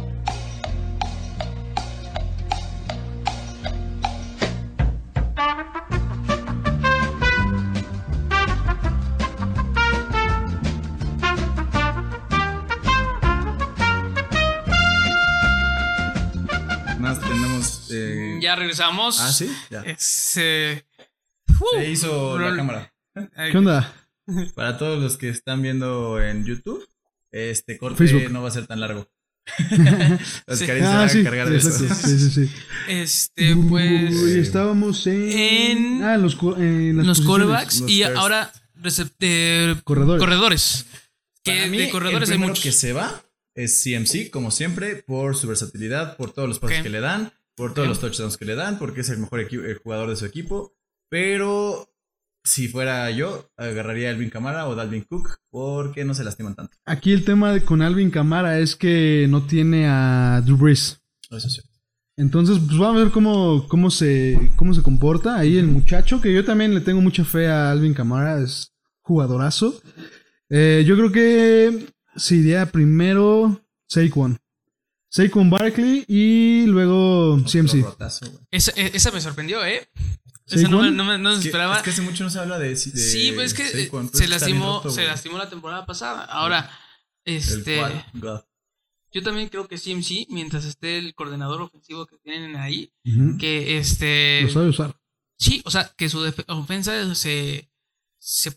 Speaker 2: ya regresamos.
Speaker 3: eh, Ah, sí, ya.
Speaker 2: Es, eh,
Speaker 3: Se hizo la
Speaker 2: Lol.
Speaker 3: cámara.
Speaker 2: ay,
Speaker 1: ¿Qué onda?
Speaker 3: Para todos los que están viendo en YouTube, este corte
Speaker 1: Facebook.
Speaker 3: no va a ser tan largo.
Speaker 2: Sí.
Speaker 3: Oscarín se va
Speaker 1: Ah,
Speaker 3: a
Speaker 1: sí,
Speaker 3: encargar de eso.
Speaker 1: exacto, sí, sí, sí.
Speaker 2: Este,
Speaker 1: Uy,
Speaker 2: pues.
Speaker 1: estábamos en,
Speaker 2: en-
Speaker 1: ah, los, cu- en las
Speaker 2: Los
Speaker 1: posiciones.
Speaker 2: quarterbacks
Speaker 3: los
Speaker 2: y
Speaker 3: first.
Speaker 2: ahora recep- eh,
Speaker 1: Corredores.
Speaker 2: corredores.
Speaker 3: Para
Speaker 2: Que
Speaker 3: mí,
Speaker 2: de corredores
Speaker 3: el
Speaker 2: hay
Speaker 3: primero
Speaker 2: muchos.
Speaker 3: que se va es CMC, como siempre, por su versatilidad, por todos los pasos
Speaker 2: Ok.
Speaker 3: que le dan, por todos
Speaker 2: Ok.
Speaker 3: los touchdowns que le dan, porque es el mejor equi- el jugador de su equipo. Pero si fuera yo, agarraría a Alvin Camara o Dalvin Cook, porque no se lastiman tanto.
Speaker 1: Aquí el tema de- con Alvin Camara es que no tiene a Drew Brees.
Speaker 3: Eso sí.
Speaker 1: Entonces, pues vamos a ver cómo, cómo, se, cómo se comporta ahí el muchacho, que yo también le tengo mucha fe a Alvin Camara, es jugadorazo. Eh, yo creo que se iría primero Saquon. Saquon Barkley y luego
Speaker 3: Otro
Speaker 1: CMC.
Speaker 3: rotazo, güey.
Speaker 2: Esa, e- esa me sorprendió, ¿eh.
Speaker 1: ¿Sí,
Speaker 2: Esa no, me-
Speaker 1: Juan?
Speaker 2: no me no me
Speaker 3: Es que,
Speaker 2: Pues esperaba.
Speaker 3: es que hace mucho no se habla de. de
Speaker 2: sí, pues es que eh,
Speaker 3: Saquon, pues
Speaker 2: se
Speaker 3: está bien
Speaker 2: lastimó,
Speaker 3: roto,
Speaker 2: se
Speaker 3: güey.
Speaker 2: lastimó la temporada pasada. Ahora,
Speaker 3: El
Speaker 2: este.
Speaker 3: quad god.
Speaker 2: Yo también creo que CMC, mientras esté el coordinador ofensivo que tienen ahí,
Speaker 1: Ujú.
Speaker 2: que este.
Speaker 1: Lo sabe usar.
Speaker 2: Sí, o sea, que su def- ofensa se, se,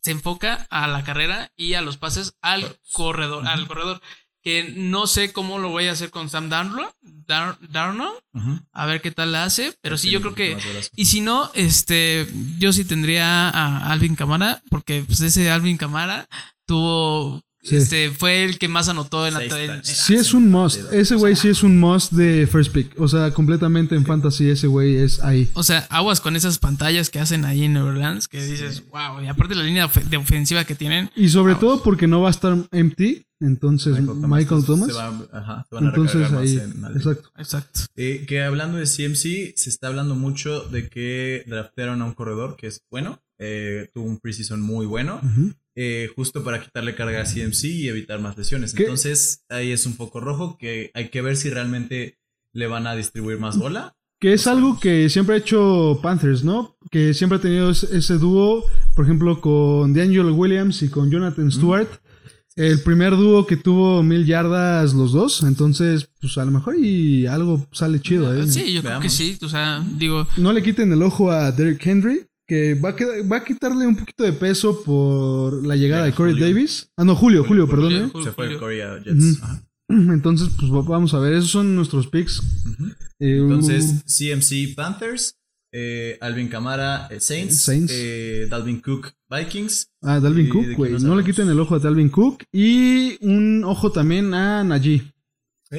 Speaker 2: se enfoca a la carrera y a los pases al corredor, al corredor. Que no sé cómo lo voy a hacer con Sam Darnold, Dar- Darnold,
Speaker 3: Ajá.
Speaker 2: a ver qué tal la hace, pero sí, yo creo que...
Speaker 3: Más brazo.
Speaker 2: Y si no, este, yo sí tendría a Alvin Camara, porque pues ese Alvin Camara tuvo...
Speaker 1: Sí.
Speaker 2: Este, fue el que más anotó en la...
Speaker 3: Seis
Speaker 2: en-
Speaker 3: touchdowns.
Speaker 2: en-
Speaker 1: Sí es un must. Ese güey sí es un must de first pick. O sea, completamente en fantasy ese güey es ahí.
Speaker 2: O sea, aguas con esas pantallas que hacen ahí en New Orleans, que dices, wow, y aparte la línea ofe- de ofensiva que tienen,
Speaker 1: Y sobre todo porque no va a estar empty, entonces Michael Thomas.
Speaker 3: Se va- ajá, se van a
Speaker 1: entonces
Speaker 3: recargar más
Speaker 1: ahí,
Speaker 3: en Alvin.
Speaker 1: exacto.
Speaker 2: Exacto.
Speaker 3: Eh, que hablando de CMC, se está hablando mucho de que draftearon a un corredor que es bueno. eh, tuvo un preseason muy bueno.
Speaker 1: Ujú.
Speaker 3: eh, justo para quitarle carga a CMC y evitar más lesiones.
Speaker 1: ¿Qué?
Speaker 3: Entonces, ahí es un poco rojo que hay que ver si realmente le van a distribuir más bola.
Speaker 1: Que es algo que siempre ha hecho Panthers, ¿no? Que siempre ha tenido es- ese dúo, por ejemplo, con D'Angelo Williams y con Jonathan Stewart. El primer dúo que tuvo mil yardas los dos. Entonces, pues a lo mejor y algo sale chido, ¿eh?
Speaker 2: Sí, yo creo
Speaker 3: Veamos.
Speaker 2: que sí. O sea, digo,
Speaker 1: No le quiten el ojo a Derrick Henry, que va a, queda- va a quitarle un poquito de peso por la llegada
Speaker 3: Llega
Speaker 1: de Corey
Speaker 3: Julio.
Speaker 1: Davis. Ah, no, Julio, Julio, perdón.
Speaker 2: Julio.
Speaker 1: ¿eh?
Speaker 3: Se fue el
Speaker 2: Julio.
Speaker 3: Corey a Jets.
Speaker 1: Ujú.
Speaker 3: Ajá.
Speaker 1: Entonces, pues va- vamos a ver, esos son nuestros picks.
Speaker 3: Ujú.
Speaker 1: Eh,
Speaker 3: Entonces, CMC Panthers, eh, Alvin Camara eh, Saints,
Speaker 1: Saints.
Speaker 3: eh, Dalvin Cook Vikings.
Speaker 1: Ah,
Speaker 3: ¿Y
Speaker 1: Dalvin
Speaker 3: de
Speaker 1: Cook,
Speaker 3: quién
Speaker 1: güey.
Speaker 3: más
Speaker 1: No le
Speaker 3: hablamos?
Speaker 1: quiten el ojo a Dalvin Cook. Y un ojo también a Najee.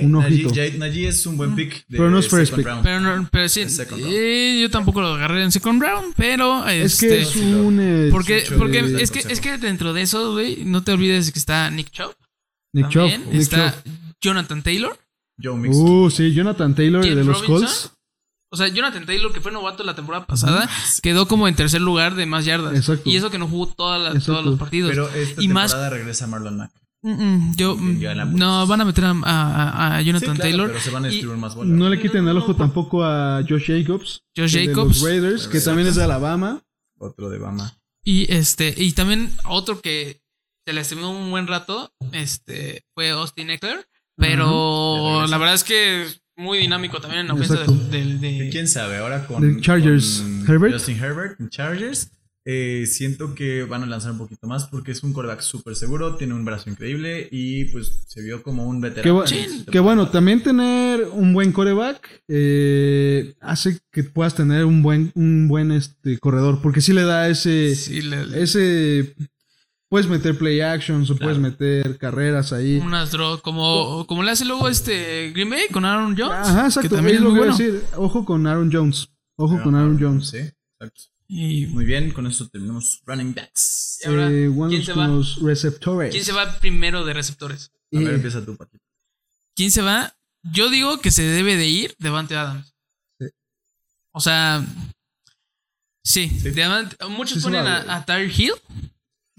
Speaker 1: Un
Speaker 3: Najee,
Speaker 1: ojito.
Speaker 3: Jay- Najee es un
Speaker 2: Mm.
Speaker 3: buen pick. de
Speaker 1: Pero no es first
Speaker 3: second
Speaker 1: pick.
Speaker 3: round.
Speaker 2: pero, no- pero sí,
Speaker 3: En second round.
Speaker 2: eh, yo tampoco lo agarré en second round, pero
Speaker 1: Es
Speaker 2: este,
Speaker 1: que es un. eh,
Speaker 2: porque,
Speaker 1: eh,
Speaker 2: porque
Speaker 3: de-
Speaker 2: es que
Speaker 3: consejo.
Speaker 2: es que dentro de eso, güey, no te olvides que está Nick Chubb,
Speaker 1: Nick Chubb.
Speaker 2: también
Speaker 1: Nick
Speaker 2: está
Speaker 1: Chubb.
Speaker 2: Jonathan Taylor,
Speaker 3: Joe Mixon.
Speaker 1: Uh, sí, Jonathan Taylor de
Speaker 2: James
Speaker 1: los
Speaker 2: Robinson.
Speaker 1: Colts.
Speaker 2: o sea, Jonathan Taylor que fue novato la temporada pasada, quedó como en tercer lugar de más yardas.
Speaker 1: Exacto.
Speaker 2: Y eso que no jugó todas las-
Speaker 1: Exacto.
Speaker 2: todos los partidos.
Speaker 3: Pero esta
Speaker 2: y más-
Speaker 3: temporada regresa Marlon Mack.
Speaker 2: Mm, mm, yo
Speaker 3: Y Alan
Speaker 2: mm, no van a meter a, a- a- a
Speaker 3: Sí,
Speaker 2: Jonathan
Speaker 3: claro,
Speaker 2: Taylor.
Speaker 3: Pero se van a
Speaker 2: Y-
Speaker 3: distribuir más bola.
Speaker 1: No le quiten el
Speaker 2: No.
Speaker 1: ojo tampoco a Josh Jacobs. eh,
Speaker 2: Josh
Speaker 1: de
Speaker 2: Jacobs.
Speaker 1: Los Raiders, que
Speaker 3: Exacto.
Speaker 1: también es de Alabama.
Speaker 3: Otro de Bama.
Speaker 2: Y este, y también otro que se le estimó un buen rato, este, fue Austin Eckler,
Speaker 3: Ya
Speaker 2: pero
Speaker 3: regresó.
Speaker 2: la verdad es que es muy dinámico también en la ofensa
Speaker 1: Exacto.
Speaker 2: del, del- de-
Speaker 3: ¿Quién sabe? Ahora
Speaker 1: De
Speaker 3: con
Speaker 1: Chargers,
Speaker 3: con
Speaker 1: Herbert.
Speaker 3: Justin Herbert en Chargers. eh, siento que van a lanzar un poquito más porque es un quarterback súper seguro, tiene un brazo increíble y pues se vio como un
Speaker 1: Qué,
Speaker 3: veterano.
Speaker 1: bu- qué bueno, también tener un buen coreback eh, hace que puedas tener un buen, un buen este, corredor. Porque sí le da ese.
Speaker 2: sí, le-
Speaker 1: Ese. Puedes meter play actions o puedes
Speaker 3: Claro.
Speaker 1: meter carreras ahí.
Speaker 2: unas dro- como, como le hace luego este Green Bay con Aaron Jones.
Speaker 1: Ajá, exacto.
Speaker 2: Que también
Speaker 1: es
Speaker 2: es
Speaker 1: lo
Speaker 2: muy
Speaker 1: que iba
Speaker 2: bueno.
Speaker 1: a decir. Ojo con Aaron Jones. Ojo con Aaron Jones.
Speaker 3: Sí, exacto.
Speaker 2: Y,
Speaker 3: Muy bien, con eso terminamos running backs.
Speaker 2: y ahora,
Speaker 1: Eh,
Speaker 2: ¿quién,
Speaker 1: vamos
Speaker 2: se
Speaker 1: con
Speaker 2: va?
Speaker 1: los receptores.
Speaker 2: ¿Quién se va primero de receptores?
Speaker 3: A ver,
Speaker 1: Eh,
Speaker 3: empieza tú, Paquito.
Speaker 2: ¿Quién se va? Yo digo que se debe de ir Devante Adams.
Speaker 1: Sí.
Speaker 2: O sea, sí,
Speaker 3: Sí.
Speaker 2: Davante- muchos
Speaker 1: Sí se va,
Speaker 2: ponen
Speaker 1: güey.
Speaker 2: a, a Tyreek Hill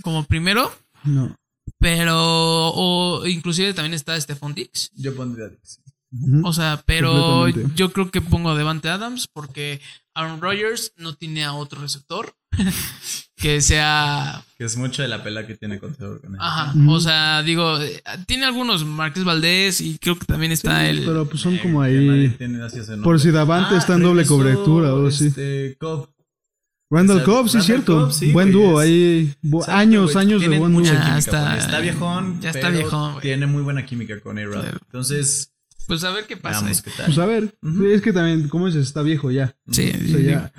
Speaker 2: como primero,
Speaker 1: No.
Speaker 2: pero o inclusive también está Stephon Dix.
Speaker 3: Yo pondría a Dixie.
Speaker 1: Ujú.
Speaker 2: O sea, pero
Speaker 1: Completamente.
Speaker 2: yo creo que pongo a Devante Adams porque Aaron Rodgers no tiene a otro receptor. que sea
Speaker 3: Que es mucho de la pela que tiene contra con él.
Speaker 2: Ajá,
Speaker 1: Ujú.
Speaker 2: o sea, digo, eh, tiene algunos Marqués Valdés y creo que también está el.
Speaker 1: Pero pues son
Speaker 3: Eh,
Speaker 1: como
Speaker 3: que nadie
Speaker 1: ahí.
Speaker 3: tiene así ese
Speaker 1: Por
Speaker 3: nombre.
Speaker 1: si Davante
Speaker 3: Ah,
Speaker 1: está en doble
Speaker 3: regresó,
Speaker 1: cobertura o algo así.
Speaker 3: Este, Cobb.
Speaker 1: Randall
Speaker 3: o sea,
Speaker 1: Cobb, sí,
Speaker 3: Randall
Speaker 1: cierto.
Speaker 3: Cobb, sí,
Speaker 1: buen
Speaker 3: güey,
Speaker 1: dúo,
Speaker 3: es-
Speaker 1: ahí. bu-
Speaker 3: Exacto,
Speaker 1: años,
Speaker 3: güey,
Speaker 1: años de
Speaker 3: tienen
Speaker 1: buen dúo.
Speaker 3: mucha
Speaker 2: Ya
Speaker 3: química,
Speaker 2: está- eh,
Speaker 3: porque está viejón.
Speaker 2: ya está
Speaker 3: pero
Speaker 2: viejón, güey.
Speaker 3: Tiene muy buena química con A-Rod.
Speaker 2: Claro.
Speaker 3: Entonces,
Speaker 2: Pues a ver qué pasa.
Speaker 3: veamos qué tal.
Speaker 1: Pues a ver,
Speaker 3: Ujú.
Speaker 1: es que también, ¿cómo dices? Está viejo ya.
Speaker 2: sí,
Speaker 1: O sea, ya.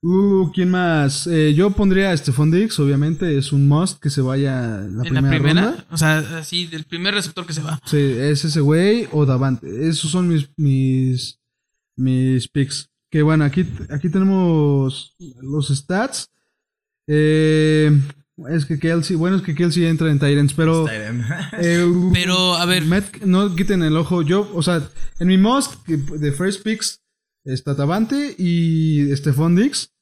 Speaker 1: Uh, ¿quién más? Eh, yo pondría a Stephon Dix, obviamente, es un must que se vaya en la
Speaker 2: en
Speaker 1: primera,
Speaker 2: la primera,
Speaker 1: ronda.
Speaker 2: o sea, así del primer receptor que se va.
Speaker 1: Sí, es ese güey o Davante. Esos son mis mis mis picks. Que bueno, aquí, aquí tenemos los stats. Eh, es que Kelsey, bueno, es que Kelsey entra en Tyrants, pero
Speaker 3: Está bien.
Speaker 1: eh,
Speaker 2: Pero a ver,
Speaker 1: Met- no quiten el ojo. Yo, o sea, en mi most que- de first picks está Tabante y Stephon Dix.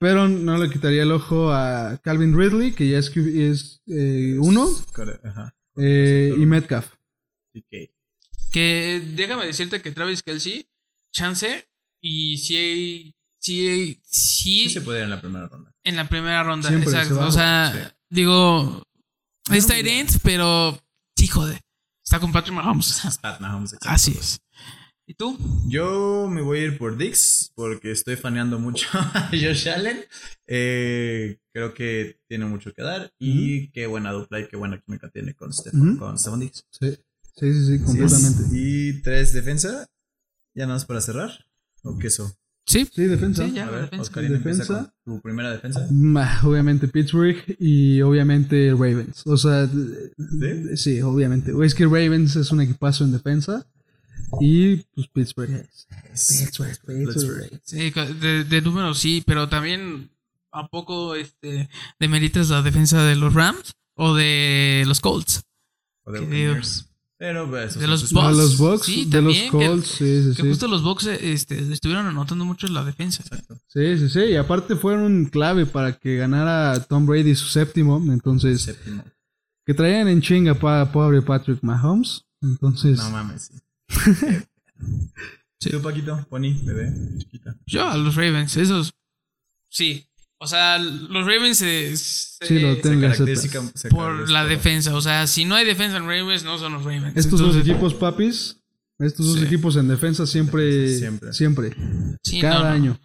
Speaker 1: Pero no le quitaría el ojo a Calvin Ridley, que ya es, QB es eh, uno,
Speaker 3: Core- Ajá.
Speaker 1: eh, y Metcalf.
Speaker 3: Ok.
Speaker 2: que déjame decirte que Travis Kelsey, chance y si si
Speaker 3: Sí
Speaker 2: si
Speaker 3: se puede en la primera ronda.
Speaker 2: en la primera ronda,
Speaker 1: Siempre se
Speaker 2: exacto.
Speaker 1: va,
Speaker 2: o sea,
Speaker 3: sí.
Speaker 2: digo,
Speaker 1: Ah,
Speaker 2: es tight end, pero sí, joder, está con Patrick Mahomes.
Speaker 3: Es Pat Mahomes, exacto.
Speaker 1: Ah,
Speaker 2: Así
Speaker 1: pues.
Speaker 2: es. ¿Y tú?
Speaker 3: Yo me voy a ir por Dix porque estoy faneando mucho a Josh Allen. Eh, creo que tiene mucho que dar y qué buena dupla y qué buena química tiene con Stefan,
Speaker 1: Ujú.
Speaker 3: con Stephon Dix.
Speaker 1: Sí, sí, sí, sí,
Speaker 3: Así es.
Speaker 1: completamente.
Speaker 3: Y tres defensa. Ya nada más para cerrar. ¿O queso?
Speaker 2: Sí,
Speaker 1: Sí, defensa.
Speaker 2: Sí, ya.
Speaker 3: A ver,
Speaker 2: defensa.
Speaker 3: Oscarina, empieza
Speaker 1: Defensa.
Speaker 3: con tu primera defensa.
Speaker 1: Ma, Obviamente Pittsburgh y obviamente Ravens. O sea, ¿Sí?
Speaker 3: ¿Sí?
Speaker 1: obviamente. Es que Ravens es un equipazo en defensa. Y pues Pittsburgh. Pittsburgh, Pittsburgh.
Speaker 2: Sí, co- de, de números sí, pero también ¿a poco este, demeritas la defensa de los Rams o de los Colts?
Speaker 3: O de
Speaker 2: Que
Speaker 3: Buccaneers. Pero pues,
Speaker 2: de
Speaker 3: esos son
Speaker 2: los
Speaker 3: sus-
Speaker 2: Bucks.
Speaker 1: A los Bucks,
Speaker 2: Sí,
Speaker 1: de
Speaker 2: también,
Speaker 1: los Colts, sí, sí,
Speaker 2: Que
Speaker 1: sí.
Speaker 2: justo los Bucks eh, este, estuvieron anotando mucho en la defensa.
Speaker 3: Exacto.
Speaker 1: Sí, sí, sí. Y aparte fueron clave para que ganara Tom Brady su séptimo. Entonces,
Speaker 3: Séptimo.
Speaker 1: que traían en chinga para pobre Patrick Mahomes. Entonces,
Speaker 3: No mames, sí. Tú, Paquito, Pony, bebé, chiquita.
Speaker 2: Yo a los Ravens, esos sí. O sea, los Ravens se, se-
Speaker 1: Sí, lo tengo. Venga,
Speaker 3: Característica
Speaker 1: setas.
Speaker 3: se
Speaker 2: por
Speaker 3: caracteriza
Speaker 2: la
Speaker 3: por-
Speaker 2: defensa. O sea, si no hay defensa en Ravens, no son los Ravens.
Speaker 1: estos dos
Speaker 2: Entonces,
Speaker 1: equipos, papis, estos dos
Speaker 2: Sí.
Speaker 1: equipos en defensa siempre, siempre,
Speaker 3: Defensa, siempre.
Speaker 2: sí,
Speaker 1: cada
Speaker 2: no, no.
Speaker 1: año.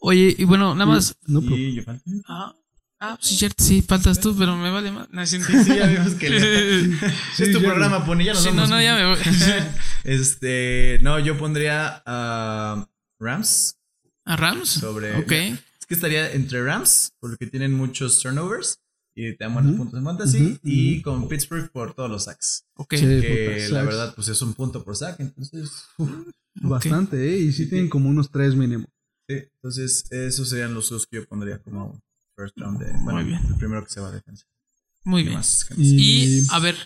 Speaker 2: Oye, y bueno,
Speaker 1: Mm.
Speaker 2: nada más.
Speaker 1: No, pues, pero-
Speaker 3: Y yo falté.
Speaker 2: Ah, ah, sí, cierto, sí, faltas tú, pero me vale más. No, sí,
Speaker 3: Sí, ya vimos que le-
Speaker 1: Sí,
Speaker 3: es tu
Speaker 1: ya,
Speaker 3: programa, Pony, ya nos
Speaker 2: Sí, no,
Speaker 3: vamos.
Speaker 2: no, ya me voy.
Speaker 3: Este, no, yo pondría a Rams
Speaker 2: ¿A Rams?
Speaker 3: sobre.
Speaker 2: Ok.
Speaker 3: Es que estaría entre Rams, porque tienen muchos turnovers y te dan buenos
Speaker 1: Ujú.
Speaker 3: puntos en fantasy,
Speaker 1: Ujú,
Speaker 3: y con Pittsburgh por todos los sacks.
Speaker 2: Ok.
Speaker 1: Sí,
Speaker 3: que
Speaker 1: puta,
Speaker 3: la
Speaker 1: sacks.
Speaker 3: verdad, pues es un punto por sack, entonces.
Speaker 1: Bastante, ¿eh? Y sí
Speaker 3: Sí,
Speaker 1: tienen como unos tres mínimo.
Speaker 3: sí, entonces, esos serían los dos que yo pondría como first round. De, bueno,
Speaker 2: Muy bien.
Speaker 3: el primero que se va a defensa.
Speaker 2: Muy
Speaker 3: ¿Qué
Speaker 2: bien.
Speaker 3: más? ¿Qué más?
Speaker 2: Y a ver.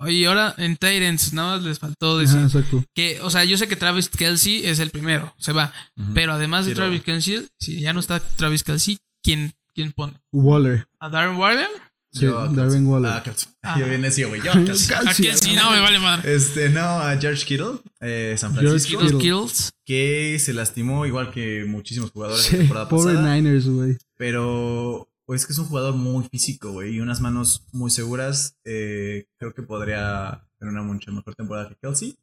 Speaker 2: Oye, ahora en Tyrants, nada más les faltó decir
Speaker 1: Ajá, exacto.
Speaker 2: que, o sea, yo sé que Travis Kelsey es el primero, se va.
Speaker 3: Ujú.
Speaker 2: Pero además de
Speaker 3: Quiero-
Speaker 2: Travis Kelsey, si ya no está Travis Kelsey, ¿quién, quién pone?
Speaker 1: Waller.
Speaker 2: ¿A Darren Waller?
Speaker 1: Sí,
Speaker 3: Yo a
Speaker 1: Darwin Waller.
Speaker 3: Ah, Kelsey.
Speaker 2: Ah.
Speaker 3: Yo bien necio, güey. Yo, Kelsey.
Speaker 2: ¿A Kelsey? No, me vale madre.
Speaker 3: Este, no, a George Kittle, eh, San
Speaker 1: George
Speaker 3: Francisco,
Speaker 1: Kittle.
Speaker 2: Los Kittles.
Speaker 3: que se lastimó igual que muchísimos jugadores
Speaker 1: Sí,
Speaker 3: la temporada
Speaker 1: pobre
Speaker 3: pasada.
Speaker 1: Niners, güey.
Speaker 3: Pero pues, es que es un jugador muy físico, güey, y unas manos muy seguras. eh, creo que podría tener una mucho mejor temporada que Kelsey.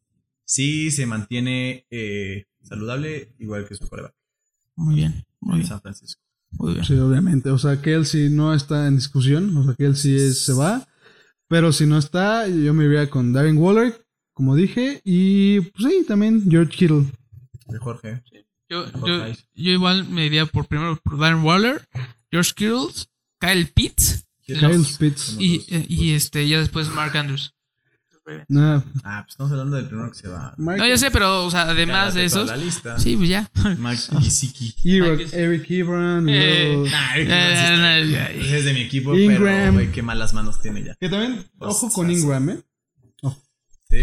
Speaker 3: Si se mantiene eh, saludable, igual que su coreback,
Speaker 2: Muy bien, muy bien,
Speaker 3: San Francisco.
Speaker 2: muy bien.
Speaker 1: Sí, obviamente. O sea, Kelsey no está en discusión. O sea, Kelsey es- se va. Pero si no está, yo me iría con Darren Waller, como dije. Y pues sí, también George Kittle.
Speaker 3: De Jorge.
Speaker 2: Yo,
Speaker 3: Mejor
Speaker 2: yo,
Speaker 3: Nice.
Speaker 2: yo igual me iría por primero por Darren Waller, George Kittles, Kyle Pitts
Speaker 1: Kyle
Speaker 2: los-
Speaker 1: Spitz.
Speaker 2: y, eh, y este, ya después Mark Andrews.
Speaker 1: Ah,
Speaker 3: Ah, pues estamos hablando del primero que se va.
Speaker 1: Mike
Speaker 2: No, yo sé, pero, o sea, además de
Speaker 3: toda
Speaker 2: esos.
Speaker 3: La lista.
Speaker 2: Sí, pues ya.
Speaker 3: Mike Gesicki.
Speaker 1: Eric, Eric Ebron. y
Speaker 2: Eh,
Speaker 1: luego-
Speaker 3: Nah,
Speaker 2: Eh, eh, eh, eh,
Speaker 3: Es de mi equipo,
Speaker 1: Ingram.
Speaker 3: pero güey, qué malas manos tiene ya.
Speaker 1: Que también, ojo con
Speaker 3: Ostras.
Speaker 1: Ingram, ¿eh?
Speaker 3: Sí,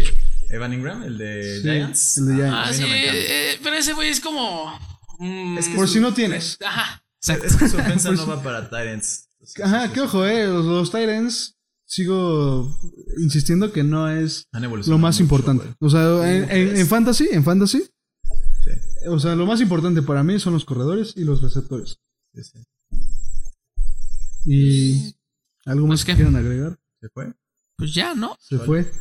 Speaker 3: Evan Ingram, el de
Speaker 1: Sí,
Speaker 3: Giants.
Speaker 1: el de Giants.
Speaker 2: Ah,
Speaker 3: a mí
Speaker 2: sí,
Speaker 3: no me encanta.
Speaker 2: eh, pero ese güey es como. mm,
Speaker 3: Es que
Speaker 1: Por
Speaker 3: su-
Speaker 1: si no tienes.
Speaker 2: Ajá. Exacto.
Speaker 3: Es que su ofensa
Speaker 1: Por
Speaker 3: no
Speaker 1: su-
Speaker 3: va para Tyrants.
Speaker 1: Pues Ajá, qué ojo, eh. Los, los Tyrants, sigo insistiendo que no es lo más importante. O sea, en, en- en fantasy, en fantasy, o sea, lo más importante para mí son los corredores y los receptores. ¿Y algo más
Speaker 2: Pues,
Speaker 1: que
Speaker 2: ¿qué?
Speaker 1: quieran agregar?
Speaker 3: ¿Se fue?
Speaker 2: Pues ya, ¿no?
Speaker 1: Se
Speaker 3: Vale.
Speaker 1: fue.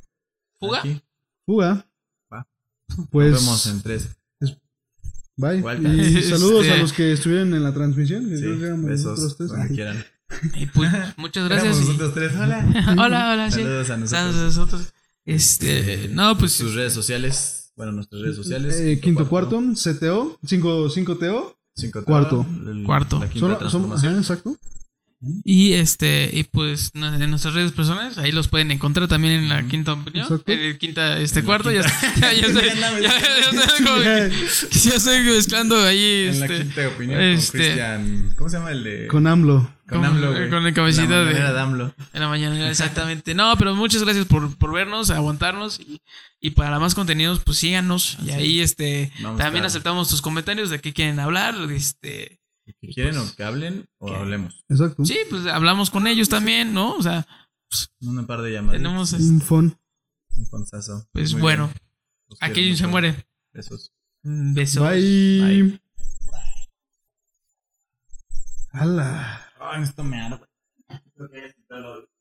Speaker 2: Fuga.
Speaker 3: Aquí. Nos
Speaker 1: Fuga.
Speaker 3: Va.
Speaker 1: Pues.
Speaker 3: vemos en tres.
Speaker 1: Bye.
Speaker 3: Walter.
Speaker 1: Y saludos
Speaker 2: Este-
Speaker 1: a los que estuvieron en la transmisión. que
Speaker 3: Sí,
Speaker 1: creo que éramos nosotros
Speaker 3: besos.
Speaker 1: tres.
Speaker 3: Donde quieran.
Speaker 2: Y pues, muchas gracias.
Speaker 3: Éramos
Speaker 2: y-
Speaker 3: nosotros tres. Hola.
Speaker 2: hola, hola, sí.
Speaker 3: Ah, Saludos eh, a
Speaker 2: Saludos
Speaker 3: nosotros.
Speaker 2: a nosotros. Este, no, pues
Speaker 3: Sus redes sociales. Bueno, nuestras redes sociales.
Speaker 1: Eh, quinto cuarto, CTO, 5 TO.
Speaker 3: Cinco
Speaker 1: Cuarto.
Speaker 3: el-
Speaker 2: Cuarto.
Speaker 3: La quinta
Speaker 1: Solo, son,
Speaker 3: transformación.
Speaker 1: ajá, exacto.
Speaker 2: Y este, y pues no- en nuestras redes personales, ahí los pueden encontrar también en la quinta opinión,
Speaker 1: Exacto.
Speaker 2: en el quinta, este
Speaker 3: En la
Speaker 2: cuarto, ya, ya, ya estoy,
Speaker 3: Ya la
Speaker 2: ya, ya estoy como que- ya estoy mezclando ahí
Speaker 3: En la
Speaker 2: este,
Speaker 3: quinta opinión
Speaker 2: este-
Speaker 3: con Cristian. ¿Cómo se llama el de?
Speaker 1: Con AMLO.
Speaker 2: con-
Speaker 3: güey.
Speaker 2: con el cabecita
Speaker 3: La
Speaker 2: de-
Speaker 3: mañanera AMLO.
Speaker 2: en la mañana, exactamente. No, pero muchas gracias por, por vernos, aguantarnos y, y para más contenidos, pues síganos. Y ahí este
Speaker 3: Vamos a
Speaker 2: también
Speaker 3: estar.
Speaker 2: aceptamos tus comentarios de qué quieren hablar, este
Speaker 3: Que quieren o que hablen o
Speaker 2: ¿Qué?
Speaker 3: hablemos.
Speaker 1: Exacto.
Speaker 2: sí, pues hablamos con ellos también, ¿no? O sea,
Speaker 3: Una par de llamadas.
Speaker 2: tenemos este,
Speaker 1: Un fon.
Speaker 3: Un panzazo.
Speaker 2: pues
Speaker 3: Muy
Speaker 2: bueno,
Speaker 3: bien. Los quiero
Speaker 2: aquí se
Speaker 3: mucho.
Speaker 2: muere.
Speaker 3: Besos.
Speaker 2: Un beso.
Speaker 1: Bye. Hala.
Speaker 3: Ay, esto me arde. Creo que ya quitaron.